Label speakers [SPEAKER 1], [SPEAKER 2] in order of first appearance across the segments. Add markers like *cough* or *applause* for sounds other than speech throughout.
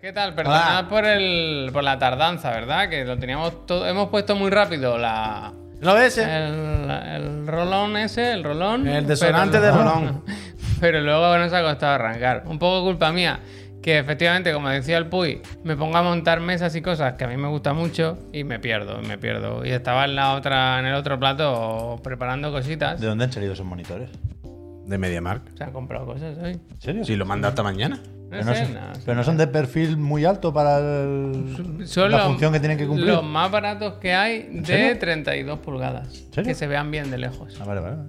[SPEAKER 1] ¿Qué tal? Perdonad
[SPEAKER 2] Hola.
[SPEAKER 1] por, el, por la tardanza, ¿verdad? Que lo teníamos todo. Hemos puesto muy rápido la.
[SPEAKER 2] Lo eh? de
[SPEAKER 3] Eh.
[SPEAKER 2] ese.
[SPEAKER 1] El, el rolón ese, el rolón.
[SPEAKER 2] El
[SPEAKER 1] pero
[SPEAKER 2] desonante
[SPEAKER 1] luego-
[SPEAKER 2] de rolón.
[SPEAKER 1] *laughs* Pero luego nos ha costado arrancar. Un poco culpa mía. Que efectivamente, como decía el Puy, me pongo a montar mesas y cosas que a mí me gusta mucho y me pierdo, y me pierdo. Y estaba en la otra, en el otro plato preparando cositas.
[SPEAKER 3] ¿De dónde han salido esos monitores?
[SPEAKER 2] De MediaMark.
[SPEAKER 1] Se han comprado cosas hoy.
[SPEAKER 3] ¿En serio?
[SPEAKER 2] Si lo manda hasta mañana.
[SPEAKER 1] No
[SPEAKER 3] Pero no,
[SPEAKER 1] sé,
[SPEAKER 3] son,
[SPEAKER 1] no,
[SPEAKER 3] pero no son de perfil muy alto para el-
[SPEAKER 1] Son
[SPEAKER 3] la
[SPEAKER 1] los-
[SPEAKER 3] función que tienen que cumplir.
[SPEAKER 1] Los más baratos que hay de
[SPEAKER 3] serio?
[SPEAKER 1] 32 pulgadas.
[SPEAKER 3] serio?
[SPEAKER 1] Que se vean bien de lejos.
[SPEAKER 3] Ah, vale, vale. vale.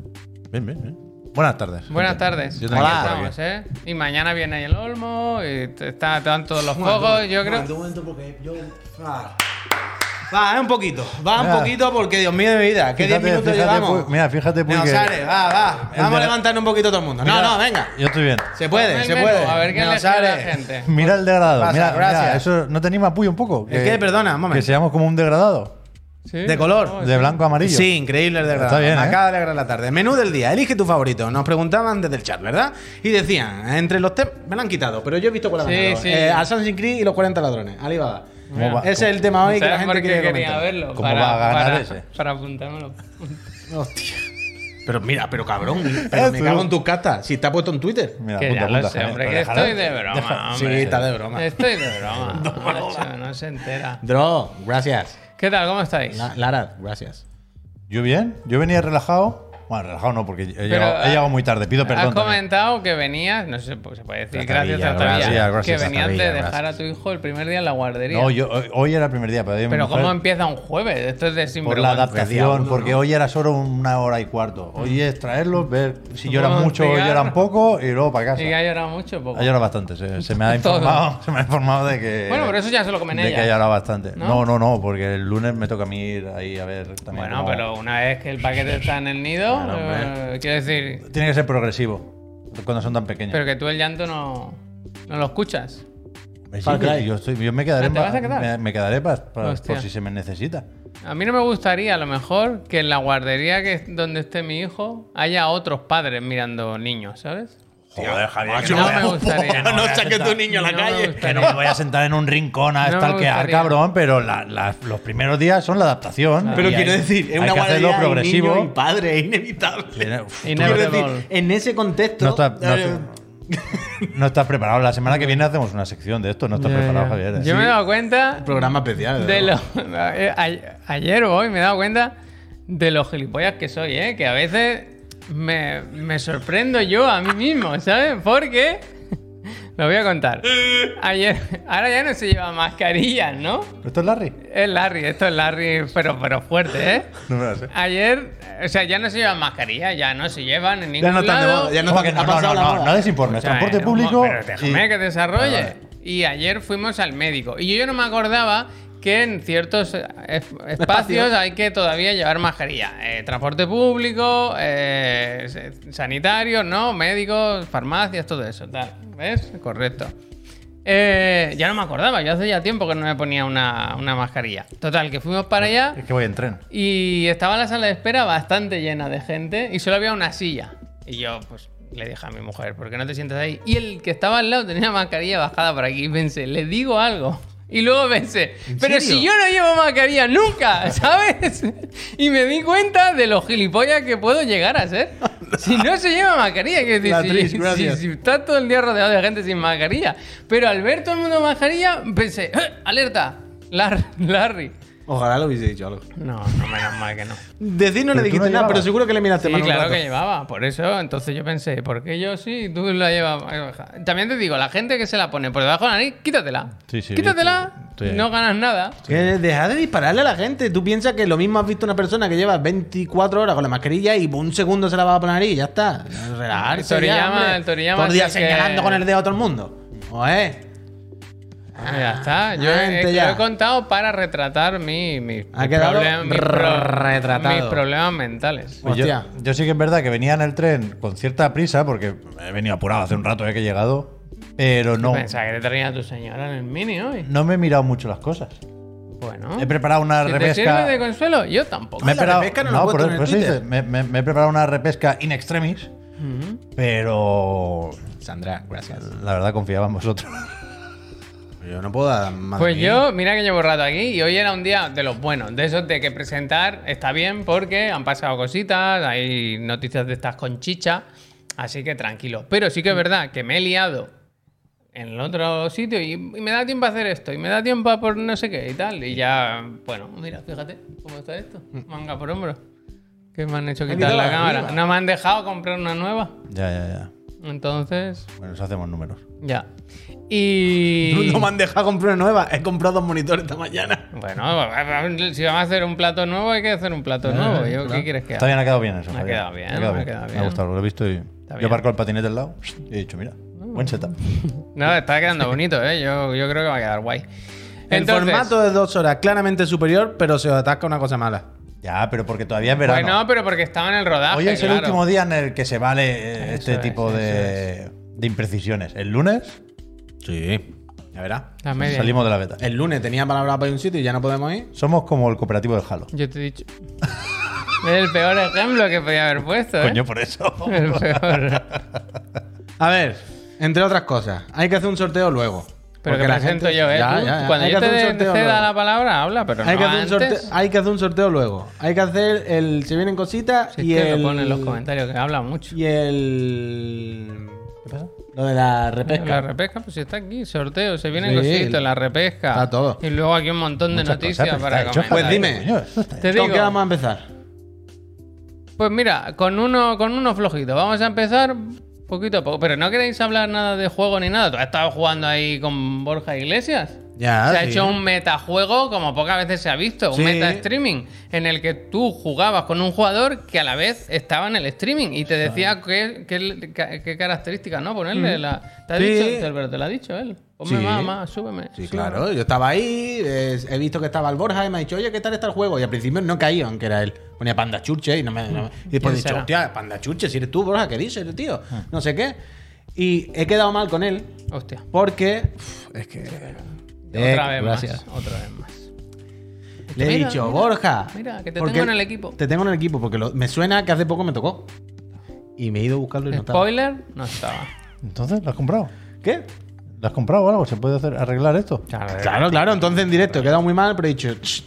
[SPEAKER 2] Bien, bien, bien. Buenas tardes.
[SPEAKER 1] Buenas
[SPEAKER 2] gente.
[SPEAKER 1] tardes.
[SPEAKER 2] Yo
[SPEAKER 1] Aquí
[SPEAKER 2] también por
[SPEAKER 1] estamos, ¿eh? Y mañana viene el Olmo, y t- está, están todos los
[SPEAKER 4] Un momento,
[SPEAKER 1] juegos. Yo
[SPEAKER 4] un
[SPEAKER 1] creo.
[SPEAKER 4] momento, un momento, porque yo. ah.
[SPEAKER 2] Va, eh, un poquito. Va, un
[SPEAKER 3] Mira.
[SPEAKER 2] poquito porque, Dios mío de mi vida. ¿Qué 10
[SPEAKER 3] Ah. Fíjate,
[SPEAKER 2] minutos
[SPEAKER 3] fíjate,
[SPEAKER 2] llevamos?
[SPEAKER 3] Puy- mira, fíjate, Puy,
[SPEAKER 2] No,
[SPEAKER 3] que-
[SPEAKER 2] Sare, va, va.
[SPEAKER 3] El
[SPEAKER 2] Vamos
[SPEAKER 3] de
[SPEAKER 2] a
[SPEAKER 3] la-
[SPEAKER 2] levantarnos un poquito todo el mundo. No,
[SPEAKER 3] Mira,
[SPEAKER 2] no, venga.
[SPEAKER 3] Yo estoy bien.
[SPEAKER 2] Se puede,
[SPEAKER 1] Ponme
[SPEAKER 2] se
[SPEAKER 1] el
[SPEAKER 2] puede.
[SPEAKER 1] menú, A ver qué
[SPEAKER 2] No,
[SPEAKER 1] le
[SPEAKER 2] Sare.
[SPEAKER 1] la gente.
[SPEAKER 3] Mira el degradado.
[SPEAKER 2] Pasa,
[SPEAKER 3] mira, mira,
[SPEAKER 2] gracias.
[SPEAKER 3] eso no tenía apoyo un poco.
[SPEAKER 2] ¿El qué? Perdona, un momento.
[SPEAKER 3] Que seamos como un degradado.
[SPEAKER 1] Sí,
[SPEAKER 2] de color,
[SPEAKER 1] no,
[SPEAKER 3] De
[SPEAKER 1] sí.
[SPEAKER 3] blanco a amarillo.
[SPEAKER 2] Sí, increíble el degradado.
[SPEAKER 3] Está bien,
[SPEAKER 2] Me
[SPEAKER 3] ¿eh?
[SPEAKER 2] acaba de alegrar la tarde. Menú del día, elige tu favorito. Nos preguntaban desde el chat, ¿verdad? Y decían, entre los temas. Me lo han quitado, pero yo he visto cuál ha
[SPEAKER 1] Sí,
[SPEAKER 2] ganado.
[SPEAKER 1] sí.
[SPEAKER 2] Eh, Assassin's Creed y los 40 ladrones. Alibaba.
[SPEAKER 3] ¿Cómo va?
[SPEAKER 2] Ese es el tema hoy que la
[SPEAKER 1] ¿Sabes
[SPEAKER 2] gente
[SPEAKER 1] por
[SPEAKER 2] quiere
[SPEAKER 1] qué
[SPEAKER 2] comentar.
[SPEAKER 1] quería verlo?
[SPEAKER 3] ¿Cómo va a ganar
[SPEAKER 1] para,
[SPEAKER 3] ese?
[SPEAKER 1] Para apuntármelo.
[SPEAKER 2] Hostia. Pero mira, pero cabrón. Pero me
[SPEAKER 3] Eso.
[SPEAKER 2] cago en tu cata. Si está puesto en Twitter.
[SPEAKER 3] Mira,
[SPEAKER 1] que ya
[SPEAKER 3] apunta,
[SPEAKER 1] lo
[SPEAKER 3] apunta,
[SPEAKER 1] sé,
[SPEAKER 3] Jaime.
[SPEAKER 1] hombre, que
[SPEAKER 3] Pero déjalo.
[SPEAKER 1] estoy de broma.
[SPEAKER 2] *laughs* Sí,
[SPEAKER 1] hombre.
[SPEAKER 2] está de broma.
[SPEAKER 1] Estoy de broma.
[SPEAKER 2] De broma.
[SPEAKER 1] macho, no se entera.
[SPEAKER 2] Dro, gracias.
[SPEAKER 1] ¿Qué tal? ¿Cómo estáis?
[SPEAKER 2] La- Lara, gracias.
[SPEAKER 3] Yo bien, yo venía relajado. Bueno, relajado no, porque he, llegado, he
[SPEAKER 1] ah,
[SPEAKER 3] llegado muy tarde. Pido
[SPEAKER 1] Has
[SPEAKER 3] perdón. también.
[SPEAKER 1] comentado que venías, no sé, pues se puede decir,
[SPEAKER 2] Tartabilla,
[SPEAKER 1] gracias, Tartabilla,
[SPEAKER 3] gracias, gracias,
[SPEAKER 1] que venías de
[SPEAKER 3] Tartabilla,
[SPEAKER 1] dejar
[SPEAKER 3] gracias.
[SPEAKER 1] a tu hijo el primer día en la guardería.
[SPEAKER 3] No, yo, hoy- hoy era el primer día, pero, hoy mi
[SPEAKER 1] Pero
[SPEAKER 3] mujer-
[SPEAKER 1] ¿cómo empieza un jueves? Esto es de
[SPEAKER 3] por la
[SPEAKER 1] sinvergüenza.
[SPEAKER 3] adaptación, porque hoy era solo una hora y cuarto. Hoy es traerlos, ver si lloran mucho o
[SPEAKER 1] Hostiar.
[SPEAKER 3] lloran poco y luego para casa.
[SPEAKER 1] Y ha llorado mucho, poco.
[SPEAKER 3] Ha llorado bastante, se, se me ha
[SPEAKER 1] *laughs* Todo.
[SPEAKER 3] informado, se me ha informado de que.
[SPEAKER 1] Bueno, pero eso ya se lo comen
[SPEAKER 3] de que ha
[SPEAKER 1] ellas.
[SPEAKER 3] llorado bastante.
[SPEAKER 1] ¿No?
[SPEAKER 3] ¿No? no, no, porque el lunes me toca a mí ir ahí a ver también.
[SPEAKER 1] Bueno,
[SPEAKER 3] cómo-
[SPEAKER 1] pero una vez que el paquete está en el nido,
[SPEAKER 3] Claro, hombre.
[SPEAKER 1] eh, quiero decir,
[SPEAKER 3] Tiene que ser progresivo cuando son tan pequeños.
[SPEAKER 1] pero que tú el llanto no, no lo escuchas.
[SPEAKER 3] Sí,
[SPEAKER 2] Far Cry.
[SPEAKER 3] yo, estoy, yo me quedaré,
[SPEAKER 1] Ah, ¿te
[SPEAKER 3] pa-
[SPEAKER 1] vas a quedar?
[SPEAKER 3] Me, me quedaré pa- pa-
[SPEAKER 1] Hostia.
[SPEAKER 3] por si se me necesita.
[SPEAKER 1] A mí no me gustaría, a lo mejor, que en la guardería que es donde esté mi hijo haya otros padres mirando niños, ¿sabes?
[SPEAKER 3] Joder, Javier,
[SPEAKER 1] que Ah, no me gustaría.
[SPEAKER 2] *laughs* No saques tu niño a la
[SPEAKER 1] No me
[SPEAKER 2] calle.
[SPEAKER 1] gustaría.
[SPEAKER 3] Que no me voy a sentar en un rincón
[SPEAKER 1] *laughs*
[SPEAKER 3] a
[SPEAKER 1] No me
[SPEAKER 3] stalkear,
[SPEAKER 1] gustaría.
[SPEAKER 3] cabrón, pero la- la- los primeros días son la adaptación.
[SPEAKER 2] Pero
[SPEAKER 3] Y
[SPEAKER 2] quiero
[SPEAKER 3] hay-
[SPEAKER 2] decir, es
[SPEAKER 3] hay
[SPEAKER 2] una
[SPEAKER 3] que hacerlo
[SPEAKER 2] guardería
[SPEAKER 3] progresivo.
[SPEAKER 2] y niño y padre, es inevitable.
[SPEAKER 3] Uf,
[SPEAKER 1] Y
[SPEAKER 2] Quiero
[SPEAKER 1] never
[SPEAKER 2] decir,
[SPEAKER 1] evolve.
[SPEAKER 2] en ese contexto.
[SPEAKER 3] No está- no
[SPEAKER 2] eh,
[SPEAKER 3] No estás preparado. La semana que viene hacemos una sección de esto. No estás
[SPEAKER 1] Ya,
[SPEAKER 3] preparado,
[SPEAKER 1] ya.
[SPEAKER 3] Javier. ¿eh?
[SPEAKER 1] Yo me he dado cuenta
[SPEAKER 2] Programa especial.
[SPEAKER 1] de
[SPEAKER 2] ¿no?
[SPEAKER 1] lo, *laughs* eh, a- ayer o hoy me he dado cuenta de los gilipollas que soy, ¿eh? Que a veces me, me sorprendo yo a mí mismo, ¿sabes? Porque... *laughs* Lo voy a contar. Ayer, ahora ya no se lleva mascarillas, ¿no?
[SPEAKER 3] ¿Esto es Larry?
[SPEAKER 1] Es Larry, esto es Larry, pero, pero fuerte, ¿eh?
[SPEAKER 3] No me lo sé.
[SPEAKER 1] Ayer, o sea, ya no se llevan mascarillas, ya no se llevan en ningún
[SPEAKER 2] Ya no están de
[SPEAKER 1] lado.
[SPEAKER 2] moda, ya no
[SPEAKER 3] ¿Cómo
[SPEAKER 2] están-
[SPEAKER 3] que no,
[SPEAKER 2] ha
[SPEAKER 3] no,
[SPEAKER 2] pasado
[SPEAKER 3] no,
[SPEAKER 2] la
[SPEAKER 3] no,
[SPEAKER 2] moda.
[SPEAKER 3] no desinformes.
[SPEAKER 1] O sea,
[SPEAKER 3] Transporte
[SPEAKER 1] no,
[SPEAKER 3] público.
[SPEAKER 1] Pero déjame
[SPEAKER 3] y-
[SPEAKER 1] que desarrolle.
[SPEAKER 3] Vale, vale.
[SPEAKER 1] Y ayer fuimos al médico. Y yo no me acordaba que en ciertos eh, es- espacios
[SPEAKER 2] Espacios.
[SPEAKER 1] hay que todavía llevar mascarilla. Eh, transporte público, eh, se- sanitario, ¿no? Médicos, farmacias, todo eso, tal. ¿Ves? Correcto. Eh, ya no me acordaba, yo hace ya tiempo que no me ponía una, una mascarilla. Total, que fuimos para allá.
[SPEAKER 3] Es que voy en tren.
[SPEAKER 1] Y estaba la sala de espera bastante llena de gente y solo había una silla. Y yo, pues, le dije a mi mujer, ¿por qué no te sientas ahí? Y el que estaba al lado tenía la mascarilla bajada por aquí. Y pensé, le digo algo. Y luego pensé, pero
[SPEAKER 2] serio?
[SPEAKER 1] si yo no llevo mascarilla
[SPEAKER 2] *laughs*
[SPEAKER 1] nunca, ¿sabes? Y me di cuenta de lo gilipollas que puedo llegar a
[SPEAKER 2] *laughs*
[SPEAKER 1] ser. Si no se lleva mascarilla, que
[SPEAKER 2] La
[SPEAKER 1] si-
[SPEAKER 2] Tris,
[SPEAKER 1] si-
[SPEAKER 2] gracias.
[SPEAKER 1] si estás todo el día rodeado de gente sin mascarilla. Pero al ver todo el mundo mascarilla, pensé, ¡Eh! ¡alerta! Lar- Larry.
[SPEAKER 2] Ojalá lo hubiese dicho algo.
[SPEAKER 1] No, no, menos mal que no.
[SPEAKER 2] Decir no
[SPEAKER 3] Pero
[SPEAKER 2] le
[SPEAKER 3] tú
[SPEAKER 2] dijiste
[SPEAKER 3] no
[SPEAKER 2] nada,
[SPEAKER 3] llevabas.
[SPEAKER 2] pero seguro que le miraste
[SPEAKER 1] Sí,
[SPEAKER 2] mal un
[SPEAKER 1] claro
[SPEAKER 2] rato.
[SPEAKER 1] que llevaba, por eso. Entonces yo pensé, ¿por qué yo sí y tú la llevas? También te digo, la gente que se la pone por debajo de la nariz, quítatela.
[SPEAKER 3] Sí, sí,
[SPEAKER 1] quítatela,
[SPEAKER 3] estoy- estoy
[SPEAKER 1] no
[SPEAKER 3] ahí.
[SPEAKER 1] ganas nada.
[SPEAKER 2] Que deja de dispararle a la gente. Tú piensas que lo mismo has visto una persona que lleva 24 horas con la mascarilla y un segundo se la va a poner y ya está. Relajarse.
[SPEAKER 1] El Toriyama,
[SPEAKER 2] ya, hombre.
[SPEAKER 1] el Toriyama
[SPEAKER 2] Todo el día
[SPEAKER 1] sí que-
[SPEAKER 2] señalando con el dedo a todo el mundo. eh. Oye,
[SPEAKER 1] ya está. Yo
[SPEAKER 2] gente,
[SPEAKER 1] he, lo
[SPEAKER 2] ya.
[SPEAKER 1] he contado para retratar mi, mi-
[SPEAKER 2] Ha
[SPEAKER 1] mi
[SPEAKER 2] quedado
[SPEAKER 1] mis
[SPEAKER 2] retratado.
[SPEAKER 1] mis problemas mentales.
[SPEAKER 3] Pues yo,
[SPEAKER 2] Hostia.
[SPEAKER 3] yo sí que es verdad que venía en el tren con cierta prisa, porque he venido apurado hace un rato eh, que he llegado, pero no,
[SPEAKER 1] Pensaba que te traía a tu señora en el mini hoy.
[SPEAKER 3] no me he mirado mucho las cosas.
[SPEAKER 1] Bueno.
[SPEAKER 3] He preparado una
[SPEAKER 1] si te sirve
[SPEAKER 3] repesca.
[SPEAKER 1] de consuelo, yo tampoco.
[SPEAKER 3] Pues Me he
[SPEAKER 2] la
[SPEAKER 3] preparado,
[SPEAKER 2] repesca no la he puesto
[SPEAKER 3] por,
[SPEAKER 2] en el
[SPEAKER 3] por eso dice,
[SPEAKER 2] Twitter.
[SPEAKER 3] me, me- me he preparado una repesca in extremis, pero
[SPEAKER 2] Sandra, gracias.
[SPEAKER 1] *laughs*
[SPEAKER 3] la verdad confiaba en vosotros.
[SPEAKER 2] Yo no puedo dar más.
[SPEAKER 1] Pues
[SPEAKER 2] de mí.
[SPEAKER 1] yo, mira que llevo rato aquí y hoy era un día de los buenos, de esos de que presentar está bien porque han pasado cositas, hay noticias de estas con chicha, así que tranquilo. Pero sí que es
[SPEAKER 2] Mm.
[SPEAKER 1] verdad que me he liado en el otro sitio y, y me da tiempo a hacer esto y me da tiempo a por no sé qué y tal. Y ya, bueno, mira, fíjate cómo está esto,
[SPEAKER 2] Mm.
[SPEAKER 1] manga por hombro. Que me han hecho quitar
[SPEAKER 2] quitado
[SPEAKER 1] la
[SPEAKER 2] la
[SPEAKER 1] cámara.
[SPEAKER 2] arriba.
[SPEAKER 1] No me han dejado comprar una nueva.
[SPEAKER 3] Ya, ya, ya.
[SPEAKER 1] Entonces,
[SPEAKER 3] Bueno, nos hacemos números.
[SPEAKER 1] ya. Y...
[SPEAKER 2] *laughs* No me han dejado comprar una nueva. He comprado dos monitores esta mañana.
[SPEAKER 1] Bueno, *laughs* si vamos a hacer un plato nuevo, hay que hacer un
[SPEAKER 2] Eh,
[SPEAKER 1] plato nuevo. Yo, ¿Qué quieres que
[SPEAKER 3] Está
[SPEAKER 1] haga?
[SPEAKER 3] bien, ha quedado bien eso.
[SPEAKER 1] Me ha
[SPEAKER 3] Javier.
[SPEAKER 1] quedado bien, me ha quedado
[SPEAKER 3] Me ha
[SPEAKER 1] bien.
[SPEAKER 3] gustado, lo he visto y.
[SPEAKER 1] bien. Mm.
[SPEAKER 3] Yo aparco el patinete al lado y he dicho, mira,
[SPEAKER 1] *laughs*
[SPEAKER 3] buen setup.
[SPEAKER 1] No, está quedando bonito, ¿eh? Yo, yo creo que va a quedar guay.
[SPEAKER 2] el
[SPEAKER 1] Entonces,
[SPEAKER 2] formato de dos horas, claramente superior, pero se os atasca una cosa mala.
[SPEAKER 3] Ya, pero porque todavía es verano.
[SPEAKER 1] Bueno, pero porque estaba en el rodaje.
[SPEAKER 3] Hoy es el
[SPEAKER 1] claro.
[SPEAKER 3] último día en el que se vale eh,
[SPEAKER 1] Eso
[SPEAKER 3] este
[SPEAKER 1] es,
[SPEAKER 3] tipo
[SPEAKER 1] eso
[SPEAKER 3] de, de imprecisiones. El lunes
[SPEAKER 2] Sí. Ya verás.
[SPEAKER 1] La media.
[SPEAKER 3] salimos de la beta.
[SPEAKER 2] El lunes tenía palabra para ir a un sitio y ya no podemos ir.
[SPEAKER 3] Somos como el cooperativo del Halo.
[SPEAKER 1] Yo te he dicho. es el peor ejemplo que podía haber puesto, ¿eh?
[SPEAKER 3] Coño, por eso.
[SPEAKER 1] *laughs* El peor.
[SPEAKER 2] A ver, entre otras cosas, hay que hacer un sorteo luego.
[SPEAKER 1] Pero
[SPEAKER 2] Porque
[SPEAKER 1] que
[SPEAKER 2] la
[SPEAKER 1] presento
[SPEAKER 2] gente-
[SPEAKER 1] yo, ¿eh?
[SPEAKER 2] Ya,
[SPEAKER 1] Tú,
[SPEAKER 2] ya, ya.
[SPEAKER 1] Cuando
[SPEAKER 2] Hay
[SPEAKER 1] yo
[SPEAKER 2] que
[SPEAKER 1] te
[SPEAKER 2] hacer un
[SPEAKER 1] de-
[SPEAKER 2] sorteo
[SPEAKER 1] ceda
[SPEAKER 2] luego.
[SPEAKER 1] la palabra, habla, pero
[SPEAKER 2] Hay
[SPEAKER 1] no
[SPEAKER 2] que, hacer un
[SPEAKER 1] antes.
[SPEAKER 2] sorteo, Ah, hay que hacer un sorteo luego. Hay que hacer el. Se vienen cositas
[SPEAKER 1] Si es
[SPEAKER 2] y
[SPEAKER 1] que
[SPEAKER 2] el.
[SPEAKER 1] lo ponen en los comentarios, que habla mucho.
[SPEAKER 2] Y el. ¿Qué pasa? Lo de la repesca.
[SPEAKER 1] La repesca, pues si está aquí, sorteo, se vienen
[SPEAKER 2] Sí,
[SPEAKER 1] cositas, la repesca.
[SPEAKER 2] está todo.
[SPEAKER 1] Y luego aquí un montón de
[SPEAKER 3] Muchas
[SPEAKER 1] noticias
[SPEAKER 3] cosas, pero
[SPEAKER 1] para
[SPEAKER 3] está hecho.
[SPEAKER 1] comentar.
[SPEAKER 2] Pues dime.
[SPEAKER 3] Coño, esto está
[SPEAKER 1] Te
[SPEAKER 2] ¿Con
[SPEAKER 1] digo,
[SPEAKER 2] qué vamos a empezar?
[SPEAKER 1] pues mira, con uno, con uno flojito. Vamos a empezar poquito a poco. Pero no queréis hablar nada de juego ni nada. ¿Tú has estado jugando ahí con Borja Iglesias?
[SPEAKER 2] Ya,
[SPEAKER 1] se ha
[SPEAKER 2] sí.
[SPEAKER 1] hecho un metajuego como pocas veces se ha visto, un
[SPEAKER 2] Sí.
[SPEAKER 1] meta streaming, en el que tú jugabas con un jugador que a la vez estaba en el streaming y te decía qué, qué- qué- qué características, ¿no? Ponerle la. Te ha
[SPEAKER 2] Mm. Sí.
[SPEAKER 1] dicho, pero te lo ha dicho él. Ponme
[SPEAKER 2] Sí.
[SPEAKER 1] más, más, súbeme.
[SPEAKER 2] Sí,
[SPEAKER 1] súbeme.
[SPEAKER 2] claro. Yo estaba ahí, eh, he visto que estaba el Borja y me ha dicho, oye, ¿qué tal está el juego? Y al principio no caía, aunque era él. Ponía panda churche y no me. no me- y después he
[SPEAKER 1] ¿Quién
[SPEAKER 2] dicho,
[SPEAKER 1] será?
[SPEAKER 2] hostia, panda churche, si eres tú, Borja, ¿qué dices, tío? No sé qué. Y he quedado mal con él
[SPEAKER 1] Hostia.
[SPEAKER 2] porque. uf, es que.
[SPEAKER 1] Otra vez
[SPEAKER 2] Eh, gracias.
[SPEAKER 1] más. Otra vez más.
[SPEAKER 2] Le he
[SPEAKER 1] Mira,
[SPEAKER 2] dicho,
[SPEAKER 1] mira,
[SPEAKER 2] Borja.
[SPEAKER 1] mira, que te
[SPEAKER 2] porque-
[SPEAKER 1] tengo en el equipo.
[SPEAKER 2] Te tengo en el equipo porque lo- me suena que hace poco me tocó. Y me he ido a buscarlo y no estaba.
[SPEAKER 1] Spoiler, no estaba.
[SPEAKER 3] Entonces, ¿lo has comprado?
[SPEAKER 2] ¿Qué?
[SPEAKER 3] ¿Lo has comprado o algo? ¿Se puede hacer arreglar esto?
[SPEAKER 2] Claro, claro. Entonces en directo he quedado muy mal, pero he dicho, "Shh,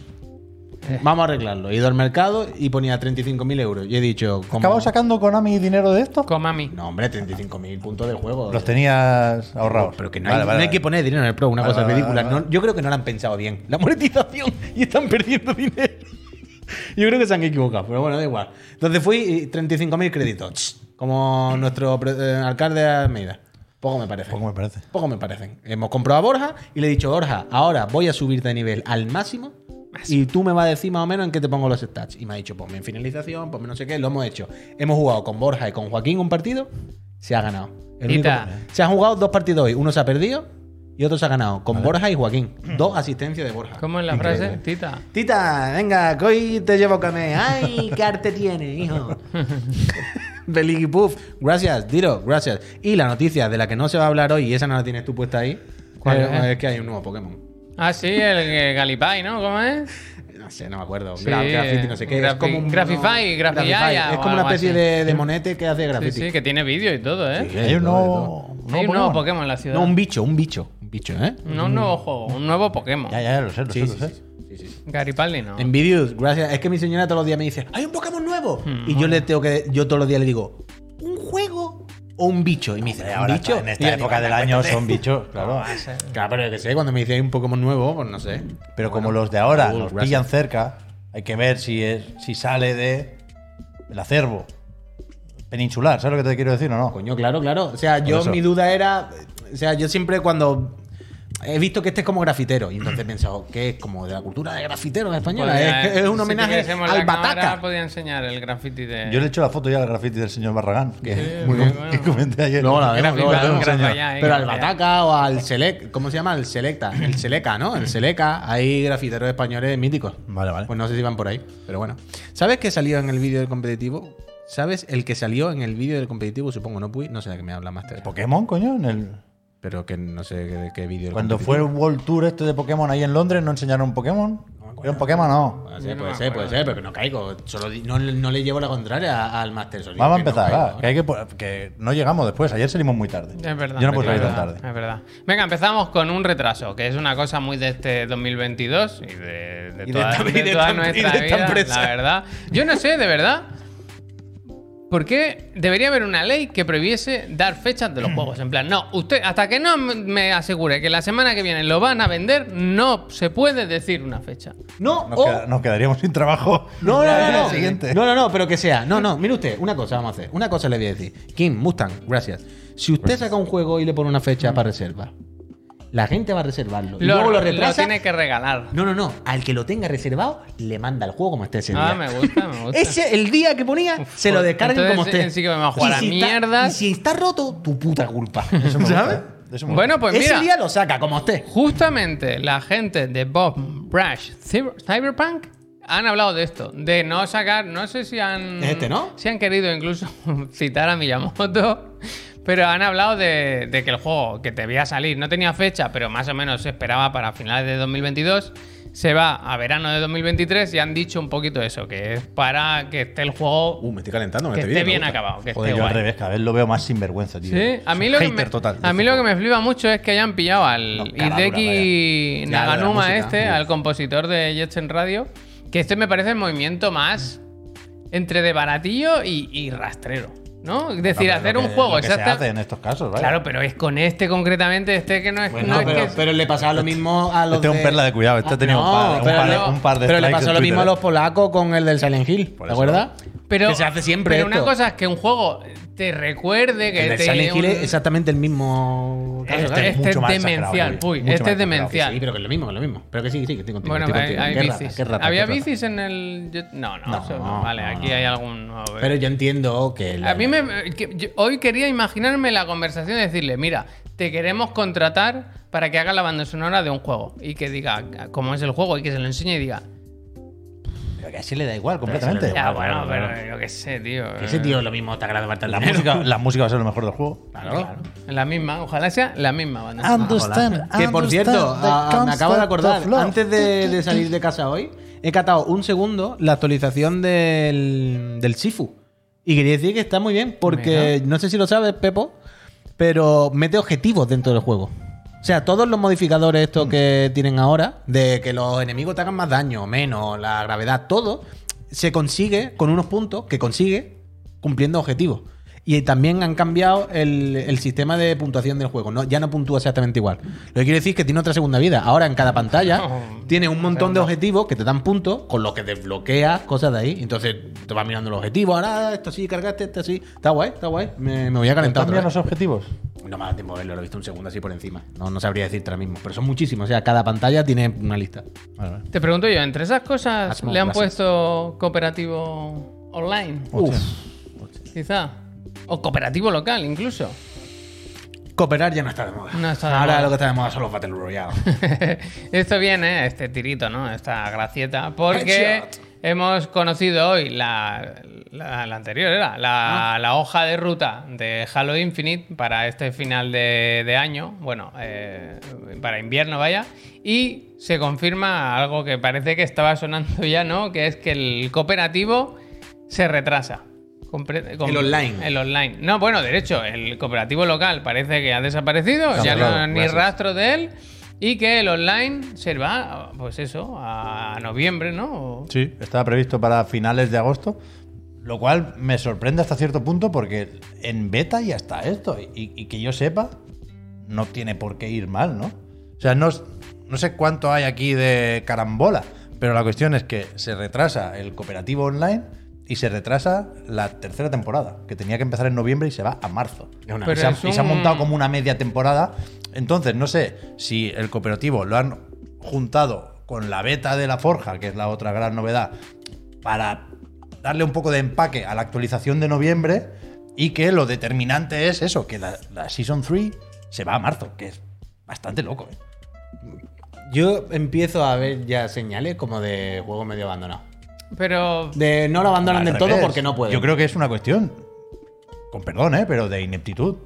[SPEAKER 1] Eh.
[SPEAKER 2] vamos a arreglarlo. He ido al mercado y ponía 35.000 euros. Y he dicho, ¿cómo?
[SPEAKER 3] ¿Acabado sacando Konami dinero de esto?
[SPEAKER 1] Komami.
[SPEAKER 2] No, hombre, 35.000 puntos de juego.
[SPEAKER 3] Los tenías ahorrados.
[SPEAKER 2] Pero que no,
[SPEAKER 3] Vale,
[SPEAKER 2] hay,
[SPEAKER 3] vale,
[SPEAKER 2] no hay
[SPEAKER 3] vale.
[SPEAKER 2] que poner dinero en el pro, una
[SPEAKER 3] Vale,
[SPEAKER 2] cosa
[SPEAKER 3] vale,
[SPEAKER 2] ridícula.
[SPEAKER 3] vale, vale.
[SPEAKER 2] No- yo creo que no lo han pensado bien. La monetización y están perdiendo dinero. *laughs* yo creo que se han equivocado, pero bueno, da igual. Entonces fui y 35.000 créditos. Como nuestro pre- eh, alcalde de Almeida. Poco me parece.
[SPEAKER 3] Poco me parece.
[SPEAKER 2] Poco me parecen. Hemos comprado a Borja y le he dicho, Borja, ahora voy a subir de nivel al máximo. Y tú me vas a decir más o menos en qué te pongo los stats. Y me ha dicho, ponme en finalización, ponme no sé qué. Lo hemos hecho. Hemos jugado con Borja y con Joaquín un partido. Se ha ganado. El único-
[SPEAKER 1] Quita.
[SPEAKER 2] se han jugado dos partidos hoy. Uno se ha perdido y otro se ha ganado. Con Borja y Joaquín. Dos asistencias de Borja.
[SPEAKER 1] ¿Cómo es la frase? Tita.
[SPEAKER 2] Tita, venga, que hoy te llevo con él. Ay, qué arte tiene, *laughs* hijo. Beligi Puff. Gracias, Diro, gracias. Y la noticia de la que no se va a hablar hoy, y esa no la tienes tú puesta ahí,
[SPEAKER 1] ¿Cuál
[SPEAKER 2] eh,
[SPEAKER 1] es?
[SPEAKER 2] es? que hay un nuevo Pokémon.
[SPEAKER 1] Ah, sí, el, eh, Galipai, ¿no? ¿Cómo es?
[SPEAKER 2] No sé, no me acuerdo.
[SPEAKER 1] Sí,
[SPEAKER 2] Gra- graffiti, no sé qué.
[SPEAKER 1] grafi- Grafify, Grafiyaya
[SPEAKER 2] Grafify. Es
[SPEAKER 1] o
[SPEAKER 2] como una
[SPEAKER 1] algo
[SPEAKER 2] especie
[SPEAKER 1] así.
[SPEAKER 2] de, de monete que hace
[SPEAKER 1] Sí,
[SPEAKER 2] graffiti.
[SPEAKER 1] sí, que tiene vídeo y todo, ¿eh?
[SPEAKER 2] Sí,
[SPEAKER 3] Hay un
[SPEAKER 2] todo,
[SPEAKER 3] nuevo,
[SPEAKER 1] Hay un nuevo Pokémon en la ciudad.
[SPEAKER 2] No, un bicho, un bicho. Un bicho, ¿eh?
[SPEAKER 1] No un nuevo juego, un nuevo Pokémon.
[SPEAKER 3] Ya, ya, lo sé, lo sé,
[SPEAKER 2] Sí,
[SPEAKER 3] lo
[SPEAKER 2] sí,
[SPEAKER 1] ¿eh?
[SPEAKER 3] sé.
[SPEAKER 2] sí, sí, sí, sí.
[SPEAKER 1] Garipaldi no.
[SPEAKER 2] En vídeos, gracias. Es que mi señora todos los días me dice, hay un Pokémon nuevo.
[SPEAKER 3] Hmm.
[SPEAKER 2] y yo le tengo que, yo todos los días le digo, ¿un juego o un bicho? Y me dice, ¿un
[SPEAKER 3] Ahora,
[SPEAKER 2] bicho?
[SPEAKER 3] en
[SPEAKER 2] Y
[SPEAKER 3] esta
[SPEAKER 2] yo
[SPEAKER 3] época
[SPEAKER 2] digo,
[SPEAKER 3] del año son bichos,
[SPEAKER 2] *laughs*
[SPEAKER 3] claro.
[SPEAKER 2] Claro, pero yo que sé, cuando me dice hay un Pokémon nuevo, pues no sé.
[SPEAKER 3] Pero como los de ahora
[SPEAKER 2] cool,
[SPEAKER 3] nos
[SPEAKER 2] gracias.
[SPEAKER 3] pillan cerca, hay que ver si, es, si sale de el acervo peninsular. ¿Sabes lo que te quiero decir o no?
[SPEAKER 2] Coño, claro, claro. O sea, yo
[SPEAKER 3] eso.
[SPEAKER 2] mi duda era. O sea, yo siempre cuando. He visto que este es como grafitero. Y
[SPEAKER 3] *clears throat*
[SPEAKER 2] entonces he pensado que es como de la cultura de grafiteros
[SPEAKER 3] Pues
[SPEAKER 2] española.
[SPEAKER 1] Podría-
[SPEAKER 2] Es, es un
[SPEAKER 1] Pues, si
[SPEAKER 2] homenaje
[SPEAKER 1] tuviésemos
[SPEAKER 2] al
[SPEAKER 1] la cámara,
[SPEAKER 2] bataca.
[SPEAKER 1] podía enseñar el graffiti de.
[SPEAKER 3] Yo le he hecho la foto ya al graffiti del señor Barragán, que, *laughs*
[SPEAKER 1] Sí,
[SPEAKER 3] muy
[SPEAKER 1] muy
[SPEAKER 3] bien,
[SPEAKER 1] bueno.
[SPEAKER 3] que comenté ayer.
[SPEAKER 2] Luego la veremos, luego la
[SPEAKER 1] Grafitado,
[SPEAKER 2] veremos.
[SPEAKER 1] grafallá, eh,
[SPEAKER 2] Pero al
[SPEAKER 1] grafallá.
[SPEAKER 2] Bataca o al Selec, ¿cómo se llama? El Selecta, el Seleca, ¿no? El Seleca, hay grafiteros españoles míticos.
[SPEAKER 3] Vale, vale.
[SPEAKER 2] Pues no sé si van por ahí, pero bueno. ¿Sabes qué salió en el vídeo del competitivo? ¿Sabes el que salió en el vídeo del competitivo? Supongo, no Puy, no sé de qué me habla Master.
[SPEAKER 3] Pokémon, coño, en el...
[SPEAKER 2] Pero que no sé de qué vídeo. del
[SPEAKER 3] Cuando
[SPEAKER 2] competitivo.
[SPEAKER 3] fue el World Tour este de Pokémon ahí en Londres, ¿no enseñaron Pokémon?
[SPEAKER 2] No me
[SPEAKER 3] Pero
[SPEAKER 2] acuerdo.
[SPEAKER 3] un Pokémon no.
[SPEAKER 2] Puede
[SPEAKER 1] Yo
[SPEAKER 2] ser,
[SPEAKER 1] no
[SPEAKER 2] puede
[SPEAKER 1] me
[SPEAKER 2] ser, puede
[SPEAKER 1] acuerdo.
[SPEAKER 2] ser, pero que no caigo. Solo di- no, no le llevo la contraria a- al máster. solo digo
[SPEAKER 3] Vamos
[SPEAKER 2] que
[SPEAKER 3] a
[SPEAKER 2] no
[SPEAKER 3] empezar,
[SPEAKER 2] caigo, ¿eh?
[SPEAKER 3] va, que, hay que, po- que no llegamos después. Ayer salimos muy tarde.
[SPEAKER 1] Es verdad.
[SPEAKER 3] Yo no puedo
[SPEAKER 1] es
[SPEAKER 3] salir tan
[SPEAKER 1] verdad,
[SPEAKER 3] tarde.
[SPEAKER 1] Es verdad. Venga, empezamos con un retraso, que es una cosa muy de este 2022 y de, de
[SPEAKER 2] Y de
[SPEAKER 1] toda,
[SPEAKER 2] esta-
[SPEAKER 1] de
[SPEAKER 2] y de
[SPEAKER 1] toda
[SPEAKER 2] esta- y de
[SPEAKER 1] nuestra
[SPEAKER 2] esta
[SPEAKER 1] vida,
[SPEAKER 2] empresa.
[SPEAKER 1] la verdad. Yo no sé, de verdad, por qué debería haber una ley que prohibiese dar fechas
[SPEAKER 2] *clears throat*
[SPEAKER 1] de los juegos. En plan, no, usted, hasta que no m- me asegure que la semana que viene lo van a vender, no se puede decir una fecha.
[SPEAKER 2] No, oh,
[SPEAKER 3] Nos,
[SPEAKER 2] o-
[SPEAKER 3] queda- nos quedaríamos sin trabajo.
[SPEAKER 2] *laughs* No, no, no, no.
[SPEAKER 3] El siguiente.
[SPEAKER 2] No, no, no, pero que sea. No, no, mire usted, una cosa vamos a hacer. Una cosa le voy a decir. Kim, Mustang, gracias. Si usted saca un juego y le pone una fecha para reserva, la gente va a reservarlo. Y luego lo retrasa.
[SPEAKER 1] tiene que regalar.
[SPEAKER 2] No, no, no. Al que lo tenga reservado, le manda el juego como esté ese día.
[SPEAKER 1] Ah, me gusta, me
[SPEAKER 2] *laughs*
[SPEAKER 1] gusta.
[SPEAKER 2] Ese, el día que ponía,
[SPEAKER 1] Uf,
[SPEAKER 2] se lo
[SPEAKER 1] pues,
[SPEAKER 2] descarguen
[SPEAKER 1] entonces
[SPEAKER 2] como esté.
[SPEAKER 1] sí que me va a jugar
[SPEAKER 2] Y
[SPEAKER 1] a
[SPEAKER 2] está-
[SPEAKER 1] mierdas.
[SPEAKER 2] y si está roto, tu puta culpa.
[SPEAKER 3] Eso me gusta,
[SPEAKER 2] ¿Sabes?
[SPEAKER 3] de eso me gusta.
[SPEAKER 1] Bueno, *laughs* pues
[SPEAKER 2] ese
[SPEAKER 1] mira.
[SPEAKER 2] día lo saca como esté.
[SPEAKER 1] Justamente la gente de Bob Rush Cyber- Cyberpunk han hablado de esto, de no sacar, no sé si han...
[SPEAKER 2] Este, ¿no?
[SPEAKER 1] Si han querido incluso *laughs* citar a Miyamoto, pero han hablado de, de que el juego que te voy a salir no tenía fecha, pero más o menos se esperaba para finales de 2022, se va a verano de 2023 y han dicho un poquito eso, que es para que esté el juego...
[SPEAKER 2] Uh, me estoy calentando.
[SPEAKER 1] que esté bien acabado, que
[SPEAKER 3] Joder,
[SPEAKER 1] esté
[SPEAKER 3] yo al
[SPEAKER 1] guay.
[SPEAKER 3] revés, cada vez lo veo más sinvergüenza, tío.
[SPEAKER 1] Sí, a
[SPEAKER 3] Es
[SPEAKER 1] mí,
[SPEAKER 3] un
[SPEAKER 1] lo que,
[SPEAKER 3] hater
[SPEAKER 1] me,
[SPEAKER 3] total.
[SPEAKER 1] a mí lo que me flipa mucho es que hayan pillado
[SPEAKER 3] No,
[SPEAKER 1] al Hideki
[SPEAKER 3] caradura,
[SPEAKER 2] vaya. Ya, lo de la
[SPEAKER 1] Naganuma
[SPEAKER 2] música,
[SPEAKER 1] este,
[SPEAKER 2] uf.
[SPEAKER 1] al compositor de Jetson Radio, que este me parece el movimiento más entre de baratillo y, y rastrero, ¿no? Es decir,
[SPEAKER 3] No, pero
[SPEAKER 1] hacer
[SPEAKER 3] lo
[SPEAKER 1] un
[SPEAKER 3] que-
[SPEAKER 1] juego
[SPEAKER 3] lo que se
[SPEAKER 1] exacta-
[SPEAKER 3] hace en estos casos, ¿vale?
[SPEAKER 1] Claro, pero es con este concretamente, este que no es,
[SPEAKER 2] Bueno,
[SPEAKER 1] no es
[SPEAKER 2] pero,
[SPEAKER 1] que-
[SPEAKER 2] pero le pasaba lo mismo a los.
[SPEAKER 3] Este es un
[SPEAKER 2] de- Ah,
[SPEAKER 3] perla de cuidado. Este tenía un
[SPEAKER 2] No,
[SPEAKER 3] par, un
[SPEAKER 2] pero
[SPEAKER 3] par de-
[SPEAKER 2] no.
[SPEAKER 3] un par de
[SPEAKER 2] Pero le
[SPEAKER 3] strikes
[SPEAKER 2] pasó
[SPEAKER 3] en
[SPEAKER 2] lo mismo a
[SPEAKER 3] Twitter,
[SPEAKER 2] los polacos con el del Silent Hill,
[SPEAKER 3] Por
[SPEAKER 2] ¿te
[SPEAKER 3] eso.
[SPEAKER 2] acuerdas?
[SPEAKER 1] pero-
[SPEAKER 2] que se hace siempre
[SPEAKER 1] Pero
[SPEAKER 2] esto.
[SPEAKER 1] una cosa es que un juego te recuerde que
[SPEAKER 2] El del
[SPEAKER 1] te-
[SPEAKER 2] Silent Hill es
[SPEAKER 1] un-
[SPEAKER 2] exactamente el mismo. caso,
[SPEAKER 1] este,
[SPEAKER 2] claro.
[SPEAKER 3] es mucho
[SPEAKER 1] es
[SPEAKER 3] más
[SPEAKER 1] demencial,
[SPEAKER 3] exagerado, eh.
[SPEAKER 1] uy, este es
[SPEAKER 3] mucho más exagerado,
[SPEAKER 1] demencial.
[SPEAKER 2] Sí, pero que es lo mismo, que es lo mismo. Pero que sí, sí, que estoy contigo.
[SPEAKER 1] Bueno,
[SPEAKER 2] estoy
[SPEAKER 1] hay,
[SPEAKER 2] contigo.
[SPEAKER 1] hay
[SPEAKER 2] Qué rata,
[SPEAKER 1] bicis.
[SPEAKER 2] qué rata,
[SPEAKER 1] ¿Había
[SPEAKER 2] qué rata.
[SPEAKER 1] bicis en el.? yo- No, no,
[SPEAKER 3] No,
[SPEAKER 1] eso no,
[SPEAKER 2] no,
[SPEAKER 1] Vale,
[SPEAKER 2] no,
[SPEAKER 1] aquí
[SPEAKER 2] no.
[SPEAKER 1] hay algún. a ver.
[SPEAKER 2] Pero yo entiendo que. la-
[SPEAKER 1] A mí me, que yo- hoy quería imaginarme la conversación y decirle, mira, te queremos contratar para que haga la banda sonora de un juego y que diga cómo es el juego y que se lo enseñe y diga,
[SPEAKER 3] Pero que así le da igual completamente.
[SPEAKER 1] ya,
[SPEAKER 2] claro,
[SPEAKER 1] bueno,
[SPEAKER 2] claro,
[SPEAKER 1] pero yo qué sé, tío.
[SPEAKER 2] que Ese tío lo mismo está grabando Bartal
[SPEAKER 3] Eh. La música, la música va a ser lo mejor del juego.
[SPEAKER 2] Claro. Ah,
[SPEAKER 1] La misma, ojalá sea la misma banda sonora.
[SPEAKER 3] Understand.
[SPEAKER 2] Que por cierto, a- me acabo de acordar, antes de, de
[SPEAKER 3] salir
[SPEAKER 2] salir de casa hoy, he catado un segundo la actualización del, del Sifu. Y quería decir que está muy bien, porque no sé si lo sabes, Pepo, pero mete objetivos dentro del juego. O sea, todos los modificadores estos que tienen ahora, de que los enemigos te hagan más daño, menos, la gravedad, todo, se consigue con unos puntos que consigue cumpliendo objetivos. Y también han cambiado el, el sistema de puntuación del juego. No, ya no puntúa exactamente igual. Lo que quiere decir es que tiene otra segunda vida. Ahora en cada pantalla
[SPEAKER 1] Oh,
[SPEAKER 2] tiene un montón de objetivos que te dan puntos con los que desbloqueas cosas de ahí. Entonces te vas mirando los objetivos. Ahora esto sí, cargaste, esto sí. Está guay, está guay. Me, me voy a calentar. otra
[SPEAKER 3] Cambian
[SPEAKER 2] vez.
[SPEAKER 3] los objetivos.
[SPEAKER 2] No me da tiempo de verlo, lo he visto un segundo así por encima. No, no sabría decirte ahora mismo. Pero son muchísimos. O sea, cada pantalla tiene una lista.
[SPEAKER 3] Vale, vale.
[SPEAKER 1] Te pregunto yo, ¿entre esas cosas
[SPEAKER 2] Asmo,
[SPEAKER 1] le han
[SPEAKER 2] gracias.
[SPEAKER 1] puesto cooperativo online?
[SPEAKER 2] Uf.
[SPEAKER 1] Quizá. O cooperativo local, incluso.
[SPEAKER 2] Cooperar ya no está de moda.
[SPEAKER 1] No está de
[SPEAKER 2] ahora
[SPEAKER 1] moda.
[SPEAKER 2] lo que está de moda son los
[SPEAKER 1] *laughs*
[SPEAKER 2] Battle Royale.
[SPEAKER 1] Esto viene, este tirito, ¿no? Esta gracieta. Porque
[SPEAKER 2] Headshot.
[SPEAKER 1] hemos conocido hoy la, la, la anterior, era la,
[SPEAKER 2] Ah.
[SPEAKER 1] la hoja de ruta de Halo Infinite para este final de, de año. Bueno, eh, para invierno, vaya. Y se confirma algo que parece que estaba sonando ya, ¿no? Que es que el cooperativo se retrasa. Compre- com-
[SPEAKER 2] El online.
[SPEAKER 1] El online. No, bueno, de hecho, el cooperativo local parece que ha desaparecido, ya no,
[SPEAKER 3] Cancelado,
[SPEAKER 1] ni
[SPEAKER 3] gracias.
[SPEAKER 1] rastro de él. Y que el online se va, pues eso, a noviembre, ¿no? O-
[SPEAKER 3] Sí, estaba previsto para finales de agosto. Lo cual me sorprende hasta cierto punto porque en beta ya está esto. Y, y que yo sepa, no tiene por qué ir mal, ¿no? O sea, no, s- no sé cuánto hay aquí de carambola, pero la cuestión es que se retrasa el cooperativo online y se retrasa la tercera temporada, que tenía que empezar en noviembre y se va a marzo.
[SPEAKER 2] Es una
[SPEAKER 1] Pero
[SPEAKER 3] y, se ha,
[SPEAKER 1] es
[SPEAKER 3] y se ha
[SPEAKER 1] un-
[SPEAKER 3] montado como una media temporada. Entonces, no sé si el cooperativo lo han juntado con la beta de la Forja, que es la otra gran novedad, para darle un poco de empaque a la actualización de noviembre y que lo determinante es eso, que la, la Season 3 se va a marzo, que es bastante loco. ¿eh?
[SPEAKER 2] Yo empiezo a ver ya señales como de juego medio abandonado.
[SPEAKER 1] Pero
[SPEAKER 2] De no lo abandonan
[SPEAKER 3] Al
[SPEAKER 2] del todo
[SPEAKER 3] revés.
[SPEAKER 2] porque no pueden.
[SPEAKER 3] Yo creo que es una cuestión, con perdón, ¿eh? pero de ineptitud.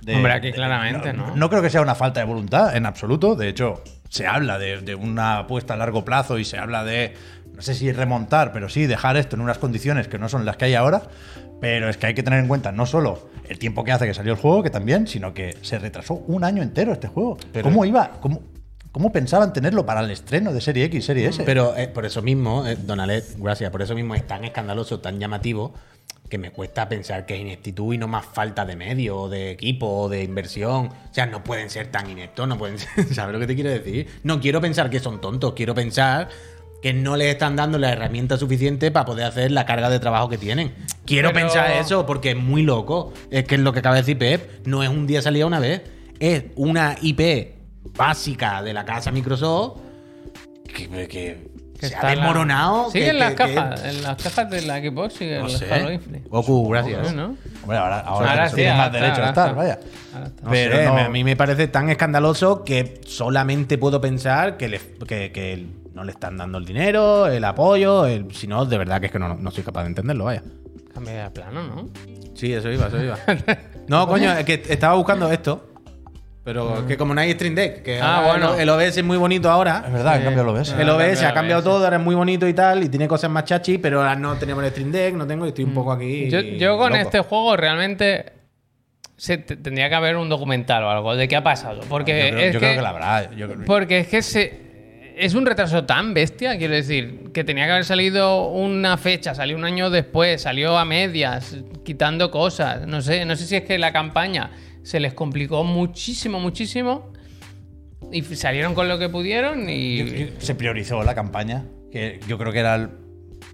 [SPEAKER 3] De-
[SPEAKER 1] Hombre, aquí
[SPEAKER 3] de-
[SPEAKER 1] claramente, ¿no?
[SPEAKER 3] ¿no? creo que sea una falta de voluntad en absoluto. De hecho, se habla de, de una apuesta a largo plazo y se habla de, no sé si remontar, pero sí dejar esto en unas condiciones que no son las que hay ahora. Pero es que hay que tener en cuenta no solo el tiempo que hace que salió el juego, que también, sino que se retrasó un año entero este juego.
[SPEAKER 2] Pero-
[SPEAKER 3] ¿Cómo iba? ¿Cómo, ¿Cómo pensaban tenerlo para el estreno de Serie X, Serie S?
[SPEAKER 2] Pero eh, por eso mismo, eh, Don Alex, gracias, por eso mismo es tan escandaloso, tan llamativo, que me cuesta pensar que es ineptitud y no más falta de medio, o de equipo, o de inversión. O sea, no pueden ser tan ineptos, no pueden ser. *laughs* ¿Sabes lo que te quiero decir? No quiero pensar que son tontos, quiero pensar que no les están dando la herramienta suficiente para poder hacer la carga de trabajo que tienen. Quiero
[SPEAKER 1] Pero-
[SPEAKER 2] pensar eso, porque es muy loco. Es que es lo que acaba de decir Pep, no es un día salida una vez, es una IP básica de la casa Microsoft que, que
[SPEAKER 1] Que
[SPEAKER 2] se
[SPEAKER 1] está
[SPEAKER 2] ha
[SPEAKER 1] la-
[SPEAKER 2] desmoronado.
[SPEAKER 1] Sigue
[SPEAKER 2] que-
[SPEAKER 1] en las
[SPEAKER 2] que-
[SPEAKER 1] cajas, en las cajas de la Xbox sigue
[SPEAKER 2] No
[SPEAKER 1] el
[SPEAKER 2] sé.
[SPEAKER 1] Halo Infinite.
[SPEAKER 2] Goku, gracias.
[SPEAKER 1] Sí, ¿no?
[SPEAKER 3] Hombre, ahora, ahora,
[SPEAKER 1] Ahora
[SPEAKER 3] tienes-
[SPEAKER 1] sí,
[SPEAKER 3] tienes
[SPEAKER 1] ahora
[SPEAKER 3] más
[SPEAKER 1] está,
[SPEAKER 3] derecho a
[SPEAKER 1] ahora
[SPEAKER 3] estar,
[SPEAKER 1] está.
[SPEAKER 3] vaya.
[SPEAKER 1] Ahora está.
[SPEAKER 2] No
[SPEAKER 3] Pero
[SPEAKER 2] sé,
[SPEAKER 3] no-
[SPEAKER 2] a mí me parece tan escandaloso que solamente puedo pensar que, le- que- que no le están dando el dinero, el apoyo, el- si no, de verdad que es que no, no soy capaz de entenderlo, vaya.
[SPEAKER 1] Cambia de plano, ¿no?
[SPEAKER 2] Sí, eso iba,
[SPEAKER 1] *laughs*
[SPEAKER 2] eso iba. No, coño, es que estaba buscando esto. Pero es que como no hay Stream Deck, que
[SPEAKER 1] Mm. Ah,
[SPEAKER 2] ahora
[SPEAKER 1] bueno.
[SPEAKER 2] el OBS es muy bonito ahora.
[SPEAKER 3] Es verdad, en
[SPEAKER 1] Sí.
[SPEAKER 3] cambio lo ves.
[SPEAKER 1] Ah,
[SPEAKER 2] El
[SPEAKER 1] no,
[SPEAKER 2] OBS
[SPEAKER 1] claro,
[SPEAKER 2] ha cambiado
[SPEAKER 1] sí.
[SPEAKER 2] todo, ahora es muy bonito y tal, y tiene cosas más chachi, pero ahora no tenemos el Stream Deck, no tengo, y estoy un poco aquí.
[SPEAKER 1] Mm. Yo, yo con
[SPEAKER 2] loco.
[SPEAKER 1] este juego realmente se te- tendría que haber un documental o algo de qué ha pasado. Porque
[SPEAKER 3] yo creo,
[SPEAKER 1] es
[SPEAKER 3] yo
[SPEAKER 1] que,
[SPEAKER 3] creo que la habrá. Yo creo-
[SPEAKER 1] Porque es que se. Es un retraso tan bestia, quiero decir, que tenía que haber salido una fecha, salió un año después, salió a medias, quitando cosas. No sé, no sé si es que la campaña se les complicó muchísimo, muchísimo. Y f- salieron con lo que pudieron y.
[SPEAKER 3] yo- yo- se priorizó la campaña. Que yo creo que era el.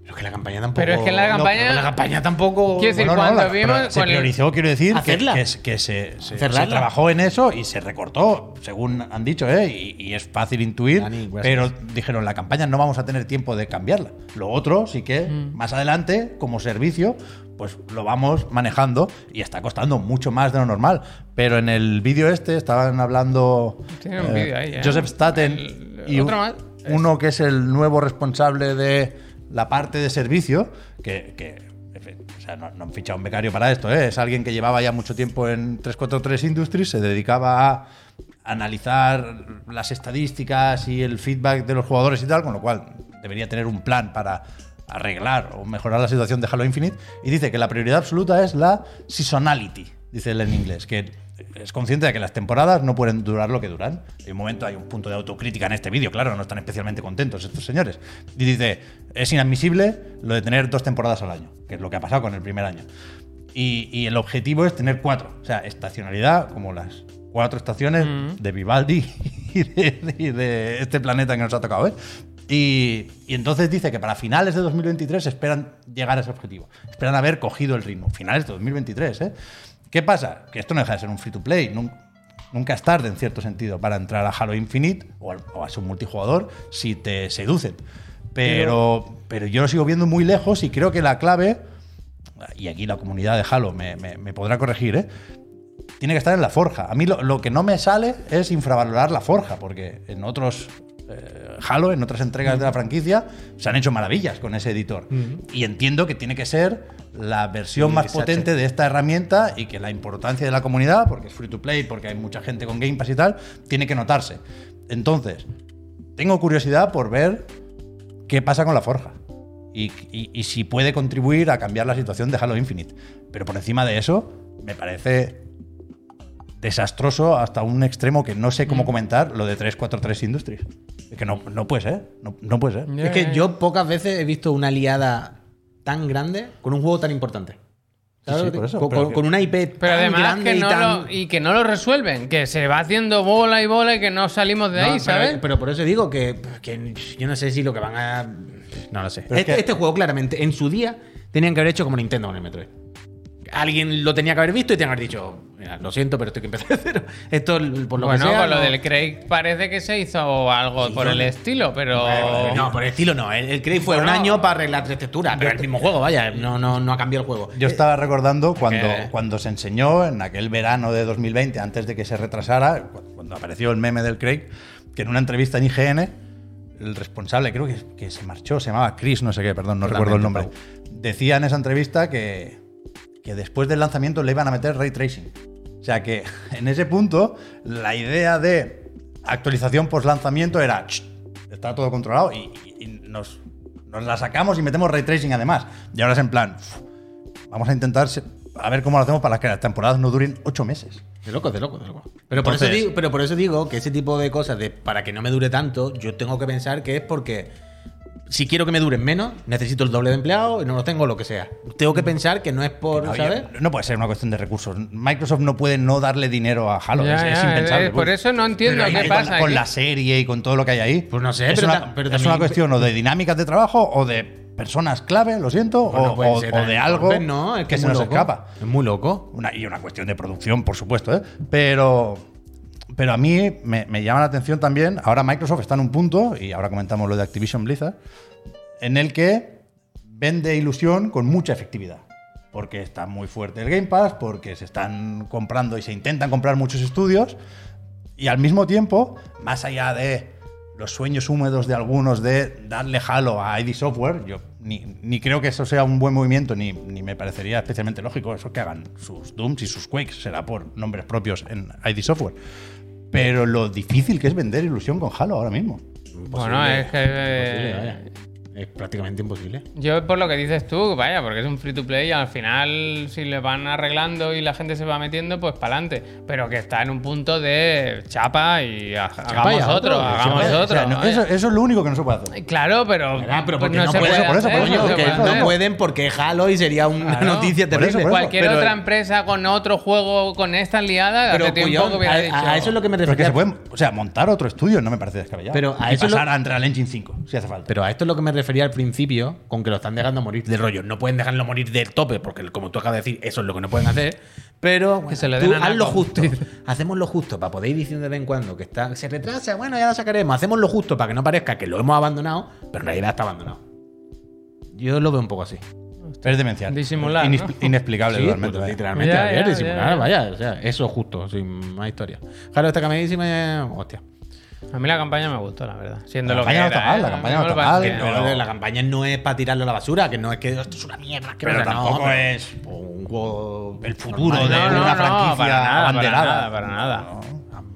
[SPEAKER 2] Pero es que la campaña tampoco.
[SPEAKER 1] Pero es que la
[SPEAKER 2] no,
[SPEAKER 1] campaña-
[SPEAKER 2] pero la campaña tampoco.
[SPEAKER 1] Quiero decir,
[SPEAKER 3] Bueno, no,
[SPEAKER 1] cuando
[SPEAKER 3] la-
[SPEAKER 1] vimos.
[SPEAKER 3] pero se
[SPEAKER 1] con el-
[SPEAKER 3] priorizó, quiero decir, que,
[SPEAKER 2] Hacerla.
[SPEAKER 3] que, se- que se, se-
[SPEAKER 2] Cerrarla.
[SPEAKER 3] se trabajó en eso y se recortó, según han dicho, ¿eh? y, y es fácil intuir,
[SPEAKER 2] Dani, gracias.
[SPEAKER 3] pero dijeron, la campaña no vamos a tener tiempo de cambiarla. Lo otro sí que
[SPEAKER 1] Mm.
[SPEAKER 3] más adelante, como servicio, pues lo vamos manejando y está costando mucho más de lo normal. Pero en el vídeo este estaban hablando
[SPEAKER 1] Tiene un vídeo ahí, ¿eh?
[SPEAKER 3] Joseph Staten
[SPEAKER 1] El-
[SPEAKER 3] y
[SPEAKER 1] otro
[SPEAKER 3] un-
[SPEAKER 1] más.
[SPEAKER 3] uno que es el nuevo responsable de la parte de servicio, que, que, en fin, o sea, no, no han fichado un becario para esto, ¿eh? es alguien que llevaba ya mucho tiempo en 343 Industries, se dedicaba a analizar las estadísticas y el feedback de los jugadores y tal, con lo cual debería tener un plan para arreglar o mejorar la situación de Halo Infinite, y dice que la prioridad absoluta es la seasonality, dice él en inglés, que es consciente de que las temporadas no pueden durar lo que duran. En un momento hay un punto de autocrítica en este vídeo, claro, no están especialmente contentos estos señores. Y dice, es inadmisible lo de tener dos temporadas al año, que es lo que ha pasado con el primer año. Y, y el objetivo es tener cuatro, o sea, estacionalidad como las cuatro estaciones de Vivaldi *laughs* y de, y de este planeta que nos ha tocado, ¿eh? Y, y entonces dice que para finales de 2023 esperan llegar a ese objetivo, esperan haber cogido el ritmo, finales de 2023, ¿eh? ¿Qué pasa? Que esto no deja de ser un free to play. nun- Nunca es tarde, en cierto sentido, para entrar a Halo Infinite o, al- o a su multijugador si te seducen. Pero, pero yo lo sigo viendo muy lejos y creo que la clave, y aquí la comunidad de Halo me, me- me podrá corregir, ¿eh? tiene que estar en la forja. A mí lo, lo que no me sale es infravalorar la forja, porque en otros eh, Halo, en otras entregas de la franquicia, se han hecho maravillas con ese editor. Y entiendo que tiene que ser la versión
[SPEAKER 2] Sí,
[SPEAKER 3] más
[SPEAKER 2] exacto.
[SPEAKER 3] potente de esta herramienta y que la importancia de la comunidad, porque es free to play, porque hay mucha gente con Game Pass y tal, tiene que notarse. Entonces, tengo curiosidad por ver qué pasa con la forja. Y, y- y si puede contribuir a cambiar la situación de Halo Infinite. Pero por encima de eso, me parece desastroso hasta un extremo que no sé cómo comentar lo de 343 Industries. Es que no, no puede ser, no, no puede ser.
[SPEAKER 1] Ya,
[SPEAKER 2] Es
[SPEAKER 1] ya,
[SPEAKER 2] que
[SPEAKER 1] ya.
[SPEAKER 2] yo pocas veces he visto una liada tan grande con un juego tan importante. ¿Sabes
[SPEAKER 3] Sí, sí,
[SPEAKER 2] lo que
[SPEAKER 3] por
[SPEAKER 2] te-
[SPEAKER 3] eso,
[SPEAKER 2] con,
[SPEAKER 3] pero
[SPEAKER 2] con-
[SPEAKER 3] que-
[SPEAKER 2] con una IP
[SPEAKER 1] Pero
[SPEAKER 2] tan
[SPEAKER 1] además
[SPEAKER 2] grande
[SPEAKER 1] que no
[SPEAKER 2] y tan...
[SPEAKER 1] lo, y que no lo resuelven, que se va haciendo bola y bola y que no salimos de
[SPEAKER 2] No,
[SPEAKER 1] ahí,
[SPEAKER 2] pero-
[SPEAKER 1] ¿sabes?
[SPEAKER 2] Pero, por eso digo que, que yo no sé si lo que van a. No lo sé.
[SPEAKER 3] Pero es
[SPEAKER 2] Este,
[SPEAKER 3] que-
[SPEAKER 2] este juego, claramente, en su día, tenían que haber hecho como Nintendo con el Metroid. Alguien lo tenía que haber visto y tenían que haber dicho: Mira, lo siento, pero estoy que empezar de cero. Esto, por lo
[SPEAKER 1] bueno,
[SPEAKER 2] que sea.
[SPEAKER 1] con lo
[SPEAKER 2] no-
[SPEAKER 1] del Craig parece que se hizo algo por el estilo, pero.
[SPEAKER 2] No, por el estilo no. El, el Craig fue
[SPEAKER 1] Bueno.
[SPEAKER 2] un año para arreglar tres texturas. Pero el mismo juego, vaya. No, no, no ha cambiado el juego.
[SPEAKER 3] Yo estaba recordando cuando,
[SPEAKER 1] que-
[SPEAKER 3] cuando se enseñó en aquel verano de 2020, antes de que se retrasara, cu- cuando apareció el meme del Craig, que en una entrevista en IGN, el responsable, creo que, que se marchó, se llamaba Chris, no sé qué, perdón, no recuerdo el nombre,
[SPEAKER 2] Totalmente,
[SPEAKER 3] decía en esa entrevista que, que después del *laughs* lanzamiento le iban a meter ray tracing. O sea que en ese punto, la idea de actualización post lanzamiento era. "Ch, Está todo controlado y, y- y nos, nos la sacamos y metemos ray tracing además. Y ahora es en plan. "Uf, Vamos a intentar se- a ver cómo lo hacemos para que las temporadas no duren ocho meses.
[SPEAKER 2] De loco, de loco, de loco. Pero por,
[SPEAKER 3] Entonces-
[SPEAKER 2] eso digo, pero por eso digo que ese tipo de cosas, de para que no me dure tanto, yo tengo que pensar que es porque si quiero que me duren menos, necesito el doble de empleados y no los tengo, lo que sea. Tengo que pensar que no es por,
[SPEAKER 3] No,
[SPEAKER 2] ¿sabes?
[SPEAKER 3] yo- no puede ser una cuestión de recursos. Microsoft no puede no darle dinero a Halo.
[SPEAKER 1] Ya,
[SPEAKER 3] es, es
[SPEAKER 1] ya,
[SPEAKER 3] impensable.
[SPEAKER 1] eh, por
[SPEAKER 3] Pues.
[SPEAKER 1] eso no entiendo
[SPEAKER 3] Pero
[SPEAKER 1] qué
[SPEAKER 3] ahí
[SPEAKER 1] pasa.
[SPEAKER 3] Con, con
[SPEAKER 1] aquí.
[SPEAKER 3] la serie y con todo lo que hay ahí.
[SPEAKER 2] Pues no sé,
[SPEAKER 3] es
[SPEAKER 2] pero ta-
[SPEAKER 3] una,
[SPEAKER 2] pero
[SPEAKER 3] es
[SPEAKER 2] también-
[SPEAKER 3] una cuestión o de dinámicas de trabajo o de personas clave, lo siento,
[SPEAKER 2] Pues no
[SPEAKER 3] o,
[SPEAKER 2] puede
[SPEAKER 3] o-
[SPEAKER 2] ser
[SPEAKER 3] o
[SPEAKER 2] tan
[SPEAKER 3] de algo
[SPEAKER 2] torpe, no, es
[SPEAKER 3] que se
[SPEAKER 2] muy
[SPEAKER 3] nos
[SPEAKER 2] loco.
[SPEAKER 3] escapa.
[SPEAKER 2] Es muy loco.
[SPEAKER 3] Una- y una cuestión de producción, por supuesto, ¿eh? Pero, pero a mí me, me llama la atención también, ahora Microsoft está en un punto, y ahora comentamos lo de Activision Blizzard, en el que vende ilusión con mucha efectividad. Porque está muy fuerte el Game Pass, porque se están comprando y se intentan comprar muchos estudios, y al mismo tiempo, más allá de los sueños húmedos de algunos de darle halo a ID Software, yo ni, ni creo que eso sea un buen movimiento, ni, ni me parecería especialmente lógico eso que hagan sus Dooms y sus Quakes, será por nombres propios en ID Software. Pero lo difícil que es vender ilusión con Halo ahora mismo.
[SPEAKER 1] Bueno, es que.
[SPEAKER 2] Imposible,
[SPEAKER 1] eh,
[SPEAKER 2] vaya. Es prácticamente imposible.
[SPEAKER 1] Yo por lo que dices tú, vaya, porque es un free to play y al final si le van arreglando y la gente se va metiendo, pues para adelante. Pero que está en un punto de chapa y ha- hagamos
[SPEAKER 2] y a
[SPEAKER 1] otro,
[SPEAKER 2] otro, y
[SPEAKER 1] hagamos
[SPEAKER 3] O sea,
[SPEAKER 1] otro.
[SPEAKER 3] no,
[SPEAKER 1] vaya.
[SPEAKER 3] eso, eso es lo único que no se puede hacer.
[SPEAKER 1] Claro, pero,
[SPEAKER 2] ¿Verdad? Pero
[SPEAKER 1] pues
[SPEAKER 2] porque no,
[SPEAKER 1] se
[SPEAKER 2] pueden,
[SPEAKER 1] puede
[SPEAKER 3] por eso,
[SPEAKER 1] hacer,
[SPEAKER 3] por eso,
[SPEAKER 1] no se
[SPEAKER 2] porque
[SPEAKER 1] puede
[SPEAKER 2] no
[SPEAKER 1] hacer.
[SPEAKER 2] pueden porque es Halo y sería una
[SPEAKER 1] Claro. pues,
[SPEAKER 2] noticia
[SPEAKER 3] Por eso,
[SPEAKER 2] terrible.
[SPEAKER 3] por eso.
[SPEAKER 1] Cualquier
[SPEAKER 3] pero-
[SPEAKER 1] otra empresa con otro juego con esta liada,
[SPEAKER 2] Pero,
[SPEAKER 1] hace tiempo
[SPEAKER 2] Puyol,
[SPEAKER 1] que hubiera
[SPEAKER 2] a-
[SPEAKER 1] dicho.
[SPEAKER 2] a, eso es lo que me
[SPEAKER 3] Pero que
[SPEAKER 2] refería.
[SPEAKER 3] se puede, o sea, montar otro estudio no me parece descabellado.
[SPEAKER 2] Pero a
[SPEAKER 3] y
[SPEAKER 2] eso lo-
[SPEAKER 3] pasar a entrar al Engine 5, si hace falta.
[SPEAKER 2] Pero a esto es lo que me refería al principio, con que lo están dejando morir de rollo. No pueden dejarlo morir del tope, porque como tú acabas de decir, eso es lo que no pueden hacer. Pero bueno,
[SPEAKER 1] se lo
[SPEAKER 2] tú
[SPEAKER 1] den a
[SPEAKER 2] haz lo
[SPEAKER 1] Nacon.
[SPEAKER 2] justo. Hacemos lo justo para poder ir diciendo de vez en cuando que está, se retrasa, bueno, ya lo sacaremos. Hacemos lo justo para que no parezca que lo hemos abandonado, pero en realidad está abandonado. Yo lo veo un poco así.
[SPEAKER 3] Pero es demencial.
[SPEAKER 1] Disimular,
[SPEAKER 3] Inis-
[SPEAKER 1] ¿no?
[SPEAKER 3] Inexplicable
[SPEAKER 2] Sí,
[SPEAKER 3] totalmente.
[SPEAKER 2] pues,
[SPEAKER 3] vaya.
[SPEAKER 2] literalmente,
[SPEAKER 1] Ya,
[SPEAKER 2] Javier,
[SPEAKER 1] ya,
[SPEAKER 2] disimular,
[SPEAKER 1] ya, ya.
[SPEAKER 2] vaya. O sea, eso es justo, sin más historia. Claro, esta camadísima. Hostia.
[SPEAKER 1] A mí la campaña me gustó, la verdad. Siendo
[SPEAKER 3] La
[SPEAKER 1] lo que
[SPEAKER 3] campaña no
[SPEAKER 1] era,
[SPEAKER 3] está mal,
[SPEAKER 1] ¿eh?
[SPEAKER 3] la campaña
[SPEAKER 1] A mí
[SPEAKER 3] no
[SPEAKER 1] me
[SPEAKER 3] está
[SPEAKER 1] lo
[SPEAKER 3] mal,
[SPEAKER 1] pareció.
[SPEAKER 3] pero-
[SPEAKER 2] Pero la campaña no es para tirarlo a la basura, que no es que esto es una mierda. Que
[SPEAKER 3] Pero
[SPEAKER 2] no,
[SPEAKER 3] tampoco
[SPEAKER 2] pero
[SPEAKER 3] es
[SPEAKER 2] un juego
[SPEAKER 3] el futuro
[SPEAKER 2] normal,
[SPEAKER 3] de
[SPEAKER 1] No, no,
[SPEAKER 3] una
[SPEAKER 1] no,
[SPEAKER 3] franquicia
[SPEAKER 1] para nada, para
[SPEAKER 3] abanderada.
[SPEAKER 1] nada, para nada.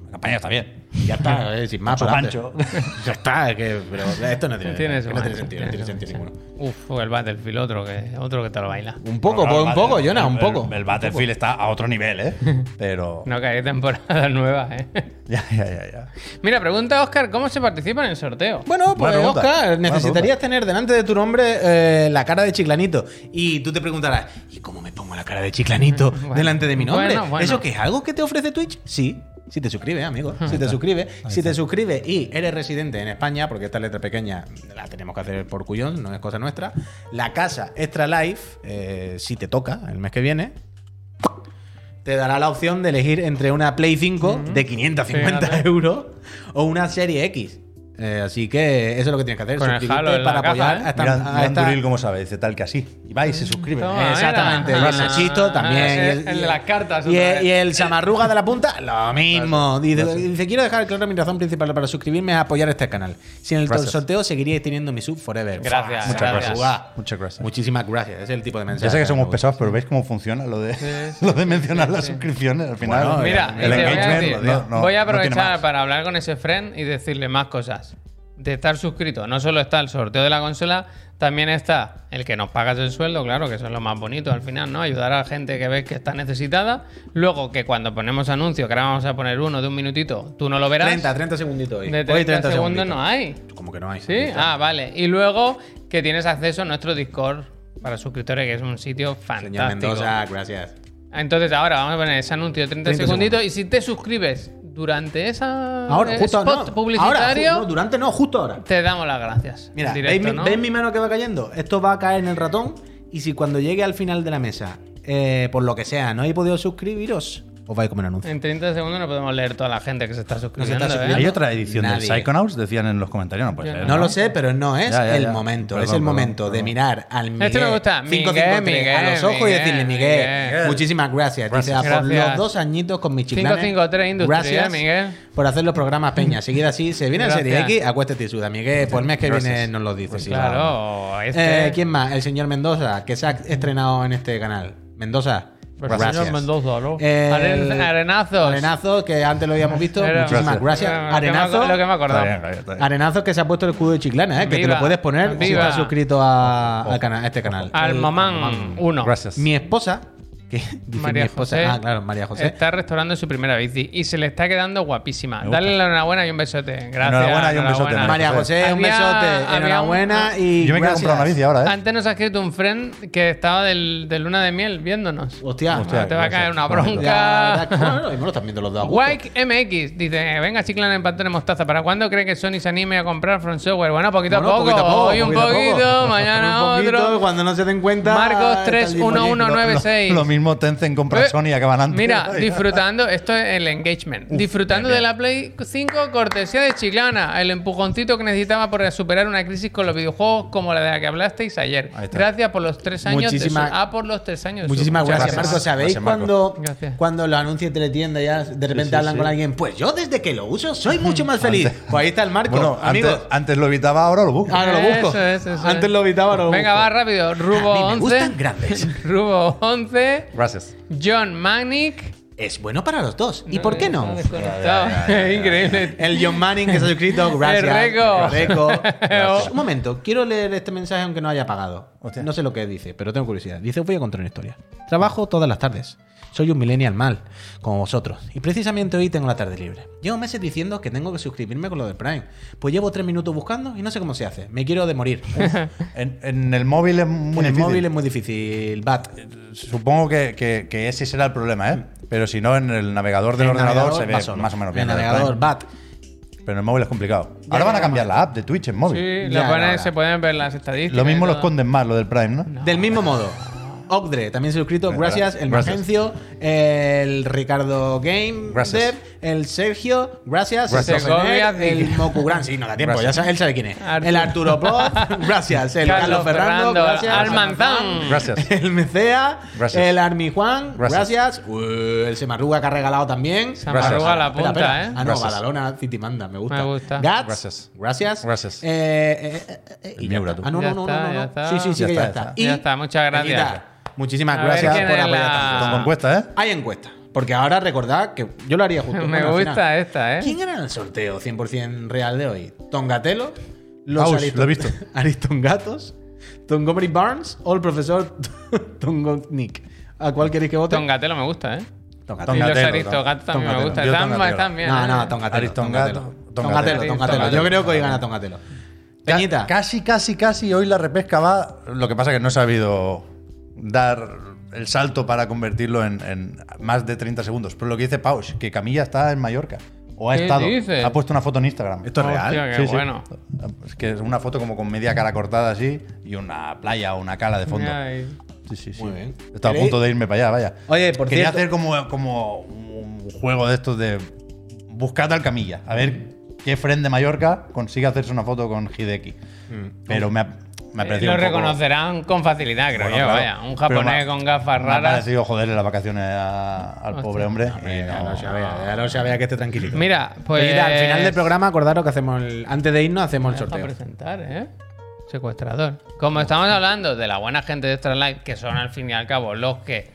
[SPEAKER 3] La campaña está bien.
[SPEAKER 2] Ya está, eh, sin más.
[SPEAKER 3] Mucho
[SPEAKER 2] para adelante.
[SPEAKER 3] gancho.
[SPEAKER 2] *laughs* Ya está, es que, pero esto no tiene,
[SPEAKER 1] Tiene su
[SPEAKER 2] no tiene
[SPEAKER 1] macho,
[SPEAKER 2] sentido, no tiene
[SPEAKER 1] tiene su
[SPEAKER 2] sentido
[SPEAKER 1] macho.
[SPEAKER 2] ninguno.
[SPEAKER 1] Uf, el Battlefield, otro que, otro que te lo baila.
[SPEAKER 2] Un poco,
[SPEAKER 3] Claro,
[SPEAKER 2] pues, un
[SPEAKER 3] el
[SPEAKER 2] poco,
[SPEAKER 3] Battle-
[SPEAKER 2] Jonah, un
[SPEAKER 3] el-
[SPEAKER 2] poco.
[SPEAKER 3] El Battlefield está a otro nivel, *laughs* ¿eh? Pero.
[SPEAKER 1] *laughs* No cae *laughs* temporada nueva, ¿eh?
[SPEAKER 3] Ya, ya, ya, ya.
[SPEAKER 1] Mira, pregunta Oscar, ¿cómo se participa en el sorteo?
[SPEAKER 2] Bueno, pues
[SPEAKER 3] Buena pregunta.
[SPEAKER 2] Oscar,
[SPEAKER 3] Buena
[SPEAKER 2] necesitarías tener delante de tu nombre eh, la cara de Chiclanito. Y tú te preguntarás, ¿y cómo me pongo la cara de
[SPEAKER 3] *laughs*
[SPEAKER 2] Chiclanito
[SPEAKER 1] Bueno,
[SPEAKER 2] delante de mi nombre?
[SPEAKER 1] bueno, bueno.
[SPEAKER 2] ¿Eso qué es algo que te ofrece Twitch? Sí. Si te suscribes,
[SPEAKER 3] *laughs*
[SPEAKER 2] amigo. Si te suscribes. Si te suscribes y eres residente en España, porque esta letra pequeña la tenemos que hacer por cuyón, no es cosa nuestra. La casa Extra Life, eh, si te toca el mes que viene, te dará la opción de elegir entre una Play 5 de 550
[SPEAKER 1] Fíjate.
[SPEAKER 2] euros o una Serie X. Eh, así que eso es lo que tienes que hacer.
[SPEAKER 1] Con el
[SPEAKER 2] suscribirte
[SPEAKER 1] Halo en la
[SPEAKER 2] para apoyar
[SPEAKER 1] caja, ¿eh?
[SPEAKER 2] a esta-
[SPEAKER 3] Mira,
[SPEAKER 2] a
[SPEAKER 3] mira
[SPEAKER 2] esta-
[SPEAKER 3] Anduril cómo sabe, dice tal que así. Y va y se suscribe. Eh,
[SPEAKER 1] Toma.
[SPEAKER 2] Exactamente, y
[SPEAKER 1] Ah,
[SPEAKER 2] el Nachito también.
[SPEAKER 1] ese
[SPEAKER 2] y
[SPEAKER 1] es el de las cartas,
[SPEAKER 2] Y
[SPEAKER 1] otra vez.
[SPEAKER 2] el, y el chamarruga de la punta, lo mismo. Dice, dice, quiero dejar claro mi razón principal para suscribirme es apoyar este canal. Sin el
[SPEAKER 3] Gracias.
[SPEAKER 2] sorteo seguiría teniendo mi sub forever.
[SPEAKER 1] Gracias,
[SPEAKER 2] Muchas
[SPEAKER 1] gracias.
[SPEAKER 2] gracias.
[SPEAKER 3] Muchas gracias.
[SPEAKER 2] Muchísimas gracias. Es el tipo de mensaje.
[SPEAKER 3] Ya sé que somos
[SPEAKER 2] me gusta.
[SPEAKER 3] pesados, pero ¿veis cómo funciona lo de,
[SPEAKER 1] Sí, sí,
[SPEAKER 3] *laughs* lo de mencionar
[SPEAKER 1] sí,
[SPEAKER 3] las
[SPEAKER 1] sí.
[SPEAKER 3] suscripciones? Al final,
[SPEAKER 2] Bueno,
[SPEAKER 1] Mira,
[SPEAKER 2] El
[SPEAKER 1] y te voy, a
[SPEAKER 2] engagement,
[SPEAKER 1] decir,
[SPEAKER 2] lo
[SPEAKER 3] no-
[SPEAKER 1] voy a
[SPEAKER 3] no- no tiene
[SPEAKER 1] aprovechar
[SPEAKER 3] más.
[SPEAKER 1] para hablar con ese friend y decirle más cosas. De estar suscrito, no solo está el sorteo de la consola, también está el que nos pagas el sueldo, claro, que eso es lo más bonito al final, ¿no? Ayudar a la gente que ves que está necesitada. Luego que cuando ponemos anuncios, que ahora vamos a poner uno de un minutito, tú no lo verás.
[SPEAKER 2] 30, 30 segunditos hoy.
[SPEAKER 1] de
[SPEAKER 2] Hoy
[SPEAKER 1] 30, segundos no hay.
[SPEAKER 2] Como que no hay.
[SPEAKER 1] Sí, ah, vale. Y luego que tienes acceso a nuestro Discord para suscriptores, que es un sitio fantástico.
[SPEAKER 2] Señor Mendoza, gracias.
[SPEAKER 1] Entonces ahora vamos a poner ese anuncio de 30,
[SPEAKER 2] 30
[SPEAKER 1] segunditos y si te suscribes durante esa
[SPEAKER 2] Ahora,
[SPEAKER 1] eh,
[SPEAKER 2] justo
[SPEAKER 1] spot
[SPEAKER 2] no.
[SPEAKER 1] publicitario,
[SPEAKER 2] Ahora, ju- no, durante no, justo ahora.
[SPEAKER 1] te damos las gracias.
[SPEAKER 2] Mira,
[SPEAKER 1] En
[SPEAKER 2] ¿veis,
[SPEAKER 1] directo,
[SPEAKER 2] mi,
[SPEAKER 1] ¿no?
[SPEAKER 2] veis mi mano que va cayendo? Esto va a caer en el ratón y si cuando llegue al final de la mesa, eh, por lo que sea, no habéis podido suscribiros, os vais a comer anuncio.
[SPEAKER 1] En 30 segundos no podemos leer toda la gente que se está suscribiendo.
[SPEAKER 2] suscribiendo.
[SPEAKER 1] ¿eh?
[SPEAKER 3] Hay otra edición
[SPEAKER 2] Nadie.
[SPEAKER 3] del Psychonauts, decían en los comentarios. No, puede
[SPEAKER 1] Yo
[SPEAKER 3] ser,
[SPEAKER 1] no.
[SPEAKER 2] No lo sé, pero no es
[SPEAKER 3] Ya, ya,
[SPEAKER 2] el
[SPEAKER 3] ya.
[SPEAKER 2] momento.
[SPEAKER 3] Perdón,
[SPEAKER 2] es el
[SPEAKER 3] perdón,
[SPEAKER 2] momento de
[SPEAKER 3] perdón.
[SPEAKER 2] mirar al Miguel,
[SPEAKER 1] Este me gusta.
[SPEAKER 2] 553
[SPEAKER 1] Miguel,
[SPEAKER 2] a los ojos y
[SPEAKER 1] Miguel,
[SPEAKER 2] decirle, Miguel,
[SPEAKER 1] Miguel.
[SPEAKER 2] muchísimas gracias. Dice,
[SPEAKER 3] Gracias.
[SPEAKER 2] "Ah, por
[SPEAKER 1] Gracias.
[SPEAKER 2] los dos añitos con mis chiclanes.
[SPEAKER 1] 553 Industry,
[SPEAKER 2] Gracias
[SPEAKER 1] eh, Miguel.
[SPEAKER 2] por hacer los programas,
[SPEAKER 1] *laughs*
[SPEAKER 2] Peña. Seguida así, se viene
[SPEAKER 1] Gracias.
[SPEAKER 2] el Serie X, acuéstate y suda. Miguel, por el mes que
[SPEAKER 3] Gracias.
[SPEAKER 2] viene nos lo dices. sí, Eh, vamos.
[SPEAKER 1] Claro, este-
[SPEAKER 2] Eh, ¿Quién más? El señor Mendoza, que se ha estrenado en este canal. Mendoza, Gracias.
[SPEAKER 1] Pues, Mendoza, ¿no?
[SPEAKER 2] Eh,
[SPEAKER 1] Aren- arenazos.
[SPEAKER 2] Arenazo, que antes lo habíamos visto.
[SPEAKER 1] Era-
[SPEAKER 2] Muchísimas gracias.
[SPEAKER 1] Era lo que me
[SPEAKER 2] Arenazo.
[SPEAKER 1] ac- Lo que me acordaba.
[SPEAKER 3] Está bien, está
[SPEAKER 1] Ah,
[SPEAKER 3] bien.
[SPEAKER 2] Arenazo que se ha puesto el escudo de Chiclana, ¿eh? que te
[SPEAKER 1] Viva.
[SPEAKER 2] lo puedes poner si
[SPEAKER 1] Viva.
[SPEAKER 2] estás suscrito a, al cana- a este canal.
[SPEAKER 1] Al
[SPEAKER 2] El-
[SPEAKER 1] Mamán 1.
[SPEAKER 3] Gracias.
[SPEAKER 2] Mi esposa, que *laughs* dice
[SPEAKER 1] María
[SPEAKER 2] mi esposa,
[SPEAKER 1] José.
[SPEAKER 2] ah, claro, María José.
[SPEAKER 1] Está restaurando su primera bici y se le está quedando guapísima.
[SPEAKER 3] gusta.
[SPEAKER 1] Dale la enhorabuena y un besote. Gracias.
[SPEAKER 3] Enhorabuena y un besote,
[SPEAKER 1] enhorabuena.
[SPEAKER 2] María José, un
[SPEAKER 1] Había-
[SPEAKER 2] besote,
[SPEAKER 1] había un-
[SPEAKER 2] enhorabuena y
[SPEAKER 3] Yo me quiero
[SPEAKER 2] gracias.
[SPEAKER 3] comprar una bici ahora, ¿eh?
[SPEAKER 1] Antes nos ha escrito un friend que estaba del, de luna de miel viéndonos.
[SPEAKER 2] Hostia,
[SPEAKER 3] Hostia,
[SPEAKER 1] te va a
[SPEAKER 3] gracias.
[SPEAKER 1] caer una
[SPEAKER 3] Bueno,
[SPEAKER 1] bronca.
[SPEAKER 2] Ya, ya, bueno, lo mismo lo están viendo los dos. a gusto.
[SPEAKER 1] Wike MX dice: Venga, chiclan en pantone mostaza. ¿Para cuándo cree que Sony se anime a comprar From Software? Bueno, poquito
[SPEAKER 2] Bueno,
[SPEAKER 1] a poco. Hoy un
[SPEAKER 2] poquito a poco.
[SPEAKER 1] poquito,
[SPEAKER 2] *laughs*
[SPEAKER 1] mañana
[SPEAKER 2] Un poquito,
[SPEAKER 1] otro.
[SPEAKER 2] y Cuando no se den cuenta.
[SPEAKER 1] Marcos
[SPEAKER 2] está el día.
[SPEAKER 1] 311.
[SPEAKER 3] Oye, lo-
[SPEAKER 1] 1196.
[SPEAKER 3] Lo, lo mismo Tencent compra
[SPEAKER 1] Eh,
[SPEAKER 3] Sony y acaban antes. Uh,
[SPEAKER 1] Mira,
[SPEAKER 3] *laughs*
[SPEAKER 1] disfrutando, esto es el engagement. disfrutando de la Play 5, cortesía de Chiclana, el empujoncito que necesitaba para superar una crisis con los videojuegos como la de la que hablasteis ayer.
[SPEAKER 3] Ahí está.
[SPEAKER 1] Gracias por los tres años. de
[SPEAKER 2] Muchísimas-
[SPEAKER 1] sub. Ah, por los tres años. de sub.
[SPEAKER 2] Muchísimas
[SPEAKER 1] Muchas
[SPEAKER 2] gracias,
[SPEAKER 3] gracias.
[SPEAKER 2] Marco. ¿Sabéis
[SPEAKER 3] Gracias, Marco.
[SPEAKER 2] cuando,
[SPEAKER 1] Gracias.
[SPEAKER 2] cuando los anuncios de teletienda ya de repente
[SPEAKER 3] sí,
[SPEAKER 2] hablan
[SPEAKER 3] sí.
[SPEAKER 2] con alguien? Pues yo desde que lo
[SPEAKER 1] *laughs*
[SPEAKER 2] uso soy mucho más feliz.
[SPEAKER 3] Antes-
[SPEAKER 2] Pues ahí está el Marco.
[SPEAKER 3] Bueno, antes,
[SPEAKER 2] Amigos,
[SPEAKER 3] antes lo evitaba, ahora lo busco.
[SPEAKER 2] ahora lo busco.
[SPEAKER 1] Eso es, eso es.
[SPEAKER 2] antes lo evitaba, ahora lo
[SPEAKER 1] Venga,
[SPEAKER 2] busco.
[SPEAKER 1] va rápido. Rubo
[SPEAKER 2] Ah, A mí me
[SPEAKER 1] 11.
[SPEAKER 2] gustan grandes.
[SPEAKER 1] Rubo 11.
[SPEAKER 3] Gracias.
[SPEAKER 1] John Manic.
[SPEAKER 2] Es bueno para los dos. ¿Y por qué no?
[SPEAKER 1] Desconectado. Increíble.
[SPEAKER 2] El John Manning que se ha suscrito, gracias.
[SPEAKER 1] Reco.
[SPEAKER 2] Reco. Un momento, quiero leer este mensaje aunque no haya pagado.
[SPEAKER 3] Hostia.
[SPEAKER 2] No sé lo que dice, pero tengo curiosidad. Dice, voy a contar una historia. Trabajo todas las tardes. Soy un millennial mal, como vosotros. Y precisamente hoy tengo la tarde libre. Llevo meses diciendo que tengo que suscribirme con lo de Prime. Pues llevo tres minutos buscando y no sé cómo se hace. Me quiero de morir.
[SPEAKER 3] *laughs* En, en el móvil es muy
[SPEAKER 2] en el
[SPEAKER 3] difícil.
[SPEAKER 2] móvil es muy difícil, Bat.
[SPEAKER 3] Supongo que, que- que ese será el problema, ¿eh? Pero si no, en el navegador del
[SPEAKER 2] El
[SPEAKER 3] ordenador
[SPEAKER 2] navegador
[SPEAKER 3] se ve
[SPEAKER 2] va solo.
[SPEAKER 3] más o menos bien.
[SPEAKER 2] El
[SPEAKER 3] lo del
[SPEAKER 2] navegador,
[SPEAKER 3] Prime.
[SPEAKER 2] Bat.
[SPEAKER 3] Pero en el móvil es complicado. Ahora van a cambiar la app de Twitch en móvil.
[SPEAKER 1] Sí,
[SPEAKER 2] Ya,
[SPEAKER 1] lo ponen-
[SPEAKER 2] ahora.
[SPEAKER 1] se pueden ver las estadísticas.
[SPEAKER 3] Lo mismo
[SPEAKER 1] y
[SPEAKER 3] lo
[SPEAKER 1] todo.
[SPEAKER 3] esconden más, lo del Prime, ¿no?
[SPEAKER 2] Del mismo modo. Ogdre, también suscrito,
[SPEAKER 3] Eh,
[SPEAKER 2] gracias. El
[SPEAKER 3] gracias.
[SPEAKER 2] Magencio, el Ricardo Game,
[SPEAKER 3] Gracias.
[SPEAKER 2] Dev, el Sergio, gracias.
[SPEAKER 3] Gracias.
[SPEAKER 2] el Sosener,
[SPEAKER 1] Segovia,
[SPEAKER 2] el
[SPEAKER 1] Zig.
[SPEAKER 2] Moku Gran, sí, no da tiempo,
[SPEAKER 3] Gracias.
[SPEAKER 2] ya sabe- él sabe quién es.
[SPEAKER 1] Arturo.
[SPEAKER 2] El Arturo Poz, gracias. El
[SPEAKER 1] Carlos
[SPEAKER 2] Carlos, Ferrando,
[SPEAKER 1] Ferrando,
[SPEAKER 2] gracias.
[SPEAKER 1] Almanzán.
[SPEAKER 2] *laughs*
[SPEAKER 3] Gracias.
[SPEAKER 2] El Mecea,
[SPEAKER 3] Gracias.
[SPEAKER 2] el Armi Juan,
[SPEAKER 3] Gracias.
[SPEAKER 2] gracias. Uh, el Semarruga que ha regalado también.
[SPEAKER 1] Se me arruga la punta,
[SPEAKER 2] Espera, espera.
[SPEAKER 1] ¿eh?
[SPEAKER 2] Ah, no,
[SPEAKER 3] Gracias.
[SPEAKER 2] Badalona City manda, me gusta.
[SPEAKER 1] Me gusta.
[SPEAKER 2] Gats,
[SPEAKER 3] Gracias.
[SPEAKER 2] Gracias.
[SPEAKER 3] Gracias.
[SPEAKER 2] Eh, eh, eh, eh, eh,
[SPEAKER 3] El
[SPEAKER 2] y ya
[SPEAKER 3] Miura,
[SPEAKER 2] está.
[SPEAKER 3] tú.
[SPEAKER 2] Ah, no,
[SPEAKER 1] Ya
[SPEAKER 2] no, no,
[SPEAKER 1] está,
[SPEAKER 2] no, no.
[SPEAKER 1] ya está.
[SPEAKER 2] Sí, sí, sí,
[SPEAKER 3] Ya
[SPEAKER 2] que ya
[SPEAKER 3] está,
[SPEAKER 2] está.
[SPEAKER 3] ya
[SPEAKER 1] está. Ya está, muchas gracias.
[SPEAKER 2] Peñita, Muchísimas
[SPEAKER 1] A ver
[SPEAKER 2] gracias
[SPEAKER 1] quién
[SPEAKER 2] por
[SPEAKER 1] es
[SPEAKER 2] apoyar.
[SPEAKER 1] la-
[SPEAKER 2] tanto.
[SPEAKER 3] Con encuesta, ¿eh?
[SPEAKER 2] Hay encuesta, porque ahora recordad que yo lo haría justo.
[SPEAKER 1] *laughs* Me
[SPEAKER 2] bueno, al
[SPEAKER 1] gusta
[SPEAKER 2] final.
[SPEAKER 1] esta, ¿eh?
[SPEAKER 2] ¿Quién era el sorteo 100% real de hoy? ¿Tongatelo? Los
[SPEAKER 3] Aus, lo he
[SPEAKER 2] *laughs*
[SPEAKER 3] visto.
[SPEAKER 2] Aristongatos, Montgomery Barnes o el profesor *laughs* Tongonick. ¿A cuál queréis que vote?
[SPEAKER 1] Tongatelo me gusta, ¿eh.
[SPEAKER 2] Tongatelo.
[SPEAKER 1] Y los
[SPEAKER 3] Tongatelo,
[SPEAKER 1] aristogatos también me
[SPEAKER 3] Tongatelo.
[SPEAKER 1] gustan.
[SPEAKER 3] Yo
[SPEAKER 1] Están,
[SPEAKER 3] Tongatelo.
[SPEAKER 1] están bien.
[SPEAKER 2] No,
[SPEAKER 1] ¿eh?
[SPEAKER 2] no, Tongatelo.
[SPEAKER 3] Aristongato,
[SPEAKER 2] Tongatelo,
[SPEAKER 3] Tongatelo.
[SPEAKER 2] Tongatelo. Tongatelo. Yo creo que hoy gana Tongatelo.
[SPEAKER 3] Ca-
[SPEAKER 2] Peñita.
[SPEAKER 3] Casi, casi, casi hoy la repesca va. Lo que pasa que no he sabido dar el salto para convertirlo en, en más de 30 segundos. Pero lo que dice Pausch, que Camilla está en Mallorca. O ha
[SPEAKER 1] ¿Qué
[SPEAKER 3] estado.
[SPEAKER 1] dices?
[SPEAKER 3] Ha puesto una foto en Instagram.
[SPEAKER 2] Esto es
[SPEAKER 1] Hostia,
[SPEAKER 2] real.
[SPEAKER 1] qué
[SPEAKER 3] Sí, sí.
[SPEAKER 1] bueno.
[SPEAKER 3] Es que es una foto como con media cara cortada así y una playa o una cala de fondo.
[SPEAKER 1] Ay.
[SPEAKER 3] Sí, sí, sí.
[SPEAKER 2] Muy bien.
[SPEAKER 3] Estaba a
[SPEAKER 2] ¿Queréis-
[SPEAKER 3] punto de irme para allá, vaya.
[SPEAKER 2] Oye, por
[SPEAKER 3] Quería
[SPEAKER 2] cierto-
[SPEAKER 3] hacer como, como un juego de estos de buscad al Camilla. A ver qué friend de Mallorca consigue hacerse una foto con Hideki.
[SPEAKER 2] Mm.
[SPEAKER 3] Pero me ha, me ha
[SPEAKER 1] Eh,
[SPEAKER 3] parecido
[SPEAKER 1] Lo
[SPEAKER 3] un poco-
[SPEAKER 1] reconocerán con facilidad, creo
[SPEAKER 3] Bueno,
[SPEAKER 1] yo.
[SPEAKER 3] claro.
[SPEAKER 1] Vaya, un
[SPEAKER 3] Pero
[SPEAKER 1] japonés
[SPEAKER 3] me-
[SPEAKER 1] con gafas
[SPEAKER 3] Me ha
[SPEAKER 1] raras.
[SPEAKER 3] parecido joderle las vacaciones a- al
[SPEAKER 1] Hostia.
[SPEAKER 3] pobre hombre. y
[SPEAKER 2] Venga,
[SPEAKER 3] no-
[SPEAKER 2] no se vea, ya no se vea que esté tranquilito.
[SPEAKER 1] Eh, Mira, pues.
[SPEAKER 2] Peñita, al final del programa, acordaros que hacemos el- antes de irnos, hacemos el
[SPEAKER 1] Deja
[SPEAKER 2] sorteo.
[SPEAKER 1] presentar, ¿eh? Secuestrador. Como estamos hablando de la buena gente de Extra Life, que son al fin y al cabo los que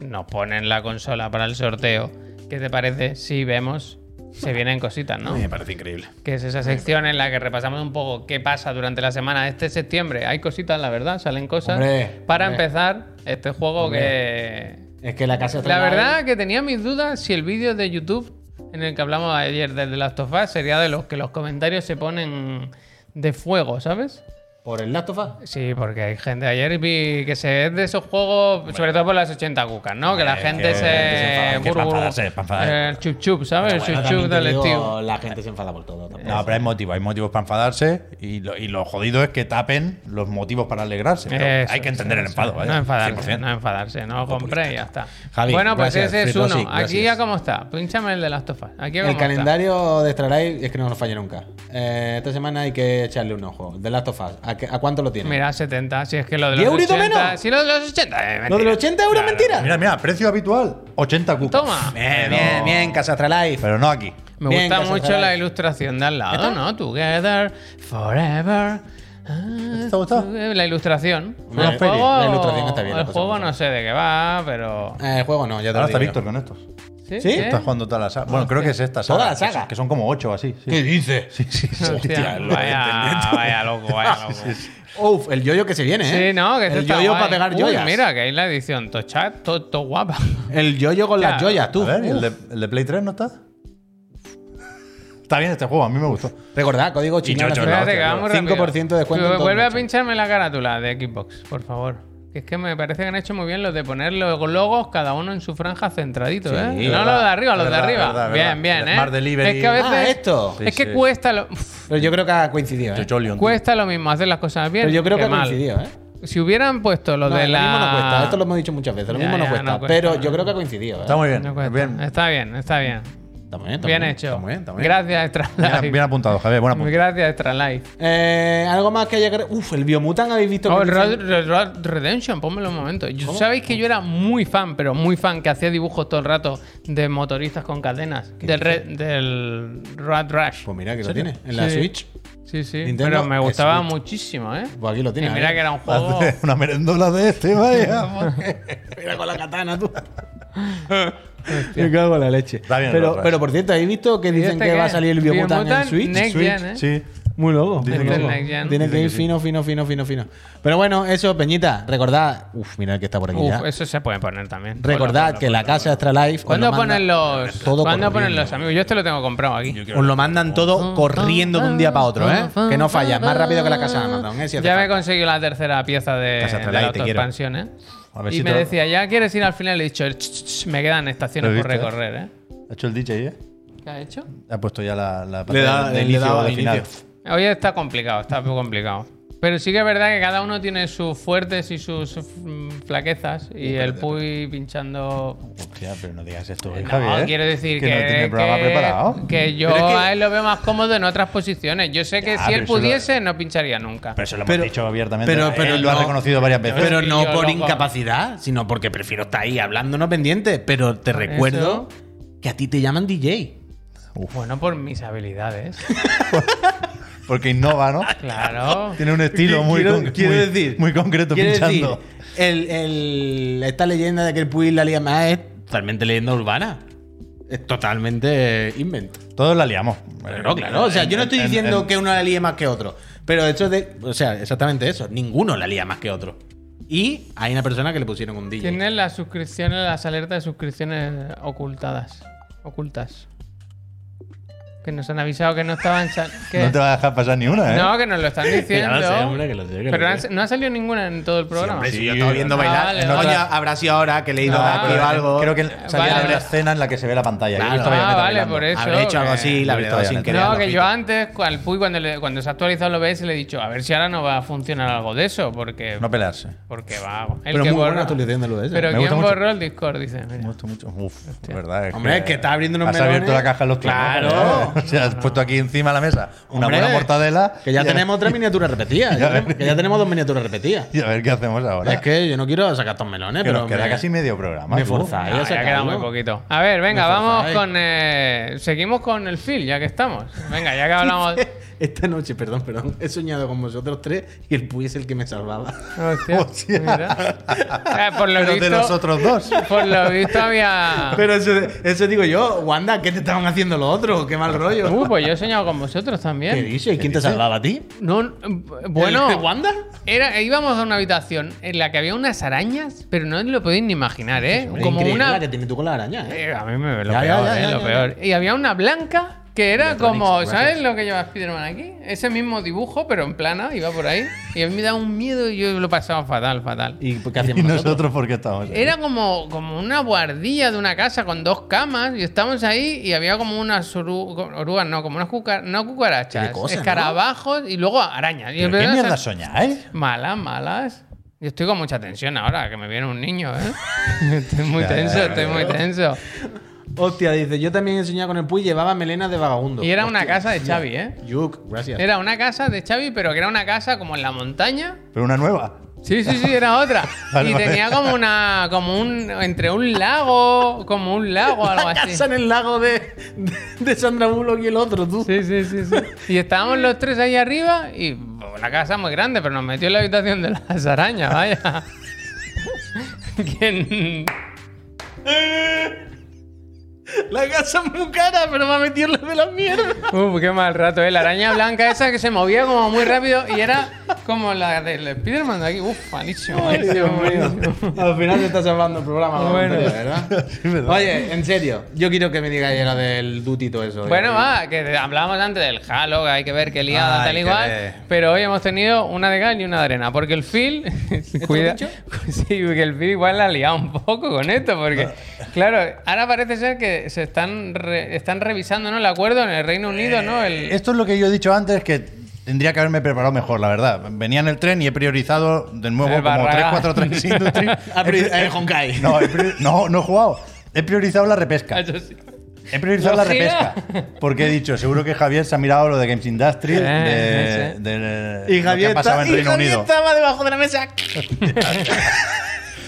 [SPEAKER 1] nos ponen la consola para el sorteo, ¿qué te parece si vemos? Se vienen cositas, ¿no?
[SPEAKER 2] Me parece increíble.
[SPEAKER 1] Que es esa sección en la que repasamos un poco qué pasa durante la semana. Este septiembre hay cositas, la verdad, salen cosas.
[SPEAKER 2] Hombre,
[SPEAKER 1] Para
[SPEAKER 2] hombre.
[SPEAKER 1] empezar, este juego que.
[SPEAKER 2] Es que la casa está
[SPEAKER 1] La
[SPEAKER 2] mal.
[SPEAKER 1] verdad que tenía mis dudas si el vídeo de YouTube en el que hablamos ayer de The Last of Us sería de los que los comentarios se ponen de fuego, ¿sabes?
[SPEAKER 2] Por el Last of Us.
[SPEAKER 1] Sí, porque hay gente ayer vi que se es de esos juegos, sobre todo por las 80 cucas, ¿no? Que la gente
[SPEAKER 3] que la gente se
[SPEAKER 1] se.
[SPEAKER 3] enfada, que
[SPEAKER 1] bur,
[SPEAKER 3] es pa'
[SPEAKER 1] bur,
[SPEAKER 3] enfadarse, es pa' enfadarse.
[SPEAKER 1] El chup chup, ¿sabes?
[SPEAKER 2] Bueno,
[SPEAKER 1] el chup
[SPEAKER 2] también
[SPEAKER 1] chup
[SPEAKER 2] te
[SPEAKER 1] del
[SPEAKER 2] digo,
[SPEAKER 1] estilo.
[SPEAKER 2] La gente se enfada por todo. tampoco.
[SPEAKER 3] No, pero hay motivos, hay motivos para enfadarse y lo, y lo jodido es que tapen los motivos para alegrarse. Pero
[SPEAKER 1] Eso,
[SPEAKER 3] hay que entender
[SPEAKER 1] eso,
[SPEAKER 3] el enfado,
[SPEAKER 1] eso.
[SPEAKER 3] vaya,
[SPEAKER 1] No enfadarse,
[SPEAKER 3] 100%.
[SPEAKER 1] no enfadarse, no compré y ya está.
[SPEAKER 2] Javi,
[SPEAKER 1] bueno, pues
[SPEAKER 2] gracias,
[SPEAKER 1] ese es
[SPEAKER 2] Frito,
[SPEAKER 1] uno.
[SPEAKER 2] sí,
[SPEAKER 1] Aquí
[SPEAKER 2] gracias.
[SPEAKER 1] ya como está. Pínchame el de las tofas. Aquí ya
[SPEAKER 2] El
[SPEAKER 1] cómo está.
[SPEAKER 2] calendario de Starlight es que no nos falla nunca. Eh, esta semana hay que echarle un ojo. The Last of Us. ¿A, qué- a cuánto lo tiene?
[SPEAKER 1] Mira, 70, si es que lo de
[SPEAKER 2] ¿Diez
[SPEAKER 1] los
[SPEAKER 2] euritos
[SPEAKER 1] 80.
[SPEAKER 2] menos?
[SPEAKER 1] Si lo de los 80, eh,
[SPEAKER 2] ¿Lo de
[SPEAKER 1] mentira.
[SPEAKER 2] los 80 euros mentira?
[SPEAKER 3] Mira, mira, precio habitual, 80 cucos. Eh,
[SPEAKER 1] Toma.
[SPEAKER 2] Bien, bien, bien, Casa Astralife.
[SPEAKER 3] Pero no aquí.
[SPEAKER 1] Me
[SPEAKER 2] Bien,
[SPEAKER 1] gusta
[SPEAKER 2] Casa
[SPEAKER 1] mucho
[SPEAKER 2] Ferrari.
[SPEAKER 1] la ilustración de al lado, ¿no? Together, forever. Ah,
[SPEAKER 3] ¿Te ha gustado?
[SPEAKER 1] La ilustración.
[SPEAKER 2] Una
[SPEAKER 1] el
[SPEAKER 2] feria.
[SPEAKER 1] juego,
[SPEAKER 2] La ilustración está bien, la
[SPEAKER 1] El
[SPEAKER 2] cosa
[SPEAKER 1] juego
[SPEAKER 2] como
[SPEAKER 1] no sé de qué va, pero.
[SPEAKER 2] Eh, el juego no, ya te
[SPEAKER 3] Ahora
[SPEAKER 2] lo
[SPEAKER 3] está
[SPEAKER 2] digo
[SPEAKER 3] Víctor
[SPEAKER 2] yo.
[SPEAKER 3] con estos.
[SPEAKER 1] ¿Sí?
[SPEAKER 2] ¿Sí?
[SPEAKER 1] ¿Eh?
[SPEAKER 3] Está jugando toda la saga. Bueno, creo que es esta saga.
[SPEAKER 2] ¿Toda la
[SPEAKER 3] que son-
[SPEAKER 2] saga?
[SPEAKER 3] Que son como ocho o así. sí.
[SPEAKER 2] ¿Qué dices?
[SPEAKER 3] Sí,
[SPEAKER 2] *laughs*
[SPEAKER 3] sí, sí.
[SPEAKER 1] *laughs* Hostia,
[SPEAKER 3] Hostia, lo de
[SPEAKER 1] vaya,
[SPEAKER 3] Nintendo.
[SPEAKER 1] vaya loco, vaya loco. Sí,
[SPEAKER 2] Uf, el yoyo que se viene, ¿eh?
[SPEAKER 1] no, que esto
[SPEAKER 2] El
[SPEAKER 1] está
[SPEAKER 2] yoyo
[SPEAKER 1] guay.
[SPEAKER 2] para pegar
[SPEAKER 1] Uy,
[SPEAKER 2] joyas.
[SPEAKER 1] mira, que hay la edición Tochat, todo to guapa.
[SPEAKER 2] El yoyo con las
[SPEAKER 1] Claro.
[SPEAKER 2] joyas, tú.
[SPEAKER 3] A ver, ¿y el
[SPEAKER 2] Uf.
[SPEAKER 3] de, el de Play 3 no está? Está bien este juego, a mí me gustó.
[SPEAKER 2] Recordad, código chino.
[SPEAKER 3] Chichocho,
[SPEAKER 1] *laughs*
[SPEAKER 3] no,
[SPEAKER 1] Espérate,
[SPEAKER 3] hostia,
[SPEAKER 1] que vamos rápido.
[SPEAKER 2] 5% de descuento. en todo
[SPEAKER 1] Vuelve a
[SPEAKER 2] el merch.
[SPEAKER 1] pincharme la carátula de Xbox, por favor. Que es que me parece que han hecho muy bien los de poner los logos cada uno en su franja centradito, ¿eh? No
[SPEAKER 3] verdad,
[SPEAKER 1] los de arriba, los
[SPEAKER 3] verdad,
[SPEAKER 1] de arriba.
[SPEAKER 3] verdad,
[SPEAKER 1] bien,
[SPEAKER 3] verdad.
[SPEAKER 1] bien,
[SPEAKER 3] El
[SPEAKER 1] ¿eh?
[SPEAKER 3] Smart Delivery.
[SPEAKER 1] Es que a veces...
[SPEAKER 2] Ah, esto.
[SPEAKER 1] Es
[SPEAKER 3] Sí,
[SPEAKER 1] que
[SPEAKER 3] sí.
[SPEAKER 1] cuesta lo... Uf,
[SPEAKER 2] Pero yo creo que ha coincidido, ¿eh?
[SPEAKER 3] Chocholion, Este tío.
[SPEAKER 1] cuesta lo mismo hacer las cosas bien
[SPEAKER 2] Pero yo creo que ha
[SPEAKER 1] mal.
[SPEAKER 2] coincidido, ¿eh?
[SPEAKER 1] Si hubieran puesto lo
[SPEAKER 2] No,
[SPEAKER 1] de
[SPEAKER 2] lo
[SPEAKER 1] la...
[SPEAKER 2] mismo no cuesta, esto lo hemos dicho muchas veces, lo
[SPEAKER 1] Ya,
[SPEAKER 2] mismo no
[SPEAKER 1] ya,
[SPEAKER 2] cuesta,
[SPEAKER 1] no cuesta,
[SPEAKER 2] pero
[SPEAKER 1] no.
[SPEAKER 2] yo creo que ha coincidido. ¿eh?
[SPEAKER 3] Está muy bien.
[SPEAKER 1] No cuesta.
[SPEAKER 3] bien.
[SPEAKER 1] Está bien, está bien.
[SPEAKER 2] Está muy bien, está
[SPEAKER 1] bien
[SPEAKER 2] muy
[SPEAKER 1] hecho.
[SPEAKER 2] Está muy bien, está muy bien.
[SPEAKER 1] Gracias, Extra
[SPEAKER 3] Bien,
[SPEAKER 1] Life.
[SPEAKER 3] bien apuntado, Javier. Buena apuntado.
[SPEAKER 1] Gracias, Extra Life.
[SPEAKER 2] Eh, algo más que haya que. Uf, el Biomutant habéis visto.
[SPEAKER 1] Oh,
[SPEAKER 2] que
[SPEAKER 1] el
[SPEAKER 2] dicen-
[SPEAKER 1] Red, Red- Red Redemption, pónmelo un momento. Yo-
[SPEAKER 2] Oh.
[SPEAKER 1] Sabéis que yo era muy fan, pero muy fan, que hacía dibujos todo el rato de motoristas con cadenas. Del, Red, del Red Rush.
[SPEAKER 2] Pues mira, que lo
[SPEAKER 3] ¿En serio?
[SPEAKER 2] tiene, en la
[SPEAKER 1] Sí.
[SPEAKER 2] Switch.
[SPEAKER 1] Sí, sí.
[SPEAKER 2] Nintendo
[SPEAKER 1] pero me gustaba
[SPEAKER 2] Switch.
[SPEAKER 1] muchísimo, ¿eh?
[SPEAKER 2] Pues aquí lo
[SPEAKER 1] Y
[SPEAKER 2] tiene.
[SPEAKER 1] mira
[SPEAKER 2] ¿eh?
[SPEAKER 1] que era un
[SPEAKER 2] *laughs*
[SPEAKER 1] juego.
[SPEAKER 3] Una merendola de
[SPEAKER 1] *laughs*
[SPEAKER 3] este, vaya. *laughs*
[SPEAKER 2] Mira con la katana, tú. Me cago en la leche.
[SPEAKER 3] Está bien,
[SPEAKER 2] pero,
[SPEAKER 3] lo
[SPEAKER 2] pero por cierto, ¿habéis visto que
[SPEAKER 1] ¿Y
[SPEAKER 2] dicen
[SPEAKER 1] este
[SPEAKER 2] que
[SPEAKER 1] qué?
[SPEAKER 2] va a salir el Biomutant en
[SPEAKER 1] Biomutant
[SPEAKER 2] Switch?
[SPEAKER 1] Next
[SPEAKER 3] Switch,
[SPEAKER 1] Gen, ¿eh?
[SPEAKER 3] sí.
[SPEAKER 2] Muy loco.
[SPEAKER 3] Dicen
[SPEAKER 2] muy
[SPEAKER 3] que
[SPEAKER 2] loco.
[SPEAKER 3] sí.
[SPEAKER 1] Next Gen.
[SPEAKER 2] Tiene
[SPEAKER 3] Dicen
[SPEAKER 2] que
[SPEAKER 3] que
[SPEAKER 2] ir
[SPEAKER 3] sí.
[SPEAKER 2] fino, fino, fino, fino, fino. Pero bueno, eso, Peñita, recordad. Uf, mira el que está por aquí
[SPEAKER 1] Uf,
[SPEAKER 2] ya.
[SPEAKER 1] eso se puede poner también.
[SPEAKER 2] Recordad que la casa Astralife.
[SPEAKER 1] ¿Cuándo ponen los,
[SPEAKER 2] Todo
[SPEAKER 1] ¿cuándo ponen
[SPEAKER 2] corriendo.
[SPEAKER 1] los amigos? Yo este lo tengo comprado aquí.
[SPEAKER 2] Os lo mandan todo corriendo de un día para otro, ¿eh? Que no falla, más rápido que la casa de Amazon, ¿eh? Si hace
[SPEAKER 1] ya me he
[SPEAKER 2] falta.
[SPEAKER 1] conseguido la tercera pieza de,
[SPEAKER 3] Casa
[SPEAKER 1] de
[SPEAKER 3] Astralife,
[SPEAKER 1] la
[SPEAKER 3] te
[SPEAKER 1] autoexpansión, ¿eh?
[SPEAKER 3] A ver
[SPEAKER 1] y
[SPEAKER 3] si
[SPEAKER 1] me
[SPEAKER 3] te-
[SPEAKER 1] decía, ¿ya quieres ir al final? Le he dicho, "Ch, ch, ch, me quedan estaciones
[SPEAKER 3] ¿Lo
[SPEAKER 1] por
[SPEAKER 3] viste?
[SPEAKER 1] recorrer, ¿eh?
[SPEAKER 3] Ha hecho el DJ, ¿eh?
[SPEAKER 1] ¿Qué ha hecho?
[SPEAKER 3] Ha puesto ya la, la
[SPEAKER 2] da-
[SPEAKER 3] de
[SPEAKER 2] le
[SPEAKER 3] inicio
[SPEAKER 2] daba
[SPEAKER 3] o de
[SPEAKER 2] inicio.
[SPEAKER 3] final.
[SPEAKER 1] Hoy está complicado, está muy complicado. Pero sí que es verdad que cada uno tiene sus fuertes y sus mm, flaquezas. Y el Puy pinchando.
[SPEAKER 3] Hostia, pero no digas esto, eh,
[SPEAKER 1] No,
[SPEAKER 3] Javier.
[SPEAKER 1] quiero decir que.
[SPEAKER 3] no tiene el programa
[SPEAKER 1] que-
[SPEAKER 3] preparado.
[SPEAKER 1] que yo
[SPEAKER 3] Pero es que-
[SPEAKER 1] a él lo veo más cómodo en otras posiciones. Yo sé que
[SPEAKER 3] Ya,
[SPEAKER 1] si
[SPEAKER 3] pero
[SPEAKER 1] él
[SPEAKER 3] eso lo-
[SPEAKER 1] pudiese, no pincharía nunca.
[SPEAKER 3] Pero se lo
[SPEAKER 2] Pero-
[SPEAKER 3] hemos dicho abiertamente.
[SPEAKER 2] pero- pero
[SPEAKER 3] Él lo ha
[SPEAKER 2] no-
[SPEAKER 3] reconocido varias veces.
[SPEAKER 2] Pero
[SPEAKER 1] Sí,
[SPEAKER 2] no
[SPEAKER 1] yo
[SPEAKER 2] por
[SPEAKER 1] loco.
[SPEAKER 2] incapacidad, sino porque prefiero estar ahí hablando, no pendiente. Pero te recuerdo que a ti te llaman DJ.
[SPEAKER 1] Bueno, por mis habilidades.
[SPEAKER 3] Porque innova, ¿no?
[SPEAKER 2] *laughs*
[SPEAKER 1] claro.
[SPEAKER 3] Tiene un estilo muy,
[SPEAKER 2] Quiero-
[SPEAKER 3] con-
[SPEAKER 2] quiero
[SPEAKER 3] muy,
[SPEAKER 2] decir-
[SPEAKER 3] muy concreto
[SPEAKER 2] Quiero decir,
[SPEAKER 3] pinchando.
[SPEAKER 2] el, el- esta leyenda de que el Puy la lía más es totalmente leyenda urbana. Es totalmente invento.
[SPEAKER 3] Todos la liamos.
[SPEAKER 2] Claro, claro. O sea, yo no estoy
[SPEAKER 3] En- en-
[SPEAKER 2] diciendo
[SPEAKER 3] en-
[SPEAKER 2] que uno la lía más que otro. Pero hecho de. O sea, exactamente eso. Ninguno la lía más que otro. Y hay una persona que le pusieron un DJ.
[SPEAKER 1] Tiene las suscripciones, las alertas de suscripciones ocultadas. Ocultas. Que nos han avisado que no estaban. sal- que-
[SPEAKER 3] No te va a dejar pasar ni una, ¿eh?
[SPEAKER 1] No, que nos lo están diciendo.
[SPEAKER 2] *laughs* Ya lo sé, hombre, que lo sé, que lo
[SPEAKER 1] Pero
[SPEAKER 2] sé.
[SPEAKER 1] han- no ha salido ninguna en todo el programa.
[SPEAKER 2] Hombre, si yo
[SPEAKER 3] Sí,
[SPEAKER 2] estaba viendo
[SPEAKER 1] ah,
[SPEAKER 2] bailar.
[SPEAKER 1] vale,
[SPEAKER 2] Coño,
[SPEAKER 1] vale.
[SPEAKER 2] habrá sido ahora que le he ido
[SPEAKER 3] No,
[SPEAKER 2] de
[SPEAKER 1] Ah,
[SPEAKER 2] aquí
[SPEAKER 3] pero
[SPEAKER 2] o algo.
[SPEAKER 3] Creo que salía
[SPEAKER 1] Vale.
[SPEAKER 3] una escena en la que se ve la pantalla. Yo he
[SPEAKER 2] Claro.
[SPEAKER 3] visto a
[SPEAKER 1] Ah,
[SPEAKER 3] Bayonetta
[SPEAKER 1] vale,
[SPEAKER 3] bailando.
[SPEAKER 1] por eso.
[SPEAKER 2] Habré hecho algo
[SPEAKER 1] que-
[SPEAKER 2] así, la
[SPEAKER 3] Yo
[SPEAKER 2] verdad,
[SPEAKER 3] estoy
[SPEAKER 2] sin
[SPEAKER 3] hablando.
[SPEAKER 2] querer.
[SPEAKER 1] No,
[SPEAKER 2] lo
[SPEAKER 1] que yo
[SPEAKER 2] pito.
[SPEAKER 1] antes, cu- al Puy, cuando, le- cuando se ha actualizado el OBS, le he dicho, a ver si ahora no va a funcionar algo de eso, porque,
[SPEAKER 3] No ¿eh? pelearse.
[SPEAKER 1] porque va. El
[SPEAKER 2] Pero
[SPEAKER 1] que
[SPEAKER 2] muy buena
[SPEAKER 1] borra-
[SPEAKER 2] actualización de lo de ese.
[SPEAKER 1] Pero
[SPEAKER 3] Me
[SPEAKER 1] ¿quién
[SPEAKER 3] gusta mucho.
[SPEAKER 1] borró el Discord? Dice, mira.
[SPEAKER 3] Me gustó mucho. Uf, es verdad. es
[SPEAKER 2] Hombre, es que está abriendo unos
[SPEAKER 3] Has
[SPEAKER 2] melones.
[SPEAKER 3] abierto la caja de los clavos,
[SPEAKER 2] Claro.
[SPEAKER 3] ¿eh? *laughs* O sea, has puesto aquí encima de la mesa una
[SPEAKER 2] Hombre,
[SPEAKER 3] buena mortadela.
[SPEAKER 2] Que ya
[SPEAKER 3] y a-
[SPEAKER 2] tenemos otra miniatura repetida.
[SPEAKER 3] *laughs* Ya
[SPEAKER 2] ya tenemos-
[SPEAKER 3] ves.
[SPEAKER 2] que ya tenemos dos miniaturas repetidas.
[SPEAKER 3] Y a ver qué hacemos ahora.
[SPEAKER 2] Es que yo no quiero sacar estos melones,
[SPEAKER 3] Que
[SPEAKER 2] pero.
[SPEAKER 3] nos queda
[SPEAKER 2] me-
[SPEAKER 1] *laughs*
[SPEAKER 3] casi medio programa.
[SPEAKER 2] me
[SPEAKER 3] tú.
[SPEAKER 2] forzáis.
[SPEAKER 1] Ah,
[SPEAKER 2] Ya se
[SPEAKER 1] ya queda
[SPEAKER 2] acabó.
[SPEAKER 1] muy poquito. A ver, venga,
[SPEAKER 2] Me
[SPEAKER 1] vamos
[SPEAKER 2] forzáis.
[SPEAKER 1] con. eh, seguimos con el Phil, ya que estamos. Venga, ya que
[SPEAKER 2] *laughs*
[SPEAKER 1] hablamos.
[SPEAKER 2] Esta noche, perdón, perdón, he soñado con vosotros tres y el Puy es el que me salvaba.
[SPEAKER 1] Hostia,
[SPEAKER 3] Hostia.
[SPEAKER 1] mira. Eh, por, lo
[SPEAKER 3] Pero
[SPEAKER 1] visto,
[SPEAKER 3] de los otros
[SPEAKER 2] *laughs*
[SPEAKER 3] dos.
[SPEAKER 1] por lo visto había.
[SPEAKER 2] Pero eso, eso digo yo, Wanda, ¿qué te estaban haciendo los otros? Qué
[SPEAKER 3] Ah,
[SPEAKER 2] mal rollo.
[SPEAKER 3] uh,
[SPEAKER 1] Uy, pues yo he soñado con vosotros también.
[SPEAKER 2] ¿Qué dices? ¿Quién te salvaba a ti?
[SPEAKER 1] No, n- bueno,
[SPEAKER 2] ¿El *laughs* de Wanda?
[SPEAKER 1] era, íbamos a una habitación en la que había unas arañas, pero no os lo podéis ni imaginar, ¿eh?
[SPEAKER 2] Hombre,
[SPEAKER 1] Como
[SPEAKER 2] increíble
[SPEAKER 1] una.
[SPEAKER 2] la que tiene tú con la araña, ¿eh?
[SPEAKER 1] Eh, a mí me ve lo
[SPEAKER 2] Ya, ya,
[SPEAKER 1] peor,
[SPEAKER 2] ya,
[SPEAKER 1] eh,
[SPEAKER 2] ya,
[SPEAKER 1] lo
[SPEAKER 2] ya,
[SPEAKER 1] peor. Y había una blanca que era como,
[SPEAKER 2] gracias.
[SPEAKER 1] ¿sabes lo que lleva Spiderman aquí? Ese mismo dibujo, pero en plana, iba por ahí. Y a mí me daba un miedo y yo lo pasaba fatal, fatal.
[SPEAKER 2] ¿Y qué
[SPEAKER 3] *laughs* Y
[SPEAKER 2] hacíamos nosotros?
[SPEAKER 3] nosotros, ¿por qué estamos? aquí?
[SPEAKER 1] Era como, como una guardilla de una casa con dos camas y estábamos ahí y había como unas oru- orugas, no, como unas cucar no cucarachas,
[SPEAKER 2] Qué cosa, ¿no?
[SPEAKER 1] escarabajos y luego arañas. Y
[SPEAKER 3] ¿Pero ¿Qué
[SPEAKER 1] empezaron a
[SPEAKER 3] mierda
[SPEAKER 1] ser
[SPEAKER 3] soñáis?
[SPEAKER 1] Malas, malas. Yo estoy con mucha tensión ahora, que me viene un niño, ¿eh? *laughs* estoy muy
[SPEAKER 3] Ya, ya,
[SPEAKER 1] tenso,
[SPEAKER 3] ya,
[SPEAKER 1] estoy
[SPEAKER 3] ya.
[SPEAKER 1] muy tenso.
[SPEAKER 2] Hostia, dice, yo también he soñado con el Puy y llevaba melenas de vagabundo.
[SPEAKER 1] Y era una
[SPEAKER 2] Hostia,
[SPEAKER 1] casa de Xavi, ¿eh?
[SPEAKER 2] Yuk, gracias.
[SPEAKER 1] Era una casa de Xavi, pero que era una casa como en la montaña.
[SPEAKER 3] Pero una nueva.
[SPEAKER 1] Sí, sí, sí, era *laughs* otra.
[SPEAKER 3] Vale,
[SPEAKER 1] y
[SPEAKER 3] vale.
[SPEAKER 1] tenía como una. como un. entre un lago. como un lago o algo
[SPEAKER 2] La
[SPEAKER 1] así.
[SPEAKER 2] casa en el lago de, de, de Sandra Bullock y el otro, tú.
[SPEAKER 1] Sí, sí, sí, sí. Y estábamos los tres ahí arriba y una casa muy grande, pero nos metió en la habitación de las arañas, vaya. *laughs* ¿Quién?
[SPEAKER 2] La casa es muy cara, pero va a meterle de la mierda.
[SPEAKER 1] Uf, qué mal rato, eh. La araña blanca esa que se movía como muy rápido y era como la del Spiderman de aquí. Uf, malísimo, malísimo, malísimo.
[SPEAKER 2] Al final te estás salvando el programa, con la
[SPEAKER 1] Bueno.
[SPEAKER 2] tontería,
[SPEAKER 3] *laughs*
[SPEAKER 2] ¿verdad? Oye, en serio, yo quiero que me digáis lo del dutito eso.
[SPEAKER 1] Bueno,
[SPEAKER 2] Eh,
[SPEAKER 1] va, que hablábamos antes del Halo, que hay que ver qué liada,
[SPEAKER 3] Ay,
[SPEAKER 1] tal
[SPEAKER 3] qué
[SPEAKER 1] igual.
[SPEAKER 3] de-
[SPEAKER 1] Pero hoy hemos tenido una de cal y una de arena, porque el Phil. *laughs* cuida,
[SPEAKER 2] dicho?
[SPEAKER 1] *laughs* sí, que el Phil igual la ha liado un poco con esto,
[SPEAKER 3] *laughs*
[SPEAKER 1] porque. claro, ahora parece ser que se están, re- están revisando ¿no? el acuerdo en el Reino Unido, ¿no? El,
[SPEAKER 3] Esto Eh, es lo que yo he dicho antes, que tendría que haberme preparado mejor, la verdad. Venía en el tren y he priorizado de nuevo
[SPEAKER 1] El
[SPEAKER 3] como
[SPEAKER 1] Barragán. *laughs*
[SPEAKER 3] 3-4-3 Industry.
[SPEAKER 2] Ah, pero-
[SPEAKER 3] He pri-
[SPEAKER 2] eh, Honkai.
[SPEAKER 3] No, he pri- no, no he jugado. He priorizado la repesca.
[SPEAKER 1] Eso sí.
[SPEAKER 3] He priorizado
[SPEAKER 1] ¿Lo
[SPEAKER 3] la repesca.
[SPEAKER 1] gira?
[SPEAKER 3] Porque he dicho, seguro que Javier se ha mirado lo de Games Industry.
[SPEAKER 1] Eh,
[SPEAKER 3] de,
[SPEAKER 1] ese.
[SPEAKER 3] del-
[SPEAKER 2] Y
[SPEAKER 3] lo que
[SPEAKER 2] Javier,
[SPEAKER 3] ha pasado
[SPEAKER 2] está-
[SPEAKER 3] en
[SPEAKER 2] y
[SPEAKER 3] Reino
[SPEAKER 2] Javier
[SPEAKER 3] Unido.
[SPEAKER 2] estaba debajo de la mesa.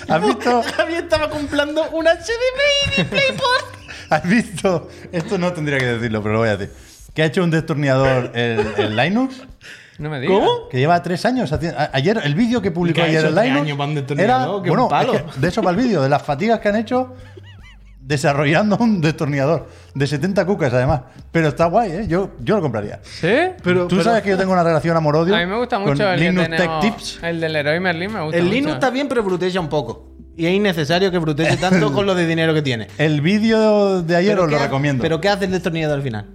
[SPEAKER 3] ¿Has visto?
[SPEAKER 2] *laughs* Javier estaba comprando una HDMI de Playport.
[SPEAKER 3] ¿Has visto? Esto no tendría que decirlo, pero lo voy a decir. Que ha hecho un destornillador el, el Linux.
[SPEAKER 1] No me digas.
[SPEAKER 2] ¿Cómo?
[SPEAKER 3] Que lleva tres años. haciendo- a- ayer, el vídeo que publicó
[SPEAKER 2] ¿Y qué ha
[SPEAKER 3] ayer
[SPEAKER 2] hecho
[SPEAKER 3] el
[SPEAKER 2] tres
[SPEAKER 3] Linux.
[SPEAKER 2] años para un destornillador?
[SPEAKER 3] Era,
[SPEAKER 2] ¡Qué
[SPEAKER 3] bueno,
[SPEAKER 2] palo!
[SPEAKER 3] es que de eso va el vídeo, de las fatigas que han hecho desarrollando un destornillador. De 70 cucas, además. Pero está guay, ¿eh? Yo, yo lo compraría.
[SPEAKER 1] ¿Sí?
[SPEAKER 2] Pero,
[SPEAKER 3] Tú
[SPEAKER 2] pero-
[SPEAKER 3] sabes que yo tengo una relación amor-odio.
[SPEAKER 1] A mí me gusta
[SPEAKER 3] con
[SPEAKER 1] mucho el que
[SPEAKER 3] Linux Tech
[SPEAKER 1] tenemos-
[SPEAKER 3] Tips.
[SPEAKER 1] El del Leroy Merlin me gusta.
[SPEAKER 2] El
[SPEAKER 1] mucho.
[SPEAKER 2] Linux está bien, pero brutella un poco. Y es innecesario que brutelle tanto con lo de dinero que tiene.
[SPEAKER 3] El vídeo de ayer
[SPEAKER 2] Pero
[SPEAKER 3] os lo
[SPEAKER 2] ¿qué ha-
[SPEAKER 3] recomiendo.
[SPEAKER 2] Pero ¿qué hace el destornillador al final?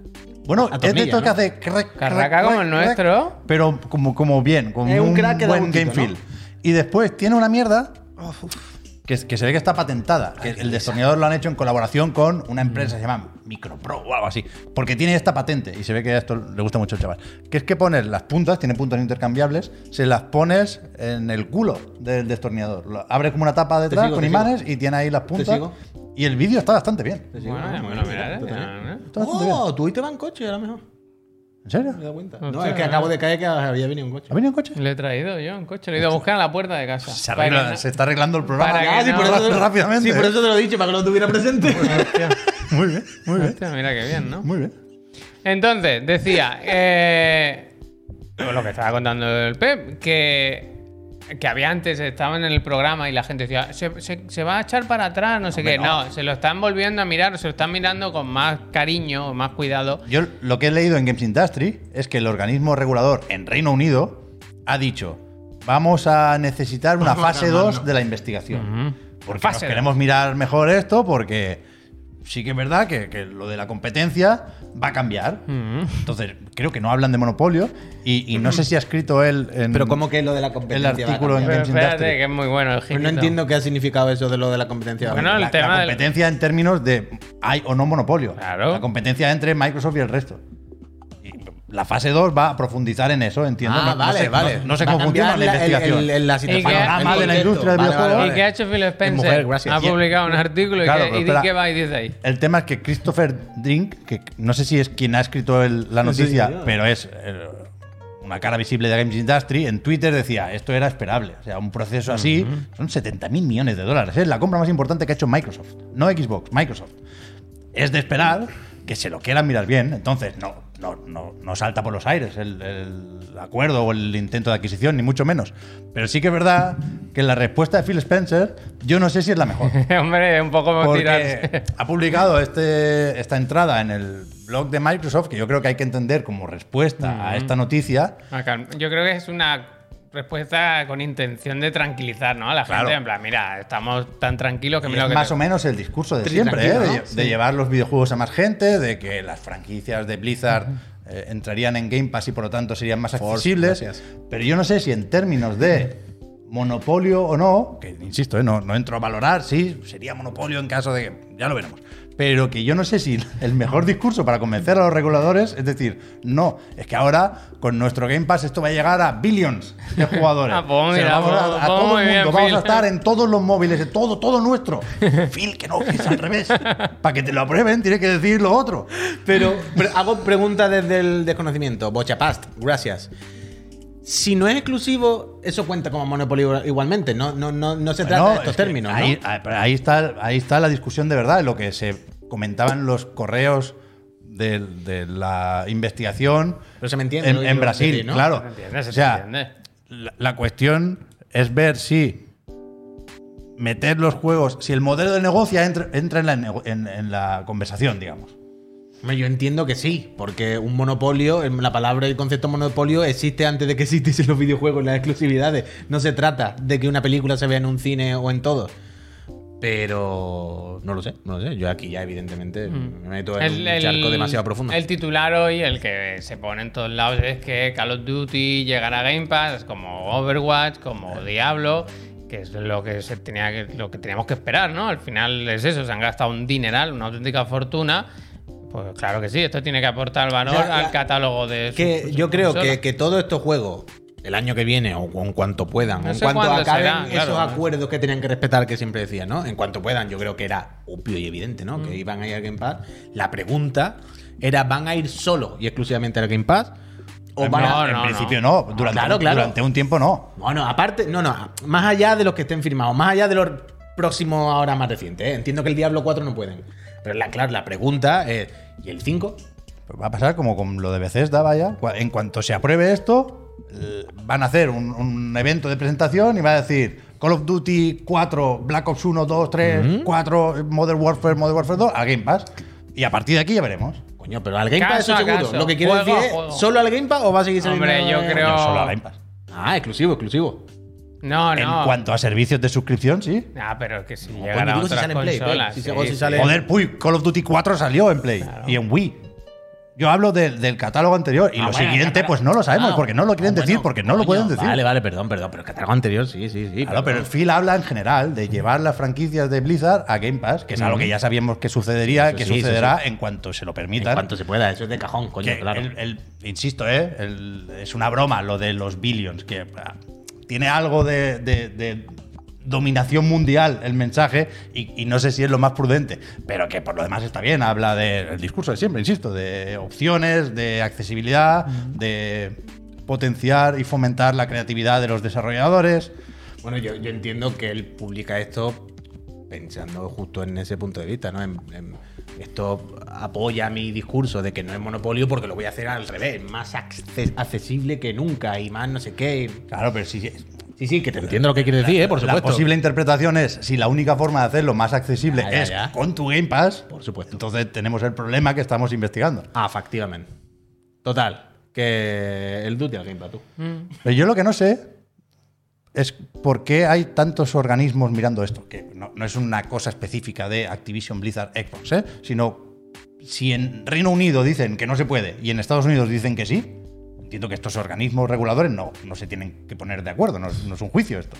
[SPEAKER 3] bueno, es de
[SPEAKER 2] atornilla,
[SPEAKER 3] estos que
[SPEAKER 2] ¿no?
[SPEAKER 3] hace. crack,
[SPEAKER 1] Carraca
[SPEAKER 3] crack,
[SPEAKER 1] como el
[SPEAKER 3] crack,
[SPEAKER 1] nuestro.
[SPEAKER 3] crack, Pero como, como bien, con
[SPEAKER 2] Es un
[SPEAKER 3] un,
[SPEAKER 2] crack que da
[SPEAKER 3] buen
[SPEAKER 2] gustito,
[SPEAKER 3] game feel. Y después tiene una mierda. Que, que se ve que está patentada. Que el destornillador lo han hecho en colaboración con una
[SPEAKER 2] Mm.
[SPEAKER 3] empresa que se llama Micropro o algo así. Porque tiene esta patente. Y se ve que a esto le gusta mucho al chaval. Que es que pones las puntas, tiene puntos intercambiables, se las pones en el culo del destornillador. Lo abres como una tapa detrás
[SPEAKER 2] sigo,
[SPEAKER 3] con
[SPEAKER 2] te sigo.
[SPEAKER 3] imanes y tiene ahí las puntas.
[SPEAKER 2] sigo.
[SPEAKER 3] Y el vídeo está bastante bien.
[SPEAKER 1] Bueno, bueno, mirad, eh,
[SPEAKER 3] Está bastante bien.
[SPEAKER 2] Oh, tú y te va en coche, a lo mejor.
[SPEAKER 3] ¿En serio?
[SPEAKER 2] Me he dado cuenta.
[SPEAKER 1] Hostia,
[SPEAKER 2] No, es que
[SPEAKER 1] ¿verdad?
[SPEAKER 2] acabo de caer que había venido un coche.
[SPEAKER 3] ¿Ha venido en coche?
[SPEAKER 1] eh. Le he traído yo en coche. Lo he ido a buscar a la puerta de casa.
[SPEAKER 3] Se, arregla-
[SPEAKER 1] Para que no-
[SPEAKER 3] se está arreglando el programa Ah,
[SPEAKER 1] para que
[SPEAKER 2] Ah, sí,
[SPEAKER 1] no-
[SPEAKER 2] por eso te-
[SPEAKER 3] rápidamente.
[SPEAKER 2] Sí, por eso te lo he dicho, para que lo tuviera presente.
[SPEAKER 3] Muy bien, muy bien.
[SPEAKER 1] Hostia, mira qué
[SPEAKER 3] *laughs*
[SPEAKER 1] bien, ¿no?
[SPEAKER 3] Muy bien.
[SPEAKER 1] Entonces, decía, eh, lo que estaba contando el Pep, que, que había antes, estaban en el programa y la gente decía, se, se- se va a echar para atrás, no sé qué. No. se lo están volviendo a mirar, se lo están mirando con más cariño, más cuidado.
[SPEAKER 3] Yo lo que he leído en Games Industry es que el organismo regulador en Reino Unido ha dicho, vamos a necesitar una fase 2 de la investigación. Porque
[SPEAKER 1] Fase
[SPEAKER 3] nos
[SPEAKER 1] dos.
[SPEAKER 3] queremos mirar mejor esto porque sí que es verdad que, que lo de la competencia va a cambiar. Entonces, creo que no hablan de monopolio y, y no sé si ha escrito él en...
[SPEAKER 2] Pero como que lo de la competencia. va a
[SPEAKER 3] artículo en-
[SPEAKER 2] cambiar?
[SPEAKER 1] Pero
[SPEAKER 3] Games
[SPEAKER 1] espérate,
[SPEAKER 3] Industry.
[SPEAKER 1] que es muy bueno el
[SPEAKER 2] Pero
[SPEAKER 1] gilito.
[SPEAKER 2] no entiendo qué ha significado eso de lo de la competencia. va a
[SPEAKER 1] Bueno,
[SPEAKER 2] cambiar.
[SPEAKER 1] el
[SPEAKER 3] la,
[SPEAKER 1] tema
[SPEAKER 3] la
[SPEAKER 1] del-
[SPEAKER 3] competencia en términos de hay o no monopolio.
[SPEAKER 1] Claro.
[SPEAKER 3] La competencia entre Microsoft y el resto. Y la fase 2 va a profundizar en eso, entiendo.
[SPEAKER 2] Ah,
[SPEAKER 3] No- no
[SPEAKER 2] vale,
[SPEAKER 3] sé-
[SPEAKER 2] vale.
[SPEAKER 3] No, no sé
[SPEAKER 2] Va a
[SPEAKER 3] cómo funciona la
[SPEAKER 2] cambiar el-
[SPEAKER 3] investigación.
[SPEAKER 2] el- el- la situación,
[SPEAKER 1] que-
[SPEAKER 2] el
[SPEAKER 1] Ah,
[SPEAKER 3] de la
[SPEAKER 2] contexto.
[SPEAKER 3] industria del
[SPEAKER 2] Vale,
[SPEAKER 3] videojuego. ¿eh?
[SPEAKER 2] vale,
[SPEAKER 1] ¿Y
[SPEAKER 2] vale.
[SPEAKER 1] qué ha hecho Phil Spencer?
[SPEAKER 2] mujer, gracias.
[SPEAKER 1] Ha
[SPEAKER 2] Y-
[SPEAKER 1] publicado un artículo y,
[SPEAKER 3] Claro,
[SPEAKER 1] que-
[SPEAKER 3] pero
[SPEAKER 1] y di
[SPEAKER 3] espera.
[SPEAKER 1] que va y dice ahí. *laughs*
[SPEAKER 3] El tema es que Christopher Drink, que no sé si es quien ha escrito el- la noticia,
[SPEAKER 2] sí, sí.
[SPEAKER 3] pero es eh, una cara visible de Games Industry, en Twitter decía, esto era esperable. O sea, un proceso así son 70 mil millones de dólares. Es la compra más importante que ha hecho Microsoft. No Xbox, Microsoft. Es de esperar que se lo quieran mirar bien. Entonces, no, no, no, no salta por los aires el, el acuerdo o el intento de adquisición, ni mucho menos. Pero sí que es verdad que la respuesta de Phil Spencer, yo no sé si es la mejor.
[SPEAKER 1] Hombre, un poco como
[SPEAKER 3] Porque
[SPEAKER 1] tirarse.
[SPEAKER 3] ha publicado este, esta entrada en el blog de Microsoft, que yo creo que hay que entender como respuesta a esta noticia.
[SPEAKER 1] Ah, calma. Yo creo que es una respuesta con intención de tranquilizar ¿no? a la gente.
[SPEAKER 3] Claro.
[SPEAKER 1] En plan, mira, estamos tan tranquilos que
[SPEAKER 3] y
[SPEAKER 1] mira lo
[SPEAKER 3] es
[SPEAKER 1] que
[SPEAKER 3] más
[SPEAKER 1] te-
[SPEAKER 3] o menos el discurso de
[SPEAKER 2] Tri-
[SPEAKER 3] siempre, ¿eh? de,
[SPEAKER 2] tranquilo, ¿no?
[SPEAKER 3] lle- de llevar los videojuegos a más gente, de que las franquicias de Blizzard eh, entrarían en Game Pass y por lo tanto serían más accesibles.
[SPEAKER 2] gracias.
[SPEAKER 3] Pero yo no sé si en términos de monopolio o no, que insisto, ¿eh? no, no entro a valorar si sería monopolio en caso de que ya lo veremos. Pero que yo no sé si el mejor discurso para convencer a los reguladores es decir, no, es que ahora con nuestro Game Pass esto va a llegar a billions de jugadores.
[SPEAKER 1] *laughs* Ah, pues
[SPEAKER 3] Se lo
[SPEAKER 1] mira,
[SPEAKER 3] vamos a,
[SPEAKER 1] pues-
[SPEAKER 3] a
[SPEAKER 1] pues
[SPEAKER 3] todo
[SPEAKER 1] muy
[SPEAKER 3] el
[SPEAKER 1] bien,
[SPEAKER 3] mundo, vamos
[SPEAKER 1] Phil.
[SPEAKER 3] a estar en todos los móviles, en todo, todo nuestro. Phil, que no, que es al revés. Para que te lo aprueben, tienes que decir lo otro.
[SPEAKER 2] Pero, pero hago pregunta desde el desconocimiento. Bochapast, gracias. Si no es exclusivo, eso cuenta como monopolio igualmente. No, no, no, no se trata
[SPEAKER 3] Bueno,
[SPEAKER 2] de estos
[SPEAKER 3] es que
[SPEAKER 2] términos. ¿no?
[SPEAKER 3] Ahí, ahí- ahí está, ahí está la discusión de verdad, lo que se comentaba en los correos de, de la investigación
[SPEAKER 2] Pero se me entiende
[SPEAKER 3] en,
[SPEAKER 2] lo que
[SPEAKER 3] en
[SPEAKER 2] quiero
[SPEAKER 3] Brasil,
[SPEAKER 2] decir, ¿no?
[SPEAKER 3] claro.
[SPEAKER 1] Se entiende, se
[SPEAKER 3] o sea,
[SPEAKER 1] entiende.
[SPEAKER 3] La, la cuestión es ver si meter los juegos, si el modelo de negocio entra, entra en, la, nego- en- en la conversación, digamos.
[SPEAKER 2] Hombre, Yo entiendo que sí, porque un monopolio, em, la palabra y el concepto monopolio existe antes de que existiesen los videojuegos, las exclusividades. No se trata de que una película se vea en un cine o en todo. Pero no lo sé, no lo sé. Yo aquí ya, evidentemente, me meto en Pues un charco demasiado profundo.
[SPEAKER 1] El titular hoy, el que se pone en todos lados, es que Call of Duty llegará a Game Pass, como Overwatch, como Diablo, que es lo que se tenía que- lo que teníamos que esperar, ¿no? Al final es eso, se han gastado un dineral, una auténtica fortuna. Pues claro que sí, esto tiene que aportar valor
[SPEAKER 2] Ya, ya.
[SPEAKER 1] al catálogo de sus-
[SPEAKER 2] que
[SPEAKER 1] sus
[SPEAKER 2] yo creo
[SPEAKER 1] consolas.
[SPEAKER 2] que, que todos estos juegos el año que viene o en cuanto puedan,
[SPEAKER 1] No
[SPEAKER 2] en
[SPEAKER 1] sé
[SPEAKER 2] cuanto
[SPEAKER 1] cuándo
[SPEAKER 2] acaben
[SPEAKER 1] será,
[SPEAKER 2] esos
[SPEAKER 1] claro.
[SPEAKER 2] acuerdos que tenían que respetar que siempre decían, ¿no? En cuanto puedan, yo creo que era obvio y evidente, ¿no?
[SPEAKER 1] Mm.
[SPEAKER 2] Que iban a ir al Game Pass. La pregunta era, ¿van a ir solo y exclusivamente al Game Pass? ¿O van
[SPEAKER 1] No,
[SPEAKER 2] a,
[SPEAKER 3] en
[SPEAKER 1] no,
[SPEAKER 3] principio no, durante,
[SPEAKER 2] Ah, Claro, claro.
[SPEAKER 3] durante un tiempo no.
[SPEAKER 2] bueno, aparte, no, no, más allá de los que estén firmados, más allá de los próximos ahora más recientes, ¿eh? entiendo que el Diablo 4 no pueden. Pero la, claro, la pregunta es, ¿y el 5?
[SPEAKER 3] Pues va a pasar como con lo de Bethesda, vaya. Cua- En cuanto se apruebe esto, eh, van a hacer un, un evento de presentación y va a decir Call of Duty 4, Black Ops 1, 2, 3,
[SPEAKER 2] Mm.
[SPEAKER 3] 4, Modern Warfare, Modern Warfare 2, a Game Pass. Y a partir de aquí ya veremos.
[SPEAKER 2] Coño, pero al Game Pass
[SPEAKER 1] Caso
[SPEAKER 2] eso
[SPEAKER 1] a
[SPEAKER 2] seguro.
[SPEAKER 1] caso,
[SPEAKER 2] Lo que quiero
[SPEAKER 1] juego
[SPEAKER 2] decir
[SPEAKER 1] a
[SPEAKER 2] es,
[SPEAKER 1] juego.
[SPEAKER 2] ¿solo al Game Pass o va a seguir saliendo?
[SPEAKER 1] Hombre, yo
[SPEAKER 2] eh,
[SPEAKER 1] creo-
[SPEAKER 3] No solo a Game Pass.
[SPEAKER 2] Ah, exclusivo, exclusivo.
[SPEAKER 1] No, no.
[SPEAKER 3] En cuanto a servicios de suscripción, sí.
[SPEAKER 1] Ah, pero que si
[SPEAKER 2] coño,
[SPEAKER 1] llegará a
[SPEAKER 2] digo si
[SPEAKER 1] otras
[SPEAKER 2] pues sale en Play, Play,
[SPEAKER 1] consolas.
[SPEAKER 2] si
[SPEAKER 1] sí,
[SPEAKER 2] se- o si
[SPEAKER 1] sí.
[SPEAKER 2] sale-
[SPEAKER 3] Joder, puy, Call of Duty 4 salió en Play y en Wii. Yo hablo del- del catálogo anterior y
[SPEAKER 2] Ah,
[SPEAKER 3] lo
[SPEAKER 2] bueno,
[SPEAKER 3] siguiente,
[SPEAKER 2] claro.
[SPEAKER 3] pues no lo sabemos,
[SPEAKER 2] Ah,
[SPEAKER 3] porque no lo quieren
[SPEAKER 2] bueno,
[SPEAKER 3] decir, porque no lo
[SPEAKER 2] coño,
[SPEAKER 3] pueden decir.
[SPEAKER 2] Vale, vale, perdón, perdón. Pero el catálogo anterior, sí, sí, sí.
[SPEAKER 3] Claro, pero
[SPEAKER 2] perdón.
[SPEAKER 3] el Phil habla en general de llevar las franquicias de Blizzard a Game Pass, que es algo que ya sabíamos que sucedería,
[SPEAKER 2] Eso
[SPEAKER 3] que
[SPEAKER 2] sí, eso
[SPEAKER 3] sucederá en cuanto se lo
[SPEAKER 2] En
[SPEAKER 3] permitan.
[SPEAKER 2] cuanto se pueda, eso es de cajón, coño,
[SPEAKER 3] Que
[SPEAKER 2] claro.
[SPEAKER 3] el- el- insisto, ¿eh? El- es una broma lo de los billions, que ah, tiene algo de, de- de dominación mundial el mensaje y, y no sé si es lo más prudente, pero que por lo demás está bien, habla del discurso de siempre, insisto, de opciones, de accesibilidad, de potenciar y fomentar la creatividad de los desarrolladores.
[SPEAKER 2] Bueno, yo, yo entiendo que él publica esto pensando justo en ese punto de vista, ¿no? En- en- esto apoya mi discurso de que no es monopolio porque lo voy a hacer al revés, más acce- accesible que nunca y más no sé qué.
[SPEAKER 3] Claro, pero si,
[SPEAKER 2] Sí, sí, que te entiendo lo que quieres decir, ¿eh? Por
[SPEAKER 3] Pues La
[SPEAKER 2] supuesto. Ah,
[SPEAKER 3] posible interpretación es si la única forma de hacerlo más accesible
[SPEAKER 2] Ya, ya,
[SPEAKER 3] es
[SPEAKER 2] ya.
[SPEAKER 3] con tu Game Pass.
[SPEAKER 2] Por supuesto.
[SPEAKER 3] Entonces tenemos el problema que estamos investigando.
[SPEAKER 2] Ah, efectivamente. Total, que el Duty al Game Pass, tú.
[SPEAKER 3] Pero yo lo que no sé es por qué hay tantos organismos mirando esto. Que no, no es una cosa específica de Activision Blizzard Xbox, ¿eh? sino si en Reino Unido dicen que no se puede y en Estados Unidos dicen que sí. Entiendo que estos organismos reguladores no, no se tienen que poner de acuerdo, no, es- no es un juicio esto.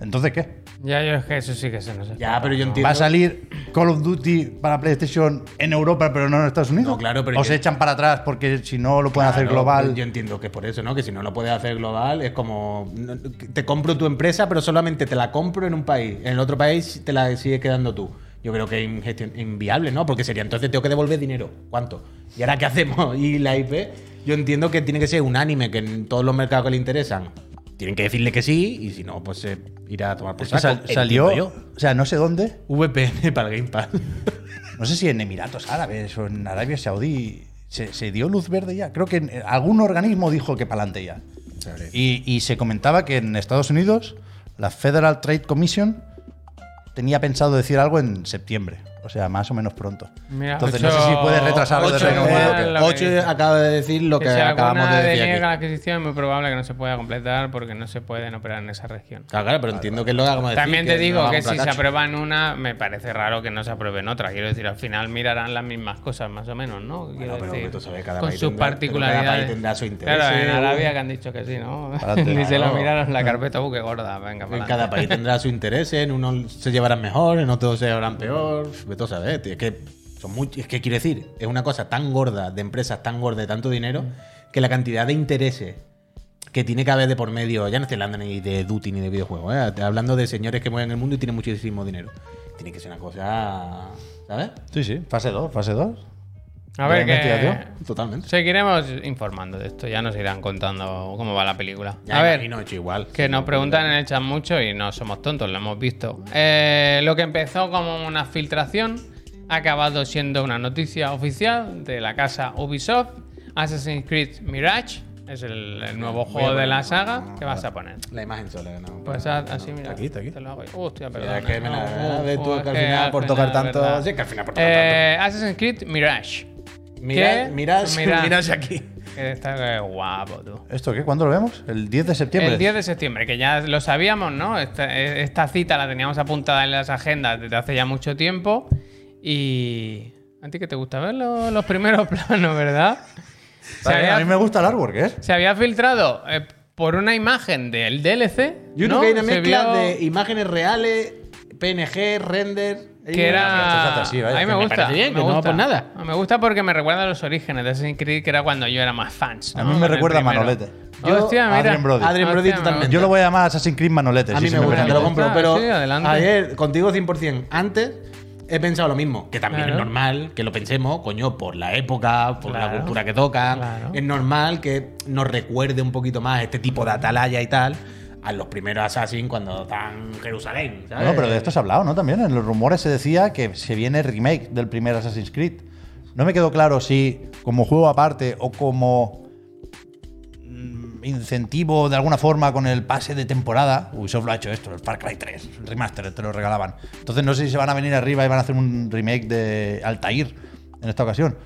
[SPEAKER 3] Entonces, ¿qué?
[SPEAKER 1] Ya, yo es que eso sí que se nos escapa,
[SPEAKER 2] Ya, pero yo
[SPEAKER 1] ¿no?
[SPEAKER 2] entiendo.
[SPEAKER 3] ¿Va a salir Call of Duty para PlayStation en Europa, pero no en Estados Unidos?
[SPEAKER 2] No, claro, pero
[SPEAKER 3] ¿O
[SPEAKER 2] que-
[SPEAKER 3] se echan para atrás porque si no lo pueden hacer
[SPEAKER 2] Claro,
[SPEAKER 3] global?
[SPEAKER 2] Yo entiendo que es por eso, ¿no? Que si no lo puedes hacer global, es como. no, Te compro tu empresa, pero solamente te la compro en un país. En el otro país te la sigues quedando tú. Yo creo que es ingestión- inviable, ¿no? Porque sería entonces tengo que devolver dinero. ¿Cuánto? ¿Y ahora qué hacemos? *laughs* Y la IP. Yo entiendo que tiene que ser unánime, que en todos los mercados que le interesan tienen que decirle que sí, y si no, pues se irá a tomar por
[SPEAKER 3] Es que
[SPEAKER 2] saco.
[SPEAKER 3] sal-
[SPEAKER 2] Entiendo
[SPEAKER 3] salió,
[SPEAKER 2] yo.
[SPEAKER 3] o sea, no sé dónde,
[SPEAKER 2] VPN *laughs* para el Game Pass.
[SPEAKER 3] no sé si en Emiratos Árabes o en Arabia Saudí se, se dio luz verde ya. Creo que en- eh, algún organismo dijo que para adelante ya. Y, y se comentaba que en Estados Unidos la Federal Trade Commission tenía pensado decir algo en septiembre, o sea, más o menos pronto.
[SPEAKER 1] Mira,
[SPEAKER 3] Entonces
[SPEAKER 1] ocho-
[SPEAKER 3] no sé si puede retrasarlo de
[SPEAKER 1] ocho
[SPEAKER 3] Reino Unido.
[SPEAKER 1] igual,
[SPEAKER 3] que-
[SPEAKER 1] lo que
[SPEAKER 2] Ocho
[SPEAKER 1] dice.
[SPEAKER 2] acaba de decir lo que,
[SPEAKER 1] Que si
[SPEAKER 2] acabamos
[SPEAKER 1] alguna
[SPEAKER 2] de decir.
[SPEAKER 1] deniega
[SPEAKER 2] aquí.
[SPEAKER 1] la adquisición, es muy probable que no se pueda completar porque no se pueden operar en esa región.
[SPEAKER 2] Claro, claro, pero entiendo que es lo que acabamos de decir,
[SPEAKER 1] También te
[SPEAKER 2] no
[SPEAKER 1] digo
[SPEAKER 2] vamos
[SPEAKER 1] que
[SPEAKER 2] a
[SPEAKER 1] si se
[SPEAKER 2] placar.
[SPEAKER 1] aprueban una, me parece raro que no se aprueben otra. Quiero decir, al final mirarán las mismas cosas, más o menos, ¿no? Quiero
[SPEAKER 2] Bueno, pero
[SPEAKER 1] decir,
[SPEAKER 2] tú sabes, cada
[SPEAKER 1] con
[SPEAKER 2] país
[SPEAKER 1] sus
[SPEAKER 2] tendrá- pero cada país
[SPEAKER 1] particularidades.
[SPEAKER 2] tendrá su interés,
[SPEAKER 1] Claro, en
[SPEAKER 2] seguro.
[SPEAKER 1] Arabia que han dicho que sí, ¿no? *laughs*
[SPEAKER 3] Párate,
[SPEAKER 1] Ni se lo
[SPEAKER 3] claro.
[SPEAKER 1] miraron la carpeta, uh, qué gorda, venga,
[SPEAKER 2] En
[SPEAKER 1] pa'lante.
[SPEAKER 2] cada país tendrá su interés, en unos se llevarán mejor, en otros se llevarán peor. Vete a saber, tío, Es que, son muy, es que quiero decir, es una cosa tan gorda, de empresas tan gordas, de tanto dinero, que la cantidad de intereses que tiene que haber de por medio, ya no estoy hablando ni de duty ni de videojuegos, ¿eh? Estoy hablando de señores que mueven el mundo y tienen muchísimo dinero. Tiene que ser una cosa, ¿sabes?
[SPEAKER 3] Sí, sí, fase 2, fase 2.
[SPEAKER 1] A ver,
[SPEAKER 3] Gran
[SPEAKER 1] que
[SPEAKER 3] investigación.
[SPEAKER 2] Totalmente.
[SPEAKER 1] seguiremos informando de esto. Ya nos irán contando cómo va la película.
[SPEAKER 2] Ya
[SPEAKER 1] a
[SPEAKER 2] me
[SPEAKER 1] ver,
[SPEAKER 2] imagino hecho igual.
[SPEAKER 1] Que nos preguntan en el chat mucho y no somos tontos, lo hemos visto. Eh, lo que empezó como una filtración ha acabado siendo una noticia oficial de la casa Ubisoft. Assassin's Creed Mirage es el, el nuevo
[SPEAKER 2] Voy a
[SPEAKER 1] juego de
[SPEAKER 2] poner-
[SPEAKER 1] la saga. ¿Qué vas a poner?
[SPEAKER 2] La imagen sola, ¿no?
[SPEAKER 1] Pues haz así, mira.
[SPEAKER 3] aquí, está aquí.
[SPEAKER 1] Te lo hago yo. Hostia, perdona.
[SPEAKER 2] Mira, que me la-
[SPEAKER 1] No,
[SPEAKER 2] de
[SPEAKER 1] uf,
[SPEAKER 2] tú,
[SPEAKER 1] uf,
[SPEAKER 2] que al
[SPEAKER 1] es que
[SPEAKER 2] final, por tocar
[SPEAKER 1] final,
[SPEAKER 2] tanto.
[SPEAKER 1] ¿verdad?
[SPEAKER 2] Sí, que al final por tocar tanto.
[SPEAKER 1] Eh, Assassin's Creed Mirage.
[SPEAKER 2] Mirad,
[SPEAKER 1] ¿qué? Pues
[SPEAKER 2] mirad,
[SPEAKER 1] Mirad.
[SPEAKER 2] mirad aquí.
[SPEAKER 1] Que está eh, guapo, tú.
[SPEAKER 3] ¿Esto qué? ¿Cuándo lo vemos? ¿El 10 de septiembre?
[SPEAKER 1] El 10 de septiembre, que ya lo sabíamos, ¿no? Esta, eh, esta cita la teníamos apuntada en las agendas desde hace ya mucho tiempo. Y. A ti que te gusta ver lo- los primeros *laughs* planos, ¿verdad? Se
[SPEAKER 3] Vale,
[SPEAKER 1] había,
[SPEAKER 3] A mí me gusta el artwork, ¿eh?
[SPEAKER 1] se había filtrado eh, por una imagen del DLC.
[SPEAKER 2] Yo
[SPEAKER 1] ¿no?
[SPEAKER 2] creo que hay una
[SPEAKER 1] Se
[SPEAKER 2] mezcla
[SPEAKER 1] vio
[SPEAKER 2] de imágenes reales, PNG, render.
[SPEAKER 1] Que
[SPEAKER 2] y-
[SPEAKER 3] esto es
[SPEAKER 1] era.
[SPEAKER 3] fantasía,
[SPEAKER 1] a mí me
[SPEAKER 3] vaya, que me
[SPEAKER 1] gusta.
[SPEAKER 2] parece
[SPEAKER 1] me
[SPEAKER 2] bien, que no va
[SPEAKER 1] gusta.
[SPEAKER 2] por nada.
[SPEAKER 1] Me gusta porque me recuerda a los orígenes de Assassin's Creed, que era cuando yo era más fans.
[SPEAKER 3] A
[SPEAKER 1] ¿no?
[SPEAKER 3] mí me
[SPEAKER 1] Con el
[SPEAKER 3] recuerda a
[SPEAKER 1] primero.
[SPEAKER 3] Manolete.
[SPEAKER 2] Yo-
[SPEAKER 1] Hostia, mira.
[SPEAKER 3] Adrien Brody.
[SPEAKER 2] Adrien Brody
[SPEAKER 1] Hostia, me
[SPEAKER 2] totalmente.
[SPEAKER 1] gusta.
[SPEAKER 3] Yo lo voy a llamar Assassin's Creed Manolete.
[SPEAKER 2] A
[SPEAKER 3] si
[SPEAKER 2] mí
[SPEAKER 3] se
[SPEAKER 2] me gusta, te lo
[SPEAKER 1] permite.
[SPEAKER 2] compro.
[SPEAKER 1] Ah,
[SPEAKER 2] Pero
[SPEAKER 1] sí, adelante.
[SPEAKER 2] ayer, contigo 100%. Antes he pensado lo mismo, que también es
[SPEAKER 1] Claro.
[SPEAKER 2] normal que lo pensemos, coño, por la época, por la
[SPEAKER 1] Claro.
[SPEAKER 2] cultura que toca.
[SPEAKER 1] Claro.
[SPEAKER 2] Es normal que nos recuerde un poquito más este tipo de atalaya y tal a los primeros Assassin cuando están en Jerusalén. ¿sabes?
[SPEAKER 3] No, pero de esto se ha hablado, ¿no? También en los rumores se decía que se viene el remake del primer Assassin's Creed. No me quedó claro si como juego aparte o como mm, incentivo de alguna forma con el pase de temporada. Ubisoft lo ha hecho esto, el Far Cry 3, el remaster, te lo regalaban. Entonces no sé si se van a venir arriba y van a hacer un remake de Altair en esta ocasión.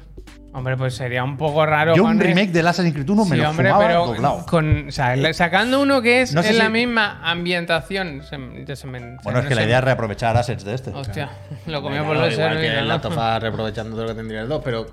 [SPEAKER 1] Hombre, pues sería un poco raro.
[SPEAKER 3] Yo un
[SPEAKER 1] Juanre.
[SPEAKER 3] remake del Assassin's Creed 1 me
[SPEAKER 1] Sí,
[SPEAKER 3] lo
[SPEAKER 1] hombre,
[SPEAKER 3] fumaba
[SPEAKER 1] pero
[SPEAKER 3] doblado. Eh,
[SPEAKER 1] con- o sea, le- sacando uno que es
[SPEAKER 3] No sé
[SPEAKER 1] en
[SPEAKER 3] si-
[SPEAKER 1] la misma ambientación. se me- ya se me-
[SPEAKER 3] Bueno,
[SPEAKER 1] se-
[SPEAKER 3] es que
[SPEAKER 1] no
[SPEAKER 3] la
[SPEAKER 1] sé.
[SPEAKER 3] idea es reaprovechar assets de este.
[SPEAKER 1] Hostia, *laughs* lo
[SPEAKER 2] Bueno,
[SPEAKER 1] comió por lo
[SPEAKER 2] igual que
[SPEAKER 1] servido,
[SPEAKER 2] el
[SPEAKER 1] ¿no?
[SPEAKER 2] Last of Us reaprovechando todo lo que tendría el 2, pero.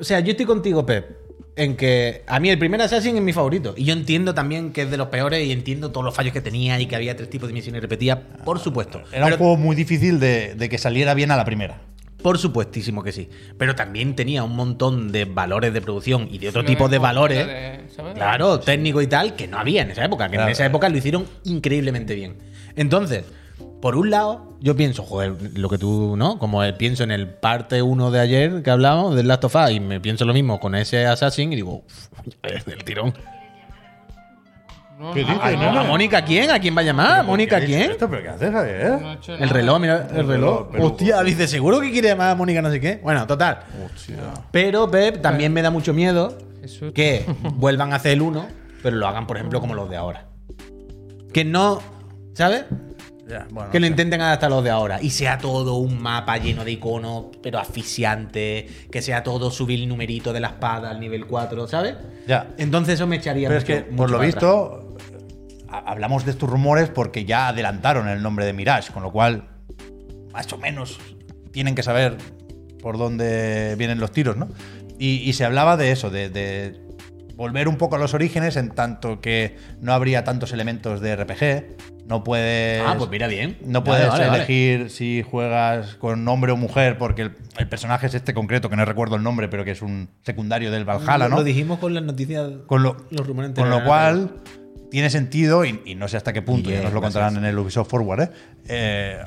[SPEAKER 2] O sea, yo estoy contigo, Pep. En que a mí el primer Assassin es mi favorito. Y yo entiendo también que es de los peores y entiendo todos los fallos que tenía y que había tres tipos de misiones repetidas. Por supuesto.
[SPEAKER 3] Era un juego muy difícil de, de que saliera bien a la primera.
[SPEAKER 2] Por supuestísimo que sí. Pero también tenía un montón de valores de producción y de otro
[SPEAKER 1] Lo
[SPEAKER 2] tipo de
[SPEAKER 1] mismo,
[SPEAKER 2] valores.
[SPEAKER 1] lo de- ¿sabes?
[SPEAKER 2] Claro, técnico y tal, que no había en esa época. Que
[SPEAKER 3] Claro.
[SPEAKER 2] en esa época lo hicieron increíblemente bien. Entonces, por un lado, yo pienso, joder, lo que tú, ¿no? Como eh, pienso en el parte 1 de ayer que hablábamos del Last of Us y me pienso lo mismo con ese Assassin y digo, "Uf, del tirón.
[SPEAKER 1] No,
[SPEAKER 3] ¿Qué
[SPEAKER 1] no,
[SPEAKER 3] dices?
[SPEAKER 1] no,
[SPEAKER 2] ¿A Mónica quién? ¿A quién va a llamar? ¿A ¿Mónica
[SPEAKER 3] ¿Qué ha
[SPEAKER 2] quién?
[SPEAKER 3] dicho esto? ¿Pero qué haces, Javier?
[SPEAKER 1] no he hecho
[SPEAKER 2] El
[SPEAKER 1] nada.
[SPEAKER 2] reloj, mira, el,
[SPEAKER 3] El
[SPEAKER 2] reloj.
[SPEAKER 3] reloj, pero-
[SPEAKER 2] Hostia, dice, seguro que quiere llamar a Mónica no sé qué. Bueno, total. Pero, Pep, también me da mucho miedo
[SPEAKER 1] Qué susto.
[SPEAKER 2] que vuelvan a hacer el 1, pero lo hagan, por ejemplo, como los de ahora. Que no, ¿sabes?
[SPEAKER 3] bueno,
[SPEAKER 2] que lo intenten adaptar a los de ahora. Y sea todo un mapa lleno de iconos, pero asfixiante. Que sea todo subir el numerito de la espada al nivel 4, ¿sabes?
[SPEAKER 3] Ya.
[SPEAKER 2] Entonces eso me echaría
[SPEAKER 3] Pero es
[SPEAKER 2] mucho-
[SPEAKER 3] que,
[SPEAKER 2] mucho
[SPEAKER 3] por lo
[SPEAKER 2] para atrás.
[SPEAKER 3] visto, ha- hablamos de estos rumores porque ya adelantaron el nombre de Mirage, con lo cual, más o menos, tienen que saber por dónde vienen los tiros, ¿no? Y, y se hablaba de eso, de, de volver un poco a los orígenes, en tanto que no habría tantos elementos de RPG, no puedes.
[SPEAKER 2] Ah, pues mira bien.
[SPEAKER 3] No
[SPEAKER 2] Vale,
[SPEAKER 3] puedes
[SPEAKER 2] vale, vale.
[SPEAKER 3] elegir si juegas con hombre o mujer, porque el, el personaje es este concreto, que no recuerdo el nombre, pero que es un secundario del Valhalla,
[SPEAKER 2] Lo-
[SPEAKER 3] ¿no?
[SPEAKER 2] Lo dijimos con las noticias.
[SPEAKER 3] Con lo,
[SPEAKER 2] los rumores
[SPEAKER 3] con lo
[SPEAKER 2] anteriores.
[SPEAKER 3] cual, tiene sentido, y, y no sé hasta qué punto,
[SPEAKER 2] Bien,
[SPEAKER 3] ya nos lo
[SPEAKER 2] gracias.
[SPEAKER 3] contarán en el Ubisoft Forward, ¿eh? Eh,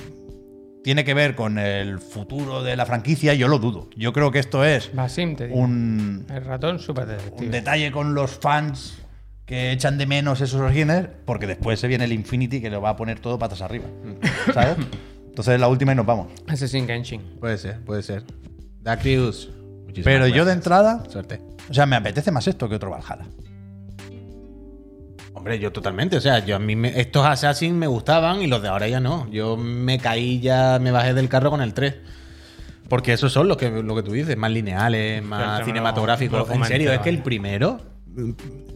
[SPEAKER 3] tiene que ver con el futuro de la franquicia, yo lo dudo. Yo creo que esto es
[SPEAKER 1] Basim, te digo.
[SPEAKER 3] un,
[SPEAKER 1] El ratón súper detective.
[SPEAKER 3] un detalle con los fans que echan de menos esos orígenes, porque después se viene el Infinity que lo va a poner todo patas arriba.
[SPEAKER 2] Mm.
[SPEAKER 3] ¿Sabes? Entonces la última y nos vamos.
[SPEAKER 1] Assassin's Genshin.
[SPEAKER 2] Puede ser, puede ser. Dacrius.
[SPEAKER 3] Pero yo de entrada,
[SPEAKER 2] Suerte.
[SPEAKER 3] o sea, me apetece más esto que otro Valhalla.
[SPEAKER 2] Hombre, yo totalmente. O sea, yo a mí me- estos Assassin me gustaban y los de ahora ya no. Yo me caí ya, me bajé del carro con el 3. Porque esos son los que, lo que tú dices, más lineales,
[SPEAKER 1] Pero
[SPEAKER 2] más
[SPEAKER 1] no-
[SPEAKER 2] cinematográficos.
[SPEAKER 1] no
[SPEAKER 2] en serio,
[SPEAKER 1] comenté,
[SPEAKER 2] es que el
[SPEAKER 1] vale.
[SPEAKER 2] primero,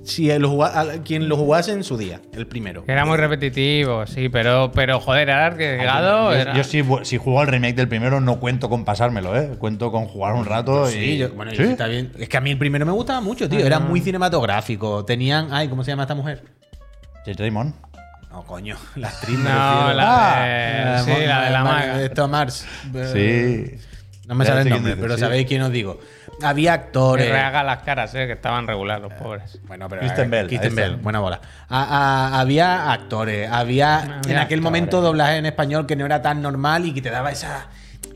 [SPEAKER 2] si lo juga- a- quien lo jugase en su día, el primero.
[SPEAKER 1] Que era muy repetitivo, sí, pero, pero joder, era arriesgado.
[SPEAKER 3] Yo,
[SPEAKER 1] era-
[SPEAKER 3] yo si, vu- si juego al remake del primero no cuento con pasármelo, ¿eh? Cuento con jugar un rato
[SPEAKER 2] Sí,
[SPEAKER 3] y...
[SPEAKER 2] yo- bueno,
[SPEAKER 3] ¿Sí?
[SPEAKER 2] yo sí está bien. Es que a mí el primero me gustaba mucho,
[SPEAKER 1] Ah,
[SPEAKER 2] tío. Era muy cinematográfico. Tenían, ay, ¿cómo se llama esta mujer?
[SPEAKER 3] Jade Raymond.
[SPEAKER 2] No, coño, *laughs* la actriz
[SPEAKER 1] No,
[SPEAKER 2] me refiero.
[SPEAKER 1] la
[SPEAKER 2] Ah,
[SPEAKER 1] de, sí,
[SPEAKER 2] bueno,
[SPEAKER 1] la de la
[SPEAKER 2] Mar-
[SPEAKER 1] maga.
[SPEAKER 2] Esto Mars.
[SPEAKER 3] Sí.
[SPEAKER 2] No me
[SPEAKER 3] Ya
[SPEAKER 2] sale el
[SPEAKER 3] sé quién
[SPEAKER 2] nombre,
[SPEAKER 3] dices,
[SPEAKER 2] pero
[SPEAKER 3] sí.
[SPEAKER 2] sabéis quién os digo. Había
[SPEAKER 1] Que
[SPEAKER 2] actores.
[SPEAKER 1] rehaga las caras, eh, que estaban regular los pobres.
[SPEAKER 2] Bueno, pero
[SPEAKER 3] Kristen
[SPEAKER 2] eh,
[SPEAKER 3] Bell,
[SPEAKER 2] Kristen
[SPEAKER 3] ahí
[SPEAKER 2] Bell,
[SPEAKER 3] está.
[SPEAKER 2] buena bola. A- a- había actores, había, en aquel
[SPEAKER 1] actores.
[SPEAKER 2] momento doblaje en español que no era tan normal y que te daba esa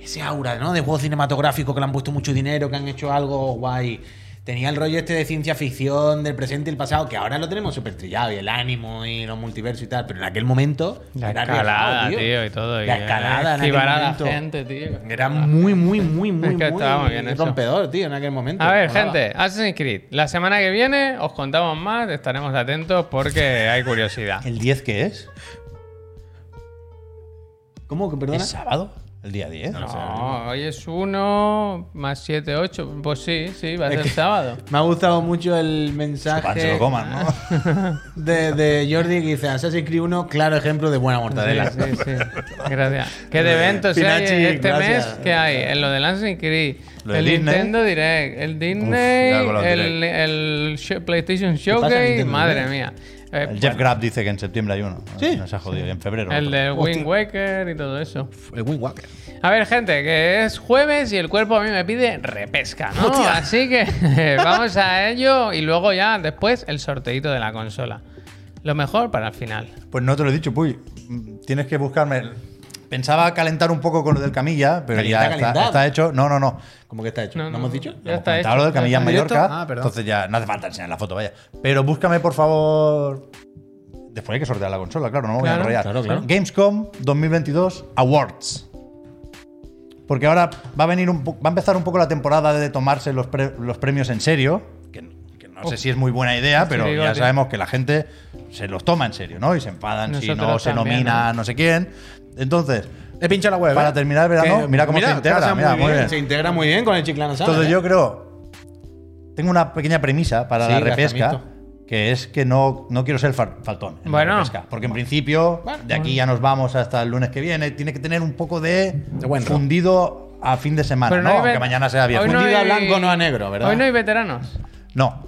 [SPEAKER 2] ese aura, ¿no? De juego cinematográfico que le han puesto mucho dinero, que han hecho algo guay. tenía el rollo este de ciencia ficción del presente y el pasado, que ahora lo tenemos súper trillado, y el ánimo y los multiversos y tal, pero en aquel momento
[SPEAKER 1] La
[SPEAKER 2] era
[SPEAKER 1] escalada,
[SPEAKER 2] arriesgado,
[SPEAKER 1] tío. y todo. y eh,
[SPEAKER 2] La escalada, en aquel
[SPEAKER 1] esquivar a la
[SPEAKER 2] momento.
[SPEAKER 1] gente, tío.
[SPEAKER 2] Era muy, muy, muy, muy,
[SPEAKER 1] *laughs* Es que estaba muy
[SPEAKER 2] muy
[SPEAKER 1] bien eso.
[SPEAKER 2] rompedor, tío, en aquel momento.
[SPEAKER 1] A ver,
[SPEAKER 2] Molaba.
[SPEAKER 1] gente, Assassin's Creed. La semana que viene os contamos más, estaremos atentos porque hay
[SPEAKER 3] *laughs*
[SPEAKER 1] curiosidad.
[SPEAKER 3] ¿El 10 qué es?
[SPEAKER 2] ¿Cómo? que ¿Perdona?
[SPEAKER 3] ¿Es sábado? ¿El día 10?
[SPEAKER 1] No, hoy es 1 más 7, 8. Pues sí, sí, va a ser sábado.
[SPEAKER 2] Me ha gustado mucho el
[SPEAKER 3] Pan se
[SPEAKER 2] mensaje
[SPEAKER 3] lo coman,
[SPEAKER 2] *laughs*
[SPEAKER 3] ¿no?
[SPEAKER 2] de, de Jordi que dice Assassin's Creed 1, claro ejemplo de buena mortadela.
[SPEAKER 1] Sí, sí, Gracias. ¿Qué de eventos hay
[SPEAKER 2] Pinachi,
[SPEAKER 1] este
[SPEAKER 2] gracias.
[SPEAKER 1] mes? ¿Qué hay? En lo de Assassin's Creed,
[SPEAKER 3] Lo de
[SPEAKER 1] el
[SPEAKER 3] Disney.
[SPEAKER 1] Nintendo Direct, el Disney,
[SPEAKER 3] ya con los
[SPEAKER 1] el, el Sh- PlayStation
[SPEAKER 2] pasa,
[SPEAKER 1] Showcase,
[SPEAKER 2] Nintendo
[SPEAKER 1] madre
[SPEAKER 2] Direct?
[SPEAKER 1] mía. Eh,
[SPEAKER 3] El Jeff Grapp dice que en septiembre hay uno.
[SPEAKER 2] Sí.
[SPEAKER 3] Nos ha jodido. y En febrero.
[SPEAKER 1] el
[SPEAKER 3] otro.
[SPEAKER 1] de
[SPEAKER 2] Hostia.
[SPEAKER 1] Wind Waker y todo eso.
[SPEAKER 2] El Wind Waker.
[SPEAKER 1] A ver, gente, que es jueves y el cuerpo a mí me pide repesca, ¿no? Así que *laughs* vamos a ello y luego ya después el sorteito de la consola. Lo mejor para el final.
[SPEAKER 3] Pues no te lo he dicho, Puy. Mm, Tienes que buscarme. el- Pensaba calentar un poco con lo del Camilla, pero
[SPEAKER 2] Calentar,
[SPEAKER 3] ya está,
[SPEAKER 2] calentar.
[SPEAKER 3] está hecho. No, no, no.
[SPEAKER 2] ¿Cómo que está hecho?
[SPEAKER 1] No,
[SPEAKER 2] ¿No,
[SPEAKER 1] no,
[SPEAKER 2] hemos
[SPEAKER 1] no.
[SPEAKER 2] dicho?
[SPEAKER 1] Ya está
[SPEAKER 3] Comentaba lo del
[SPEAKER 1] hecho,
[SPEAKER 3] Camilla
[SPEAKER 1] ya
[SPEAKER 3] en
[SPEAKER 1] está
[SPEAKER 2] directo.
[SPEAKER 3] Mallorca.
[SPEAKER 2] Ah, perdón.
[SPEAKER 3] entonces ya no hace falta enseñar la foto, vaya. Pero búscame, por favor. Después hay que sortear la consola, claro, no me voy
[SPEAKER 1] Claro.
[SPEAKER 3] a enrollar.
[SPEAKER 2] Claro, claro.
[SPEAKER 3] Gamescom 2022 Awards. Porque ahora va a venir un po- va a empezar un poco la temporada de tomarse los, pre- los premios en serio. Que, que no
[SPEAKER 1] Oh.
[SPEAKER 3] sé si es muy buena idea, pero
[SPEAKER 1] digo,
[SPEAKER 3] ya
[SPEAKER 1] tío.
[SPEAKER 3] sabemos que la gente se los toma en serio, ¿no? Y se enfadan si no
[SPEAKER 1] Nosotros
[SPEAKER 3] se
[SPEAKER 1] también,
[SPEAKER 3] nomina no sé quién. Entonces,
[SPEAKER 2] He pinchado la web. ¿eh?
[SPEAKER 3] Para terminar el verano, mira cómo se integra,
[SPEAKER 2] casa
[SPEAKER 3] mira, muy bien.
[SPEAKER 2] Se integra muy bien con el chiclano Sala,
[SPEAKER 3] Entonces
[SPEAKER 2] ¿eh?
[SPEAKER 3] yo creo. Tengo una pequeña premisa para
[SPEAKER 2] Sí,
[SPEAKER 3] la repesca.
[SPEAKER 2] lanzamiento.
[SPEAKER 3] Que es que no, no quiero ser fal- faltón. en la
[SPEAKER 1] Bueno.
[SPEAKER 3] repesca, porque en principio, de aquí ya nos vamos hasta el lunes que viene. Tiene que tener un poco de,
[SPEAKER 2] De buen ron.
[SPEAKER 3] fundido a fin de semana,
[SPEAKER 1] Pero
[SPEAKER 3] ¿no?
[SPEAKER 1] no hay
[SPEAKER 3] Aunque
[SPEAKER 1] ve-
[SPEAKER 3] mañana sea viernes.
[SPEAKER 1] Hoy no
[SPEAKER 2] Fundido a
[SPEAKER 1] hay-
[SPEAKER 2] blanco, no a negro, ¿verdad?
[SPEAKER 1] Hoy no Ah, hay veteranos.
[SPEAKER 3] No.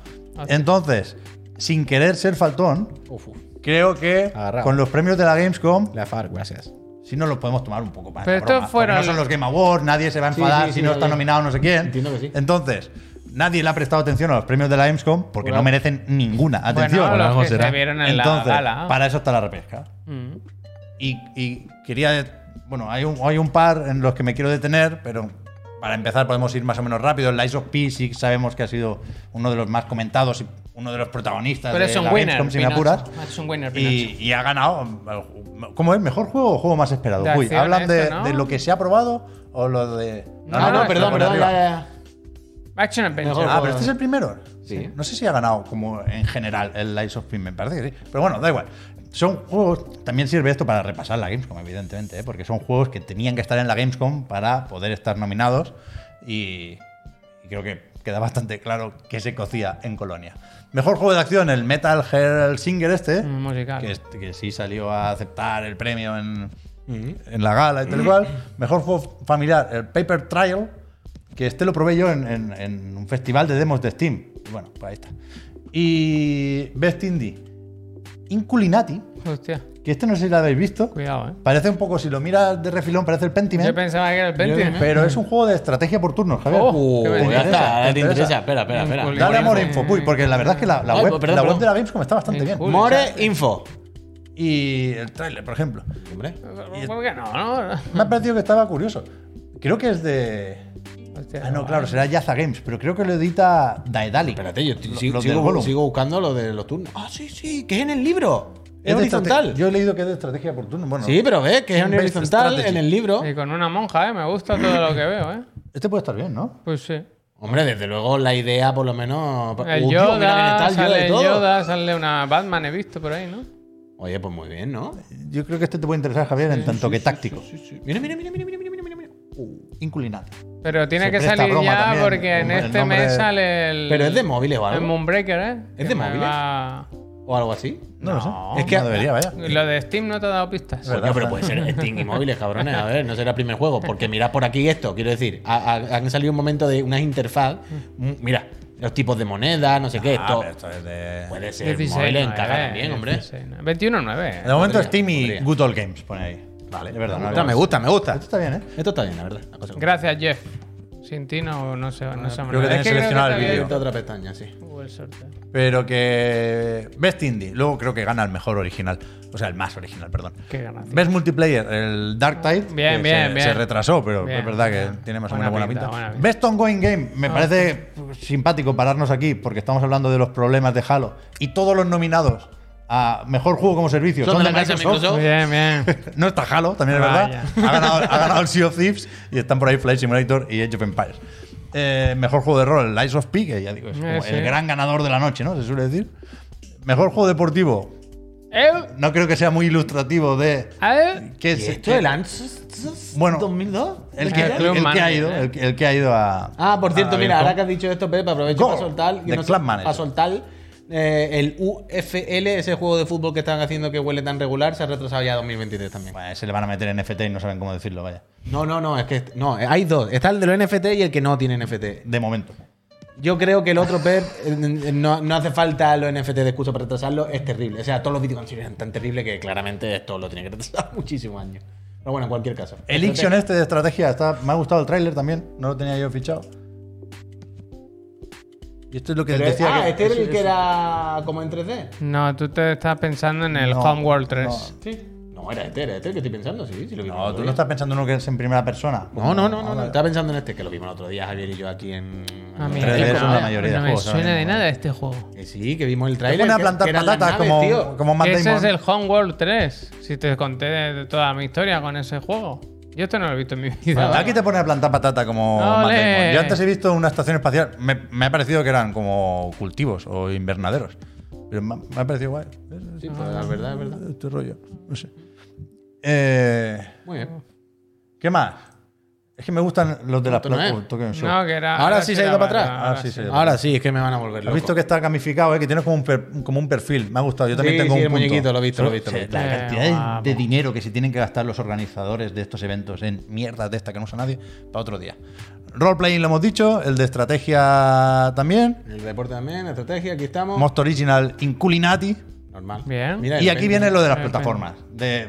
[SPEAKER 3] Entonces, sin querer ser faltón,
[SPEAKER 2] Uf, uf.
[SPEAKER 3] creo que
[SPEAKER 2] Agarrado.
[SPEAKER 3] con los premios de la Gamescom,
[SPEAKER 2] La FARC, gracias.
[SPEAKER 3] si nos los podemos tomar un poco más.
[SPEAKER 1] Pero
[SPEAKER 3] la
[SPEAKER 1] estos
[SPEAKER 3] broma, porque
[SPEAKER 1] fueron-
[SPEAKER 3] No son los Game Awards, nadie se va a
[SPEAKER 2] Sí,
[SPEAKER 3] enfadar
[SPEAKER 2] sí,
[SPEAKER 3] si
[SPEAKER 2] sí,
[SPEAKER 3] no
[SPEAKER 2] lo
[SPEAKER 3] está
[SPEAKER 2] vi.
[SPEAKER 3] nominado no sé quién.
[SPEAKER 2] Entiendo que sí.
[SPEAKER 3] Entonces, nadie le ha prestado atención a los premios de la Gamescom porque
[SPEAKER 2] Claro.
[SPEAKER 3] no merecen ninguna atención.
[SPEAKER 1] Bueno, los
[SPEAKER 3] Algo
[SPEAKER 1] que se
[SPEAKER 3] será.
[SPEAKER 1] vieron en la
[SPEAKER 3] Entonces,
[SPEAKER 1] gala.
[SPEAKER 3] para eso está la repesca.
[SPEAKER 1] Mm.
[SPEAKER 3] Y, y quería. Bueno, hay un, hay un par en los que me quiero detener, pero para empezar podemos ir más o menos rápido. El Lies of P sí que sabemos que ha sido uno de los más comentados y uno de los protagonistas
[SPEAKER 1] Pero
[SPEAKER 3] de
[SPEAKER 1] es un
[SPEAKER 3] la
[SPEAKER 1] winner.
[SPEAKER 3] Gamescom, si me
[SPEAKER 1] Pinocho.
[SPEAKER 3] apuras.
[SPEAKER 1] Es un winner, Pinocho.
[SPEAKER 3] Y, y ha ganado. ¿Cómo es? ¿Mejor juego o juego más esperado?
[SPEAKER 1] De
[SPEAKER 3] Uy,
[SPEAKER 1] acción
[SPEAKER 3] ¿hablan de,
[SPEAKER 1] esto, ¿no?
[SPEAKER 3] de lo que se ha probado o lo de.?
[SPEAKER 1] No, no, no,
[SPEAKER 3] está
[SPEAKER 2] perdón,
[SPEAKER 3] por
[SPEAKER 2] perdón.
[SPEAKER 3] arriba.
[SPEAKER 2] ya,
[SPEAKER 1] Action Adventure.
[SPEAKER 2] Mejor
[SPEAKER 3] Ah,
[SPEAKER 2] juego.
[SPEAKER 3] pero este es el primero.
[SPEAKER 2] Sí.
[SPEAKER 3] No sé si ha ganado como en general el Lies of P, me parece que sí. Pero bueno, da igual. Son juegos. También sirve esto para repasar la Gamescom, evidentemente, ¿eh? porque son juegos que tenían que estar en la Gamescom para poder estar nominados. Y, y creo que queda bastante claro que se cocía en Colonia. Mejor juego de acción, el Metal Hellsinger este.
[SPEAKER 1] Mm, musical.
[SPEAKER 3] Que, est- que sí salió a aceptar el premio en, en la gala y tal y cual. Mejor juego familiar, el Paper Trial, que este lo probé yo en, en- en un festival de demos de Steam. Y bueno, pues ahí está. Y Best Indie, Inculinati,
[SPEAKER 1] Hostia,
[SPEAKER 3] que este no sé si lo habéis visto.
[SPEAKER 1] cuidado, eh.
[SPEAKER 3] Parece un poco, si lo miras de refilón, parece el Pentiment.
[SPEAKER 1] Yo pensaba que era el Pentium. eh.
[SPEAKER 3] pero es un juego de estrategia por turnos, Javier.
[SPEAKER 1] Oh,
[SPEAKER 2] Uh,
[SPEAKER 1] ¿Qué me
[SPEAKER 2] ya
[SPEAKER 1] dices?
[SPEAKER 2] está, ahora
[SPEAKER 3] ¿Te
[SPEAKER 2] te
[SPEAKER 3] interesa?
[SPEAKER 2] interesa. Espera, espera, espera.
[SPEAKER 1] Vinculado.
[SPEAKER 3] Dale amor e
[SPEAKER 1] Eh,
[SPEAKER 3] info, Puy, porque la verdad es que la, la
[SPEAKER 2] Ay, pues,
[SPEAKER 3] web,
[SPEAKER 2] perdón,
[SPEAKER 3] la web
[SPEAKER 2] perdón.
[SPEAKER 3] de la Gamescom está bastante bien.
[SPEAKER 1] Cool.
[SPEAKER 2] More Info.
[SPEAKER 3] Y el tráiler, por ejemplo.
[SPEAKER 2] Hombre.
[SPEAKER 1] Pues, ¿Por qué no, no?
[SPEAKER 3] Me ha parecido que estaba curioso. Creo que es de.
[SPEAKER 1] Hostia,
[SPEAKER 3] Ah, no, claro, será Yaza Games, pero creo que lo edita Daedalic.
[SPEAKER 2] Espérate, yo t-
[SPEAKER 3] Lo-
[SPEAKER 2] sigo,
[SPEAKER 3] los del Gollum.
[SPEAKER 2] sigo buscando lo de los turnos. Ah, sí, sí, que es en el libro. Es
[SPEAKER 3] de
[SPEAKER 2] horizontal.
[SPEAKER 3] estrate- Yo he leído que es de estrategia por turno. Bueno,
[SPEAKER 2] Sí, pero ves que es en
[SPEAKER 3] Based
[SPEAKER 2] horizontal
[SPEAKER 3] strategy.
[SPEAKER 2] en el libro.
[SPEAKER 1] Y con una monja, eh. Me gusta todo lo que veo, eh.
[SPEAKER 3] Este puede estar bien, ¿no?
[SPEAKER 1] Pues sí.
[SPEAKER 2] Hombre, desde luego la idea, por lo menos.
[SPEAKER 1] El
[SPEAKER 2] Uh, tío, mira, viene
[SPEAKER 1] Yoda,
[SPEAKER 2] tal Yoda y
[SPEAKER 1] sale el
[SPEAKER 2] todo.
[SPEAKER 1] Yoda, sale una Batman, he visto por ahí, ¿no?
[SPEAKER 2] Oye, pues muy bien, ¿no?
[SPEAKER 3] Yo creo que este te puede interesar, Javier, en tanto que táctico.
[SPEAKER 2] Mira, mira, mira, mira, mira, mira, mira, mira.
[SPEAKER 3] Inculinati.
[SPEAKER 1] Pero tiene
[SPEAKER 3] Se
[SPEAKER 1] que
[SPEAKER 3] presta
[SPEAKER 1] salir
[SPEAKER 3] broma
[SPEAKER 1] ya
[SPEAKER 3] también,
[SPEAKER 1] porque en
[SPEAKER 3] el
[SPEAKER 1] este
[SPEAKER 3] nombre-
[SPEAKER 1] mes sale el.
[SPEAKER 2] Pero es de móviles o
[SPEAKER 1] El
[SPEAKER 2] algo.
[SPEAKER 1] Moonbreaker, ¿eh?
[SPEAKER 2] ¿Es de
[SPEAKER 1] Que me
[SPEAKER 2] móviles?
[SPEAKER 1] va-
[SPEAKER 2] O algo así.
[SPEAKER 3] No,
[SPEAKER 1] No,
[SPEAKER 3] lo sé. Es que
[SPEAKER 2] no
[SPEAKER 3] debería, vaya.
[SPEAKER 1] Lo de Steam no te ha dado pistas.
[SPEAKER 3] Bueno.
[SPEAKER 2] Coño, pero puede ser Steam y móviles, cabrones. A ver, no será el primer juego. Porque mirad por aquí esto, quiero decir. ha- ha- han salido un momento de unas interfaz. Mm, Mira, los tipos de moneda, no sé qué.
[SPEAKER 3] Ah,
[SPEAKER 2] Esto
[SPEAKER 3] pero esto es de.
[SPEAKER 2] puede ser
[SPEAKER 1] 16,
[SPEAKER 2] móviles,
[SPEAKER 1] nueve,
[SPEAKER 2] encaja también, hombre.
[SPEAKER 1] 16, nueve. 21, 9.
[SPEAKER 3] De momento
[SPEAKER 2] Podría,
[SPEAKER 3] Steam y
[SPEAKER 2] podría.
[SPEAKER 3] Good Old Games, pone ahí. Vale, de verdad.
[SPEAKER 2] Me
[SPEAKER 3] no
[SPEAKER 2] gusta,
[SPEAKER 3] había-
[SPEAKER 2] me gusta, me gusta.
[SPEAKER 3] Esto está bien, ¿eh?
[SPEAKER 2] Esto está bien, la verdad. la cosa como-
[SPEAKER 1] Gracias, Jeff. Sin ti no, no se, no se
[SPEAKER 3] creo que tenés seleccionado el
[SPEAKER 1] había
[SPEAKER 3] vídeo.
[SPEAKER 2] Esta otra pestaña, sí.
[SPEAKER 1] abierto Google Sorteo.
[SPEAKER 3] Pero que. Best Indie. Luego creo que gana el mejor original. O sea, el más original, perdón.
[SPEAKER 1] Qué ganancia.
[SPEAKER 3] Best Multiplayer, el Dark Tide.
[SPEAKER 1] Bien,
[SPEAKER 3] que
[SPEAKER 1] bien,
[SPEAKER 3] se,
[SPEAKER 1] bien.
[SPEAKER 3] se retrasó, pero
[SPEAKER 1] Bien,
[SPEAKER 3] es verdad que
[SPEAKER 1] bien.
[SPEAKER 3] tiene más o
[SPEAKER 1] Buena
[SPEAKER 3] menos buena
[SPEAKER 1] pinta,
[SPEAKER 3] pinta.
[SPEAKER 1] buena pinta.
[SPEAKER 3] Best Ongoing Game. Me parece simpático pararnos aquí porque estamos hablando de los problemas de Halo. Y todos los nominados a mejor juego como servicio
[SPEAKER 5] Son de la casa de Microsoft.
[SPEAKER 1] Muy bien,
[SPEAKER 3] *laughs*
[SPEAKER 1] bien.
[SPEAKER 3] No está Halo, también es
[SPEAKER 1] Vaya.
[SPEAKER 3] verdad. Ha ganado, ha ganado el Sea of Thieves y están por ahí Flight Simulator y Age of Empires. Eh, mejor juego de rol, el Ice of P, que ya digo, es como
[SPEAKER 1] Eh, sí.
[SPEAKER 3] el gran ganador de la noche, ¿no? Se suele decir. Mejor juego deportivo.
[SPEAKER 1] Eu,
[SPEAKER 3] No creo que sea muy ilustrativo de.
[SPEAKER 1] eu.
[SPEAKER 3] ¿Qué
[SPEAKER 2] ¿Y
[SPEAKER 3] es
[SPEAKER 2] esto
[SPEAKER 3] qué-
[SPEAKER 2] del Anch
[SPEAKER 3] Bueno.
[SPEAKER 2] 2002?
[SPEAKER 3] El que,
[SPEAKER 1] El Club
[SPEAKER 3] el que ha
[SPEAKER 1] Manager,
[SPEAKER 3] ido,
[SPEAKER 1] eh.
[SPEAKER 3] el, que- el que ha ido a.
[SPEAKER 2] Ah, por cierto,
[SPEAKER 3] a
[SPEAKER 2] mira,
[SPEAKER 3] Vircom.
[SPEAKER 2] ahora que has dicho esto, Pepe, aprovecho
[SPEAKER 3] Go,
[SPEAKER 2] para soltar, que
[SPEAKER 3] The
[SPEAKER 2] no sé-
[SPEAKER 3] Club Manager.
[SPEAKER 2] para soltar eh, el UFL, ese juego de fútbol que están haciendo que huele tan regular, se ha retrasado ya a 2023 también.
[SPEAKER 3] Bueno, ese le van a meter en NFT y no saben cómo decirlo, vaya.
[SPEAKER 2] No, no, no, es que no, hay dos. Está el de los NFT y el que no tiene NFT.
[SPEAKER 3] De momento.
[SPEAKER 2] Yo creo que el otro Pep *laughs* eh, no, no hace falta los NFT de excusa para retrasarlo, es terrible. O sea, todos los videoconsoles son tan terribles que claramente esto lo tiene que retrasar *laughs* muchísimos años. Pero bueno, en cualquier caso.
[SPEAKER 3] El Ixion este de estrategia, está, me ha gustado el tráiler también, no lo tenía yo fichado. Y esto es lo que
[SPEAKER 2] Pero-
[SPEAKER 3] decía
[SPEAKER 2] ah,
[SPEAKER 3] que-
[SPEAKER 2] este era
[SPEAKER 3] eso-
[SPEAKER 2] el que
[SPEAKER 3] eso-
[SPEAKER 2] era como en 3D.
[SPEAKER 1] No, tú te estás pensando en el
[SPEAKER 3] No,
[SPEAKER 1] Homeworld 3.
[SPEAKER 3] no.
[SPEAKER 2] Sí. No, era este, era este el que estoy pensando, sí, sí lo vimos.
[SPEAKER 3] No,
[SPEAKER 2] el otro
[SPEAKER 3] tú no
[SPEAKER 2] día.
[SPEAKER 3] estás pensando en uno que es en primera persona.
[SPEAKER 2] No, no, no, no, no. Estaba pensando en este, que lo vimos el otro día, Javier y yo aquí en.
[SPEAKER 1] A mí
[SPEAKER 3] 3D
[SPEAKER 1] no,
[SPEAKER 3] son
[SPEAKER 1] me-
[SPEAKER 3] la mayoría de
[SPEAKER 1] no me
[SPEAKER 3] juegos, ahora
[SPEAKER 1] suena de
[SPEAKER 3] mismo.
[SPEAKER 1] nada este juego.
[SPEAKER 2] Que sí, que vimos el
[SPEAKER 3] Te
[SPEAKER 2] trailer.
[SPEAKER 3] pone a plantar patatas como, como Matt
[SPEAKER 1] Ese
[SPEAKER 3] Damon.
[SPEAKER 1] es el Homeworld 3. Si te conté de, de toda mi historia con ese juego. Yo esto no lo he visto en mi vida.
[SPEAKER 3] Aquí te pone a plantar patata como Matt
[SPEAKER 1] ¡Ole!
[SPEAKER 3] Damon. Yo antes he visto una estación espacial. Me, me ha parecido que eran como cultivos o invernaderos. Pero me, ha- me ha parecido guay. eh,
[SPEAKER 2] Sí, pues, la verdad, es verdad.
[SPEAKER 3] Este rollo. No sé. Eh,
[SPEAKER 2] Muy bien.
[SPEAKER 3] ¿Qué más? Es que me gustan los de las
[SPEAKER 2] Esto no es.
[SPEAKER 3] pla- oh, toque un show.
[SPEAKER 1] No, que era,
[SPEAKER 2] Ahora sí se ha
[SPEAKER 1] era
[SPEAKER 2] ido para atrás.
[SPEAKER 1] barato,
[SPEAKER 3] Ah, sí, sí.
[SPEAKER 2] Ahora sí, es que me van a volver
[SPEAKER 3] Has
[SPEAKER 2] loco.
[SPEAKER 3] visto que está gamificado, eh, que tienes como un, per- como un perfil. Me ha gustado. Yo también
[SPEAKER 2] Sí,
[SPEAKER 3] tengo
[SPEAKER 2] sí,
[SPEAKER 3] un
[SPEAKER 2] el
[SPEAKER 3] punto.
[SPEAKER 2] muñequito, lo he visto, lo he
[SPEAKER 3] Sí,
[SPEAKER 2] visto, lo he visto.
[SPEAKER 3] La
[SPEAKER 1] Eh,
[SPEAKER 3] cantidad de-
[SPEAKER 1] guapo.
[SPEAKER 3] de dinero que se tienen que gastar los organizadores de estos eventos en mierdas de esta que no usa nadie para otro día. Roleplaying lo hemos dicho, el de estrategia también.
[SPEAKER 2] El deporte también, estrategia, aquí estamos.
[SPEAKER 3] Most Original Inculinati.
[SPEAKER 2] Normal.
[SPEAKER 1] Bien.
[SPEAKER 3] Y aquí viene lo de las
[SPEAKER 1] Depende.
[SPEAKER 3] plataformas. De,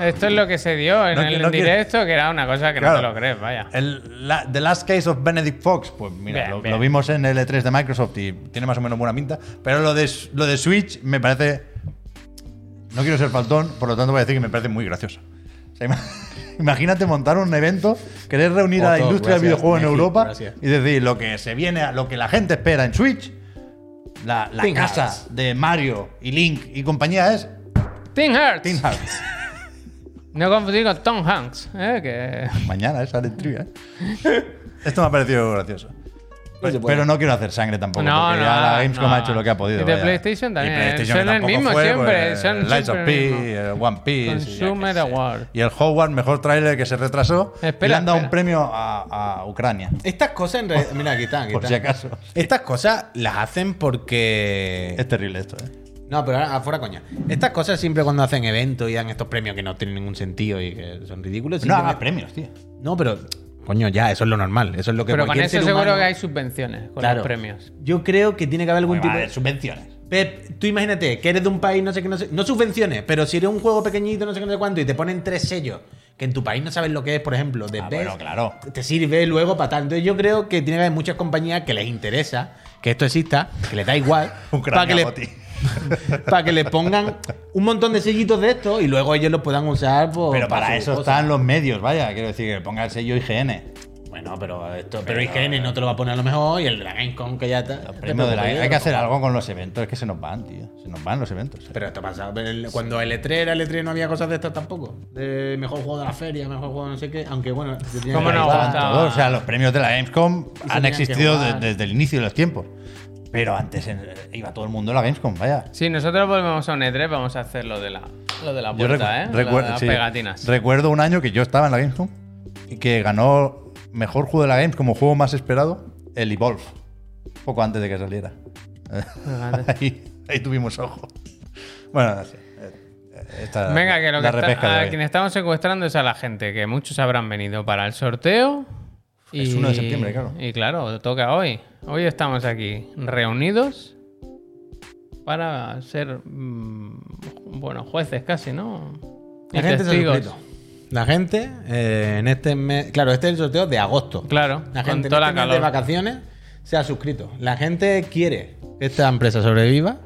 [SPEAKER 1] Esto es lo que se dio en
[SPEAKER 3] No,
[SPEAKER 1] el
[SPEAKER 3] no quiere-
[SPEAKER 1] directo, que era una cosa que no
[SPEAKER 3] Claro. Eh,
[SPEAKER 1] te lo crees, vaya.
[SPEAKER 3] el, la- The Last Case of Benedict Fox. Pues mira,
[SPEAKER 1] Bien,
[SPEAKER 3] lo,
[SPEAKER 1] bien.
[SPEAKER 3] lo vimos en el E3 de Microsoft y tiene más o menos buena pinta. Pero lo de, lo de Switch me parece No quiero ser faltón, por lo tanto voy a decir que me parece muy gracioso. O sea, ima- *laughs* imagínate montar un evento, querer reunir a la
[SPEAKER 2] Otto,
[SPEAKER 3] industria
[SPEAKER 2] gracias,
[SPEAKER 3] del videojuego en
[SPEAKER 2] Neki,
[SPEAKER 3] Europa
[SPEAKER 2] gracias.
[SPEAKER 3] y decir lo que se viene, a- lo que la gente espera en Switch, la, la
[SPEAKER 2] Team
[SPEAKER 3] casa
[SPEAKER 2] Hearts.
[SPEAKER 3] de Mario y Link y compañía es
[SPEAKER 1] Tim Hearts.
[SPEAKER 3] Team Hearts.
[SPEAKER 1] No confundir con Tom Hanks. ¿eh? Que...
[SPEAKER 3] Mañana es sale en trivia. ¿eh? *laughs* Esto me ha parecido gracioso.
[SPEAKER 2] No se
[SPEAKER 3] Pero,
[SPEAKER 2] puede.
[SPEAKER 3] no quiero hacer sangre tampoco.
[SPEAKER 1] No,
[SPEAKER 3] porque
[SPEAKER 1] no,
[SPEAKER 3] ya la
[SPEAKER 1] no,
[SPEAKER 3] Gamescom
[SPEAKER 1] no.
[SPEAKER 3] ha hecho lo que ha podido.
[SPEAKER 1] Y de
[SPEAKER 3] vaya.
[SPEAKER 1] PlayStation también,
[SPEAKER 3] Y PlayStation
[SPEAKER 1] son
[SPEAKER 3] que
[SPEAKER 1] el
[SPEAKER 3] tampoco
[SPEAKER 1] mismo
[SPEAKER 3] fue,
[SPEAKER 1] siempre,
[SPEAKER 3] pues,
[SPEAKER 1] son
[SPEAKER 3] Lies of
[SPEAKER 1] siempre
[SPEAKER 3] P,
[SPEAKER 1] el mismo.
[SPEAKER 3] eh, One Piece. y ya
[SPEAKER 1] Consumer
[SPEAKER 3] qué sé.
[SPEAKER 1] Award.
[SPEAKER 3] Y el Howard, mejor tráiler que se retrasó.
[SPEAKER 1] Espera,
[SPEAKER 3] y le han dado un
[SPEAKER 1] espera.
[SPEAKER 3] premio a, a Ucrania.
[SPEAKER 2] Estas cosas en realidad. Mira, aquí están. Aquí
[SPEAKER 3] Por
[SPEAKER 2] están.
[SPEAKER 3] si acaso.
[SPEAKER 2] Estas cosas las hacen porque.
[SPEAKER 3] Es terrible esto, ¿eh?
[SPEAKER 2] No, pero ahora afuera coña. Estas cosas siempre cuando hacen eventos y dan estos premios que no tienen ningún sentido y que son ridículos.
[SPEAKER 3] No hagas
[SPEAKER 2] simplemente-
[SPEAKER 3] premios, tío.
[SPEAKER 2] No, pero. Coño, ya, eso es lo normal. Eso es lo que
[SPEAKER 1] Pero con
[SPEAKER 2] cualquier
[SPEAKER 1] eso
[SPEAKER 2] ser
[SPEAKER 1] seguro
[SPEAKER 2] humano-
[SPEAKER 1] que hay subvenciones con
[SPEAKER 2] Claro.
[SPEAKER 1] los premios.
[SPEAKER 2] Yo creo que tiene que haber algún
[SPEAKER 3] Bueno,
[SPEAKER 2] tipo
[SPEAKER 3] va a
[SPEAKER 2] de.
[SPEAKER 3] haber subvenciones.
[SPEAKER 2] Pep, tú imagínate que eres de un país, no sé qué, no sé. No subvenciones, pero si eres un juego pequeñito, no sé qué, no sé cuánto, y te ponen tres sellos que en tu país no sabes lo que es, por ejemplo, de
[SPEAKER 3] Ah,
[SPEAKER 2] Best,
[SPEAKER 3] bueno, claro.
[SPEAKER 2] te sirve luego para tal. Entonces yo creo que tiene que haber muchas compañías que les interesa que esto exista, que les da
[SPEAKER 1] *laughs*
[SPEAKER 2] igual, para
[SPEAKER 3] Ucrania,
[SPEAKER 2] que, *laughs*
[SPEAKER 3] Boti.
[SPEAKER 2] le, para que le pongan un montón de sellitos de esto y luego ellos los puedan usar. pues,
[SPEAKER 3] Pero para
[SPEAKER 2] su
[SPEAKER 3] eso
[SPEAKER 2] cosa.
[SPEAKER 3] están los medios, vaya. Quiero decir, que ponga el sello IGN.
[SPEAKER 2] Bueno, pero esto, pero, IGN no te lo va a poner a lo mejor y el de la Gamescom que ya está.
[SPEAKER 3] El premio de la Hay que hacer algo con los eventos. Es que se nos van, tío. Se nos van los eventos.
[SPEAKER 2] Pero esto pasa. el- Cuando el E3 era el E3 no había cosas de estas tampoco. De mejor juego de la feria, mejor juego de no sé qué. Aunque bueno, yo tenía
[SPEAKER 1] ¿Cómo
[SPEAKER 2] que-
[SPEAKER 1] no?
[SPEAKER 3] Ahí estaban
[SPEAKER 1] aguantaba.
[SPEAKER 3] todos. O sea, los premios de la Gamescom
[SPEAKER 2] Y se
[SPEAKER 3] han
[SPEAKER 2] tenían
[SPEAKER 3] existido
[SPEAKER 2] que
[SPEAKER 3] de-
[SPEAKER 2] jugar.
[SPEAKER 3] desde el inicio de los tiempos. Pero antes en- iba todo el mundo a la Gamescom, vaya.
[SPEAKER 1] Si nosotros volvemos a un E3, vamos a hacer lo de la, lo de la
[SPEAKER 3] Yo
[SPEAKER 1] puerta,
[SPEAKER 3] recu-
[SPEAKER 1] ¿eh?
[SPEAKER 3] recuerdo-
[SPEAKER 1] Lo de las
[SPEAKER 3] sí.
[SPEAKER 1] pegatinas.
[SPEAKER 3] Recuerdo un año que yo estaba en la Gamescom y que ganó mejor juego de la Games como juego más esperado el Evolve, poco antes de que saliera.
[SPEAKER 1] Fíjate.
[SPEAKER 3] *laughs* ahí, ahí tuvimos ojo. Bueno, no sé. Eh, esta-
[SPEAKER 1] Venga, que lo que
[SPEAKER 3] la
[SPEAKER 1] está-
[SPEAKER 3] repesca de
[SPEAKER 1] a
[SPEAKER 3] hoy.
[SPEAKER 1] quien estamos secuestrando es a la gente, que muchos habrán venido para el sorteo. Y,
[SPEAKER 3] Es 1 de septiembre, claro.
[SPEAKER 1] Y claro, toca hoy. Hoy estamos aquí reunidos para ser, mm, bueno, jueces casi, ¿no? Y
[SPEAKER 2] La gente se ha
[SPEAKER 1] testigos.
[SPEAKER 2] suscrito. La gente, eh, en este mes. Claro, este es el sorteo de agosto.
[SPEAKER 1] Claro,
[SPEAKER 2] La
[SPEAKER 1] con
[SPEAKER 2] gente en
[SPEAKER 1] toda la
[SPEAKER 2] este mes
[SPEAKER 1] calor.
[SPEAKER 2] de vacaciones se ha suscrito. La gente quiere que esta empresa sobreviva.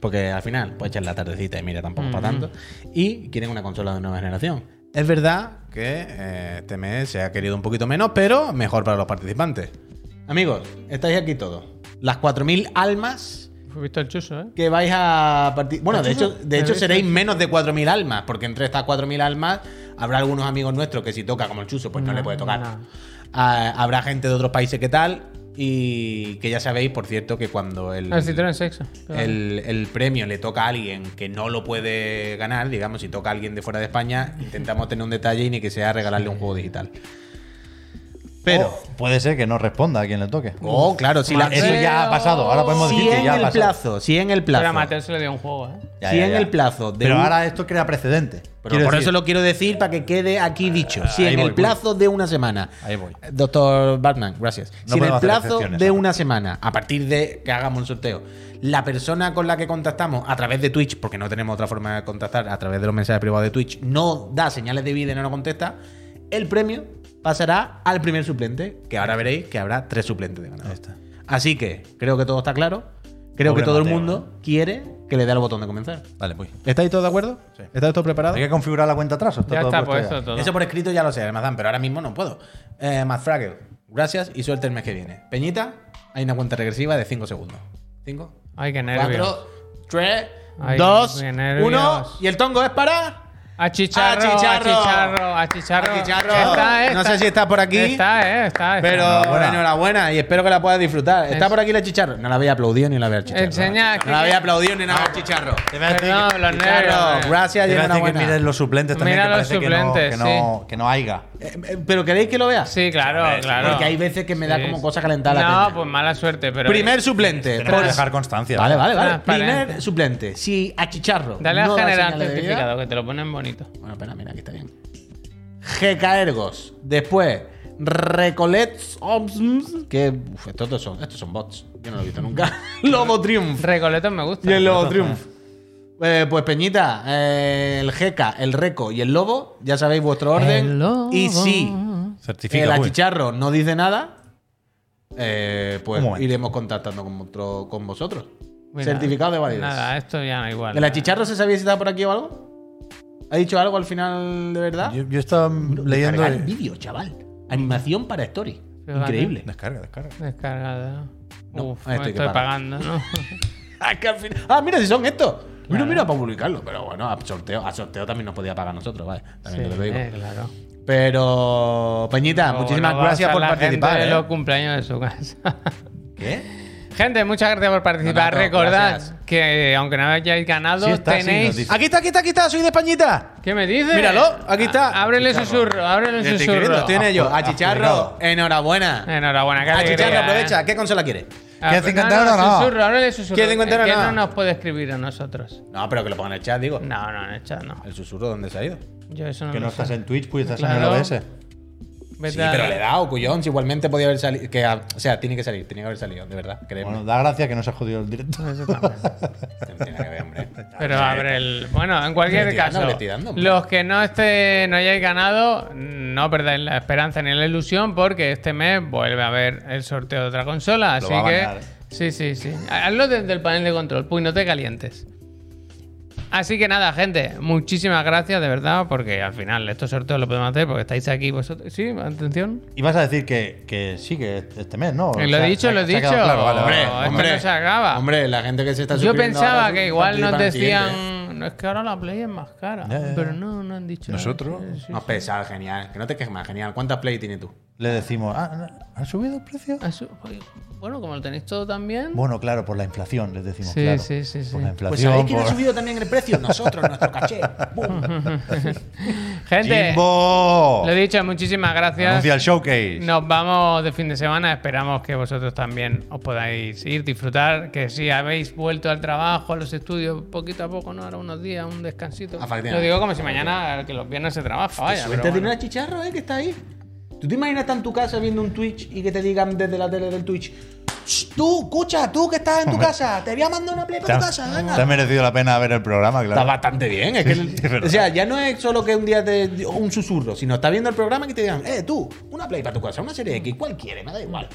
[SPEAKER 2] Porque al final, pues echar la tardecita y mira, tampoco para tanto. Y quieren una consola de nueva generación. Es verdad que eh, este mes se ha querido un poquito menos, pero mejor para los participantes. Amigos, estáis aquí todos. Las 4.000 almas
[SPEAKER 1] He visto el chuso, ¿eh?
[SPEAKER 2] que vais a partir. Bueno, de hecho, de hecho
[SPEAKER 1] ¿Habéis
[SPEAKER 2] seréis menos de 4.000 almas, porque entre estas 4.000 almas habrá algunos amigos nuestros que si toca como el chuso, pues no,
[SPEAKER 1] No,
[SPEAKER 2] le puede tocar.
[SPEAKER 1] no.
[SPEAKER 2] Ah, habrá gente de otros países que tal, y que ya sabéis, por cierto, que cuando el,
[SPEAKER 1] Ah, si tienen sexo. Claro.
[SPEAKER 2] el, el premio le toca a alguien que no lo puede ganar, digamos, si toca a alguien de fuera de España, intentamos tener un detalle y ni que sea regalarle un juego digital. Pero,
[SPEAKER 3] O puede ser que no responda a quien le toque.
[SPEAKER 2] oh, claro, si la-
[SPEAKER 1] Mateo.
[SPEAKER 3] Eso ya ha pasado. Ahora podemos
[SPEAKER 2] si
[SPEAKER 3] decir que
[SPEAKER 2] en
[SPEAKER 3] ya ha
[SPEAKER 2] el
[SPEAKER 3] pasado.
[SPEAKER 2] plazo, si en el
[SPEAKER 1] Pero a
[SPEAKER 2] plazo.
[SPEAKER 1] Mateo se le dio un juego, ¿eh?
[SPEAKER 3] Ya,
[SPEAKER 2] si
[SPEAKER 3] ya,
[SPEAKER 2] en
[SPEAKER 3] ya.
[SPEAKER 2] el plazo de
[SPEAKER 3] Pero
[SPEAKER 2] un-
[SPEAKER 3] ahora esto crea precedente.
[SPEAKER 2] Pero
[SPEAKER 3] Quiero
[SPEAKER 2] por
[SPEAKER 3] decir, Ah,
[SPEAKER 2] eso lo quiero decir para que quede aquí dicho. Si
[SPEAKER 3] ahí
[SPEAKER 2] en el
[SPEAKER 3] voy,
[SPEAKER 2] plazo de una semana.
[SPEAKER 3] Ahí voy.
[SPEAKER 2] Doctor Batman, gracias.
[SPEAKER 3] No
[SPEAKER 2] si en el
[SPEAKER 3] podemos hacer
[SPEAKER 2] plazo
[SPEAKER 3] excepciones,
[SPEAKER 2] de
[SPEAKER 3] ¿no?
[SPEAKER 2] una semana, a partir de que hagamos un sorteo, la persona con la que contactamos a través de Twitch, porque no tenemos otra forma de contactar a través de los mensajes privados de Twitch, no da señales de vida y no nos contesta, el premio pasará al primer suplente, que ahora veréis que habrá tres suplentes de ganador.
[SPEAKER 3] Ahí está.
[SPEAKER 2] Así que creo que todo está claro. Creo
[SPEAKER 3] Pobre
[SPEAKER 2] que todo el
[SPEAKER 3] Mateo, ¿eh?
[SPEAKER 2] mundo quiere que le dé al botón de comenzar.
[SPEAKER 3] Vale, voy.
[SPEAKER 2] ¿Estáis todos de acuerdo?
[SPEAKER 3] Sí.
[SPEAKER 2] ¿Estáis todos preparados?
[SPEAKER 3] ¿Hay que configurar la cuenta atrás o está
[SPEAKER 1] Ya
[SPEAKER 3] todo
[SPEAKER 1] está
[SPEAKER 3] puesto
[SPEAKER 1] puesto
[SPEAKER 3] ya?
[SPEAKER 1] todo.
[SPEAKER 2] Eso por escrito ya lo sé, Almazán, pero ahora mismo no puedo. Eh, Matt Fraggle, gracias y suerte el mes que viene. Peñita, hay una cuenta regresiva de 5 segundos. 5,
[SPEAKER 1] Ay, qué nervios.
[SPEAKER 2] 4, 3,
[SPEAKER 1] Ay,
[SPEAKER 2] 2,
[SPEAKER 1] qué
[SPEAKER 2] 1.
[SPEAKER 1] nervios.
[SPEAKER 2] Y el tongo es para.
[SPEAKER 1] A chicharro, a
[SPEAKER 2] Achicharro.
[SPEAKER 1] chicharro, a chicharro.
[SPEAKER 2] Achicharro.
[SPEAKER 1] Está, eh,
[SPEAKER 2] No sé si está por aquí.
[SPEAKER 1] Está, eh, está. está.
[SPEAKER 2] Pero enhorabuena.
[SPEAKER 3] Enhorabuena.
[SPEAKER 2] y espero que la puedas disfrutar. ¿Está
[SPEAKER 1] Es-
[SPEAKER 2] por aquí la chicharro? No la había aplaudido ni la había chicharro. ¿eh?
[SPEAKER 1] Enseña
[SPEAKER 2] no
[SPEAKER 1] que-
[SPEAKER 2] la había aplaudido ni la había chicharro.
[SPEAKER 3] Te voy a decir
[SPEAKER 1] Perdón,
[SPEAKER 3] que-
[SPEAKER 1] los
[SPEAKER 2] Chicharro,
[SPEAKER 1] nervios.
[SPEAKER 2] gracias y
[SPEAKER 3] te voy a decir que
[SPEAKER 2] enhorabuena.
[SPEAKER 3] mires los suplentes también.
[SPEAKER 1] Mira
[SPEAKER 3] que
[SPEAKER 1] los
[SPEAKER 3] parece que no-
[SPEAKER 1] suplentes,
[SPEAKER 3] que no, que no haya.
[SPEAKER 2] Eh, eh, ¿Pero queréis que lo vea?
[SPEAKER 1] Sí, claro, claro.
[SPEAKER 2] Porque hay veces que me da
[SPEAKER 1] Sí,
[SPEAKER 2] como
[SPEAKER 1] sí.
[SPEAKER 2] cosa calentada la
[SPEAKER 1] No,
[SPEAKER 2] peña.
[SPEAKER 1] pues mala suerte, pero.
[SPEAKER 2] Primer suplente.
[SPEAKER 3] Tenemos
[SPEAKER 2] por-
[SPEAKER 3] que dejar constancia.
[SPEAKER 2] Vale, vale, vale.
[SPEAKER 1] Transparente.
[SPEAKER 2] Primer suplente. Si a Chicharro.
[SPEAKER 1] Dale a
[SPEAKER 2] da
[SPEAKER 1] generar
[SPEAKER 2] señales de vida-
[SPEAKER 1] certificado, que te lo ponen bonito.
[SPEAKER 2] Bueno, espera, mira, aquí está bien. Gecaergos. Después, Recolets Obsms. Que. Uf, estos, dos son, estos son bots. Yo no lo he visto nunca. *laughs* Lobo Triumph.
[SPEAKER 1] Recoletos me gusta.
[SPEAKER 2] Y el Lobo Triumph. Eh, pues Peñita, eh, el Geca, el Reco y el Lobo, ya sabéis vuestro orden.
[SPEAKER 1] El lobo.
[SPEAKER 2] Y si
[SPEAKER 3] Certifica.
[SPEAKER 2] el
[SPEAKER 3] uy.
[SPEAKER 2] achicharro no dice nada, eh, pues
[SPEAKER 3] Un momento.
[SPEAKER 2] iremos contactando con, otro- con vosotros.
[SPEAKER 1] Mira,
[SPEAKER 2] Certificado de validez.
[SPEAKER 1] Nada, eh. esto ya da igual.
[SPEAKER 2] ¿El achicharro se sabía si estaba por aquí o algo? ¿Ha dicho algo al final de verdad?
[SPEAKER 3] Yo, yo estaba leyendo.
[SPEAKER 2] Cargar
[SPEAKER 3] y-
[SPEAKER 2] vídeo, chaval. Animación para story.
[SPEAKER 1] Fíjate.
[SPEAKER 2] Increíble. *laughs*
[SPEAKER 3] Descarga, descarga.
[SPEAKER 1] Descargado.
[SPEAKER 2] No,
[SPEAKER 1] Uf,
[SPEAKER 2] a este
[SPEAKER 1] me
[SPEAKER 2] hay que
[SPEAKER 1] estoy
[SPEAKER 2] pagar.
[SPEAKER 1] pagando, ¿no? *laughs*
[SPEAKER 2] Ah, que al final- ah, mira si son estos. Mira, mira, para publicarlo. Pero bueno, a sorteo, a sorteo también nos podía pagar nosotros, vale. También te lo digo.
[SPEAKER 1] eh, claro.
[SPEAKER 2] Pero, Peñita,
[SPEAKER 1] Luego
[SPEAKER 2] muchísimas
[SPEAKER 1] no va a
[SPEAKER 2] gracias
[SPEAKER 1] estar
[SPEAKER 2] por
[SPEAKER 1] la gente
[SPEAKER 2] participar.
[SPEAKER 1] de
[SPEAKER 2] ¿eh?
[SPEAKER 1] los cumpleaños de su casa. *laughs*
[SPEAKER 3] ¿Qué?
[SPEAKER 1] Gente, muchas gracias por participar.
[SPEAKER 2] Donato,
[SPEAKER 1] Recordad
[SPEAKER 2] gracias.
[SPEAKER 1] que aunque no hayáis ganado,
[SPEAKER 3] Sí está, sí,
[SPEAKER 1] tenéis.
[SPEAKER 3] nos dice.
[SPEAKER 2] Aquí está, aquí está, aquí está. Soy de Españita.
[SPEAKER 1] ¿Qué me dices?
[SPEAKER 2] Míralo, aquí está.
[SPEAKER 1] Ábrele susurro, ábrele
[SPEAKER 3] Te estoy
[SPEAKER 1] susurro.
[SPEAKER 3] escribiendo,
[SPEAKER 2] Lo tiene yo.
[SPEAKER 3] Ah,
[SPEAKER 2] A Chicharro,
[SPEAKER 3] publicado.
[SPEAKER 2] enhorabuena.
[SPEAKER 1] Enhorabuena, qué
[SPEAKER 2] A
[SPEAKER 1] alegría,
[SPEAKER 2] Chicharro,
[SPEAKER 1] ¿eh?
[SPEAKER 2] Ah, aprovecha. pues, ¿Qué consola quiere?
[SPEAKER 1] Ah,
[SPEAKER 3] ¿Quieres
[SPEAKER 1] no,
[SPEAKER 3] 50 euros o no?
[SPEAKER 1] Susurro, ábrele susurro.
[SPEAKER 2] ¿Quieres 50
[SPEAKER 1] Es
[SPEAKER 2] euros o
[SPEAKER 1] que
[SPEAKER 2] no?
[SPEAKER 1] no nos puede escribir a nosotros.
[SPEAKER 2] No, pero que lo pongan en el chat, digo.
[SPEAKER 1] No, no, en el chat no.
[SPEAKER 2] ¿El susurro dónde se ha ido?
[SPEAKER 1] Yo eso no
[SPEAKER 3] Que
[SPEAKER 1] lo
[SPEAKER 3] no
[SPEAKER 1] sé.
[SPEAKER 3] estás en Twitch, pues estás en el
[SPEAKER 1] Claro.
[SPEAKER 3] OBS.
[SPEAKER 1] Vete
[SPEAKER 2] Sí,
[SPEAKER 1] a-
[SPEAKER 2] pero le da o Cuyón, si igualmente podía haber salido. Que, ah, o sea, tiene que salir, tiene que haber salido, de verdad, creemos.
[SPEAKER 3] Bueno, da gracia que no se ha jodido el directo.
[SPEAKER 1] Eso también.
[SPEAKER 2] tiene que haber, hombre.
[SPEAKER 1] Pero abre el. Bueno, en cualquier
[SPEAKER 2] Le estoy dando,
[SPEAKER 1] caso,
[SPEAKER 2] le estoy dando, hombre.
[SPEAKER 1] los que no esté, no hayáis ganado, no perdáis la esperanza ni la ilusión, porque este mes vuelve a haber el sorteo de otra consola. Así
[SPEAKER 3] va a
[SPEAKER 1] que.
[SPEAKER 3] ganar, ¿eh?
[SPEAKER 1] Sí, sí, sí. Hazlo desde el panel de control, pues no te calientes. Así que nada, gente, muchísimas gracias de verdad, porque al final estos sorteos los podemos hacer porque estáis aquí vosotros. Sí, atención.
[SPEAKER 3] Y vas a decir que, que sí, que este mes, ¿no?
[SPEAKER 1] Eh, lo he
[SPEAKER 3] O sea,
[SPEAKER 1] dicho,
[SPEAKER 3] se ha-
[SPEAKER 1] lo he
[SPEAKER 3] se ha
[SPEAKER 1] dicho.
[SPEAKER 3] quedado claro, vale,
[SPEAKER 1] Hombre, esto
[SPEAKER 3] vale.
[SPEAKER 1] no se acaba.
[SPEAKER 2] Hombre, la gente que se está
[SPEAKER 1] Yo
[SPEAKER 2] suscribiendo ahora
[SPEAKER 1] pensaba
[SPEAKER 2] son-
[SPEAKER 1] que igual nos
[SPEAKER 2] participan en el siguiente, ¿eh?
[SPEAKER 1] decían. No es que ahora la play es más cara.
[SPEAKER 3] Ya, ya, ya.
[SPEAKER 1] Pero no, no han dicho nada.
[SPEAKER 3] Eh. Nosotros. E.
[SPEAKER 1] Sí, sí,
[SPEAKER 2] No, pesado, genial. Que no te quejes más, genial. ¿Cuántas play tienes tú?
[SPEAKER 3] Le decimos, ah, ¿han subido el precio?
[SPEAKER 1] Ah, su- oye, Bueno, como lo tenéis todo también.
[SPEAKER 3] Bueno, claro, por la inflación, les decimos.
[SPEAKER 1] Sí,
[SPEAKER 3] claro.
[SPEAKER 1] sí, sí, sí.
[SPEAKER 3] Por la
[SPEAKER 2] Pues
[SPEAKER 3] inflación.
[SPEAKER 2] sabéis quién ha
[SPEAKER 3] por...
[SPEAKER 2] subido también el precio. Nosotros, nuestro caché. ¡Bum!
[SPEAKER 1] Gente,
[SPEAKER 3] ¡Jimbo!
[SPEAKER 1] lo he dicho, muchísimas gracias.
[SPEAKER 3] Anuncia el showcase.
[SPEAKER 1] Nos vamos de fin de semana. Esperamos que vosotros también os podáis ir, disfrutar. Que si habéis vuelto al trabajo, a los estudios, poquito a poco, ¿no? Ahora unos días, un descansito.
[SPEAKER 2] Afectivamente.
[SPEAKER 1] Lo digo como si mañana, que los viernes se trabaja, vaya. pero
[SPEAKER 2] Suerte
[SPEAKER 1] bueno.
[SPEAKER 2] tiene el chicharro, ¿eh? Que está ahí. ¿Tú te imaginas estar en tu casa viendo un Twitch y que te digan desde la tele del Twitch? Shh, Tú, escucha, tú que estás en tu casa, te voy a mandar una play
[SPEAKER 3] Te
[SPEAKER 2] para
[SPEAKER 3] ha,
[SPEAKER 2] tu casa, venga.
[SPEAKER 3] te ha merecido la pena ver el programa,
[SPEAKER 2] Está
[SPEAKER 3] claro.
[SPEAKER 2] bastante bien. Es que,
[SPEAKER 3] Sí, es verdad.
[SPEAKER 2] o sea, ya no es solo que un día te un susurro, sino está viendo el programa y que te digan, eh, tú, una play para tu casa, una serie X, cuál quieres, me da igual.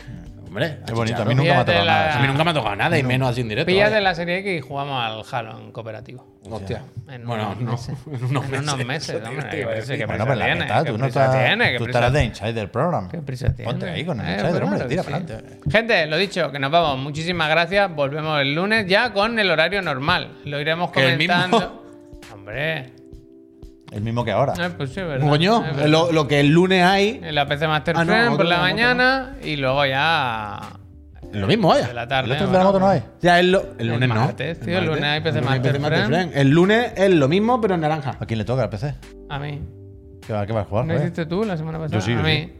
[SPEAKER 2] Hombre,
[SPEAKER 3] Qué bonito,
[SPEAKER 2] achichado.
[SPEAKER 3] a mí nunca me ha
[SPEAKER 1] Fíjate
[SPEAKER 3] tocado
[SPEAKER 1] la-
[SPEAKER 3] nada.
[SPEAKER 2] A mí nunca me ha tocado nada, y menos así en directo.
[SPEAKER 1] Píllate
[SPEAKER 2] vaya.
[SPEAKER 1] la serie X y jugamos al Halo en cooperativo.
[SPEAKER 2] Hostia.
[SPEAKER 1] En
[SPEAKER 2] Bueno,
[SPEAKER 1] unos
[SPEAKER 2] no.
[SPEAKER 1] meses.
[SPEAKER 2] *laughs* En unos
[SPEAKER 1] En unos
[SPEAKER 2] meses. eh,
[SPEAKER 1] meses,
[SPEAKER 2] *laughs* Eso te-
[SPEAKER 1] hombre,
[SPEAKER 2] te iba a
[SPEAKER 1] que prisa-
[SPEAKER 2] decir.
[SPEAKER 1] que
[SPEAKER 3] Bueno,
[SPEAKER 1] prisa
[SPEAKER 3] pero la
[SPEAKER 1] tiene,
[SPEAKER 3] neta,
[SPEAKER 1] que
[SPEAKER 3] tú no
[SPEAKER 1] prisa
[SPEAKER 3] estás,
[SPEAKER 1] tiene, que
[SPEAKER 3] tú
[SPEAKER 1] prisa-
[SPEAKER 3] estarás de Insider Program.
[SPEAKER 1] Qué prisa tiene.
[SPEAKER 3] Ponte ahí con el
[SPEAKER 1] Eh,
[SPEAKER 3] Insider,
[SPEAKER 1] claro
[SPEAKER 3] hombre,
[SPEAKER 1] que
[SPEAKER 3] tira
[SPEAKER 1] sí.
[SPEAKER 3] para adelante.
[SPEAKER 1] Gente, lo dicho, que nos vamos. Muchísimas gracias. Volvemos el lunes ya con el horario normal. Lo iremos
[SPEAKER 2] Que el mismo.
[SPEAKER 1] comentando. Hombre,
[SPEAKER 3] El mismo que ahora.
[SPEAKER 1] eh, pues sí, es ¿verdad?
[SPEAKER 2] Coño,
[SPEAKER 1] es verdad.
[SPEAKER 2] lo, lo que el lunes hay.
[SPEAKER 1] En la PC Master
[SPEAKER 2] Ah, no,
[SPEAKER 1] Friend
[SPEAKER 2] otro
[SPEAKER 1] por la
[SPEAKER 2] no, otro
[SPEAKER 1] mañana y luego ya
[SPEAKER 2] Lo mismo,
[SPEAKER 1] de
[SPEAKER 2] vaya.
[SPEAKER 1] la tarde.
[SPEAKER 3] el otro de
[SPEAKER 1] bueno,
[SPEAKER 3] la moto no hay.
[SPEAKER 2] Ya el, lo- el
[SPEAKER 1] El
[SPEAKER 2] lunes
[SPEAKER 1] martes,
[SPEAKER 2] no.
[SPEAKER 1] tío, el lunes hay PC
[SPEAKER 2] El lunes
[SPEAKER 1] Master
[SPEAKER 2] Master
[SPEAKER 1] Friend.
[SPEAKER 2] Friend. El lunes es lo mismo, pero en naranja.
[SPEAKER 3] ¿A quién le toca el PC?
[SPEAKER 1] A mí.
[SPEAKER 3] ¿Qué va, qué va a jugar?
[SPEAKER 1] ¿No
[SPEAKER 3] joder?
[SPEAKER 1] hiciste tú la semana pasada?
[SPEAKER 3] sí,
[SPEAKER 1] a
[SPEAKER 3] yo
[SPEAKER 1] mí.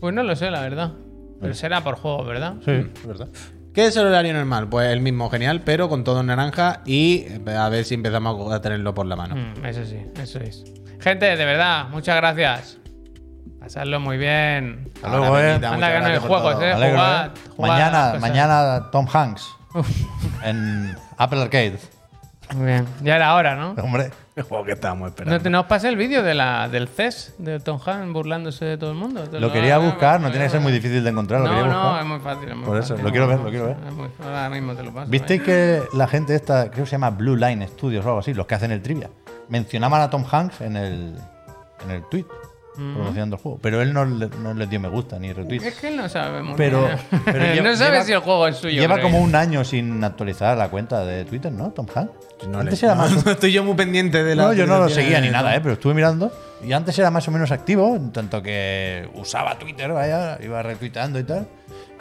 [SPEAKER 1] Pues no lo sé, la verdad. Pero será por juego, ¿verdad?
[SPEAKER 3] Sí, es verdad.
[SPEAKER 2] Mm. ¿Qué es el horario normal? Pues el mismo, genial, pero con todo en naranja y eh, a ver si empezamos a tenerlo por la mano.
[SPEAKER 1] Mm, eso sí, eso es. Gente, de verdad, muchas gracias. Pasadlo muy bien.
[SPEAKER 3] Hasta luego, eh.
[SPEAKER 1] Anda,
[SPEAKER 2] Muchas
[SPEAKER 1] que no hay
[SPEAKER 2] gracias por
[SPEAKER 1] juegos,
[SPEAKER 2] todo.
[SPEAKER 1] eh.
[SPEAKER 3] Alegro,
[SPEAKER 1] Jugad,
[SPEAKER 3] ¿eh?
[SPEAKER 1] jugad a las
[SPEAKER 3] Mañana,
[SPEAKER 1] cosas. eh.
[SPEAKER 3] mañana Tom Hanks en Apple Arcade.
[SPEAKER 1] Muy bien. Ya era hora, ¿no?
[SPEAKER 3] Hombre,
[SPEAKER 2] El *laughs* juego que estábamos esperando.
[SPEAKER 1] No, te, no os pasa el vídeo de la, del CES de Tom Han burlándose de todo el mundo. Te
[SPEAKER 3] lo quería
[SPEAKER 1] ah,
[SPEAKER 3] buscar, no
[SPEAKER 1] eh,
[SPEAKER 3] tiene que ser muy difícil de encontrar. Lo
[SPEAKER 1] No,
[SPEAKER 3] quería
[SPEAKER 1] no,
[SPEAKER 3] buscar.
[SPEAKER 1] es muy fácil. es muy
[SPEAKER 3] Por eso,
[SPEAKER 1] fácil.
[SPEAKER 3] lo quiero ver, lo quiero ver.
[SPEAKER 1] Es muy- ahora mismo te lo paso. ¿eh?
[SPEAKER 3] ¿Visteis que la gente esta, creo que se llama Blue Line Studios o algo así, los que hacen el trivia, mencionaban a Tom Hanks en el, en el tweet promocionando el juego? Pero él no, le- no les dio me gusta ni retweet.
[SPEAKER 1] Mm. Es que él no sabe muy
[SPEAKER 3] Pero-
[SPEAKER 1] bien.
[SPEAKER 3] pero
[SPEAKER 1] *laughs*
[SPEAKER 3] lleva-
[SPEAKER 1] no sabe
[SPEAKER 3] lleva-
[SPEAKER 1] si el juego es suyo.
[SPEAKER 3] Lleva
[SPEAKER 1] creo.
[SPEAKER 3] como un año sin actualizar la cuenta de Twitter, ¿no? Tom Hanks.
[SPEAKER 2] No,
[SPEAKER 3] Antes
[SPEAKER 2] le-
[SPEAKER 3] era más-
[SPEAKER 2] no *laughs* estoy yo muy pendiente de la.
[SPEAKER 3] No, yo no lo
[SPEAKER 2] actualización
[SPEAKER 3] seguía ni
[SPEAKER 2] de-
[SPEAKER 3] nada, ¿eh? pero estuve mirando. Y antes era más o menos activo, en tanto que usaba Twitter, vaya, iba retuiteando y tal.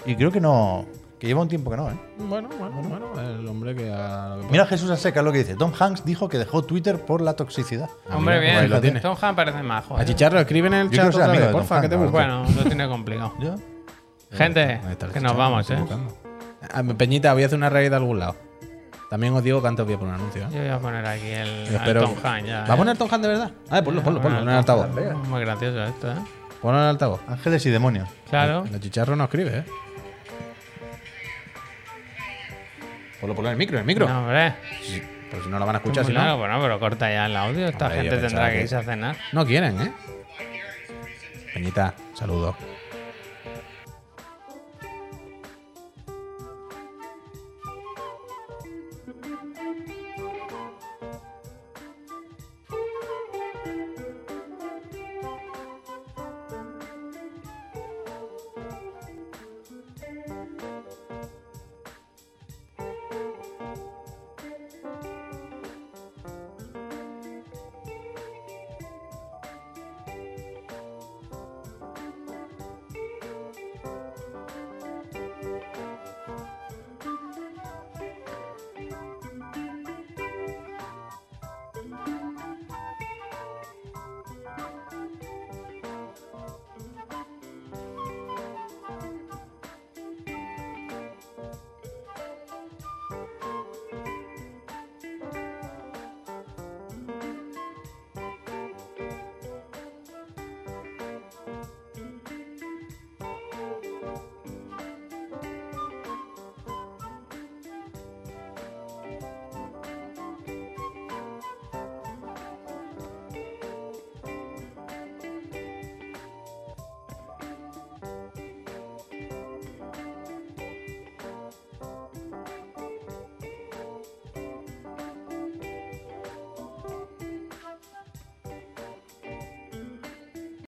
[SPEAKER 3] Y creo que no. Que lleva un tiempo que no, ¿eh?
[SPEAKER 2] Bueno, bueno, bueno, el hombre que haga lo que pueda.
[SPEAKER 3] Mira Jesús Aseca lo que dice. Tom Hanks dijo que dejó Twitter por la toxicidad.
[SPEAKER 1] Hombre,
[SPEAKER 2] pues ahí lo
[SPEAKER 1] bien.
[SPEAKER 2] tiene.
[SPEAKER 1] Tom Han parece majo.
[SPEAKER 2] A
[SPEAKER 1] ¿eh?
[SPEAKER 2] Chicharro, escribe en el chat
[SPEAKER 3] Yo quiero ser
[SPEAKER 2] otra
[SPEAKER 3] amigo
[SPEAKER 2] vez,
[SPEAKER 3] de Tom
[SPEAKER 2] porfa, que te
[SPEAKER 3] Hank,
[SPEAKER 2] busco.
[SPEAKER 1] Bueno, *laughs* lo tiene complicado.
[SPEAKER 3] ¿Yo?
[SPEAKER 1] Gente,
[SPEAKER 2] Ahí está el
[SPEAKER 1] que
[SPEAKER 2] Chicharro,
[SPEAKER 1] nos vamos,
[SPEAKER 2] lo
[SPEAKER 1] ¿eh?
[SPEAKER 2] estoy buscando. Ah, Peñita, voy a hacer una raid de algún lado. También os digo que antes voy a poner un anuncio. ¿eh?
[SPEAKER 1] Yo voy a poner aquí Ah, el,
[SPEAKER 2] Yo
[SPEAKER 1] al
[SPEAKER 2] espero-
[SPEAKER 1] Tom Han ya.
[SPEAKER 2] ¿Va a
[SPEAKER 1] ¿eh?
[SPEAKER 2] poner Tom Hanks de verdad? Ah, ponlo, ponlo, ponlo, en el altavoz.
[SPEAKER 1] Muy gracioso esto, ¿eh?
[SPEAKER 2] Ponlo en el altavoz.
[SPEAKER 3] Ángeles y demonios.
[SPEAKER 1] Claro.
[SPEAKER 2] La chicharro no escribe, ¿eh? Ponlo, ponlo en el micro, en el micro.
[SPEAKER 1] No, hombre.
[SPEAKER 2] Sí, Pero si no la van a escuchar,
[SPEAKER 1] Muy
[SPEAKER 2] si
[SPEAKER 1] largo,
[SPEAKER 2] no.
[SPEAKER 1] bueno, pero corta ya el audio. Esta
[SPEAKER 2] Hombre, yo
[SPEAKER 1] gente
[SPEAKER 2] pensaba
[SPEAKER 1] tendrá que
[SPEAKER 2] que-
[SPEAKER 1] irse a cenar.
[SPEAKER 2] No quieren, ¿eh? Peñita, saludos.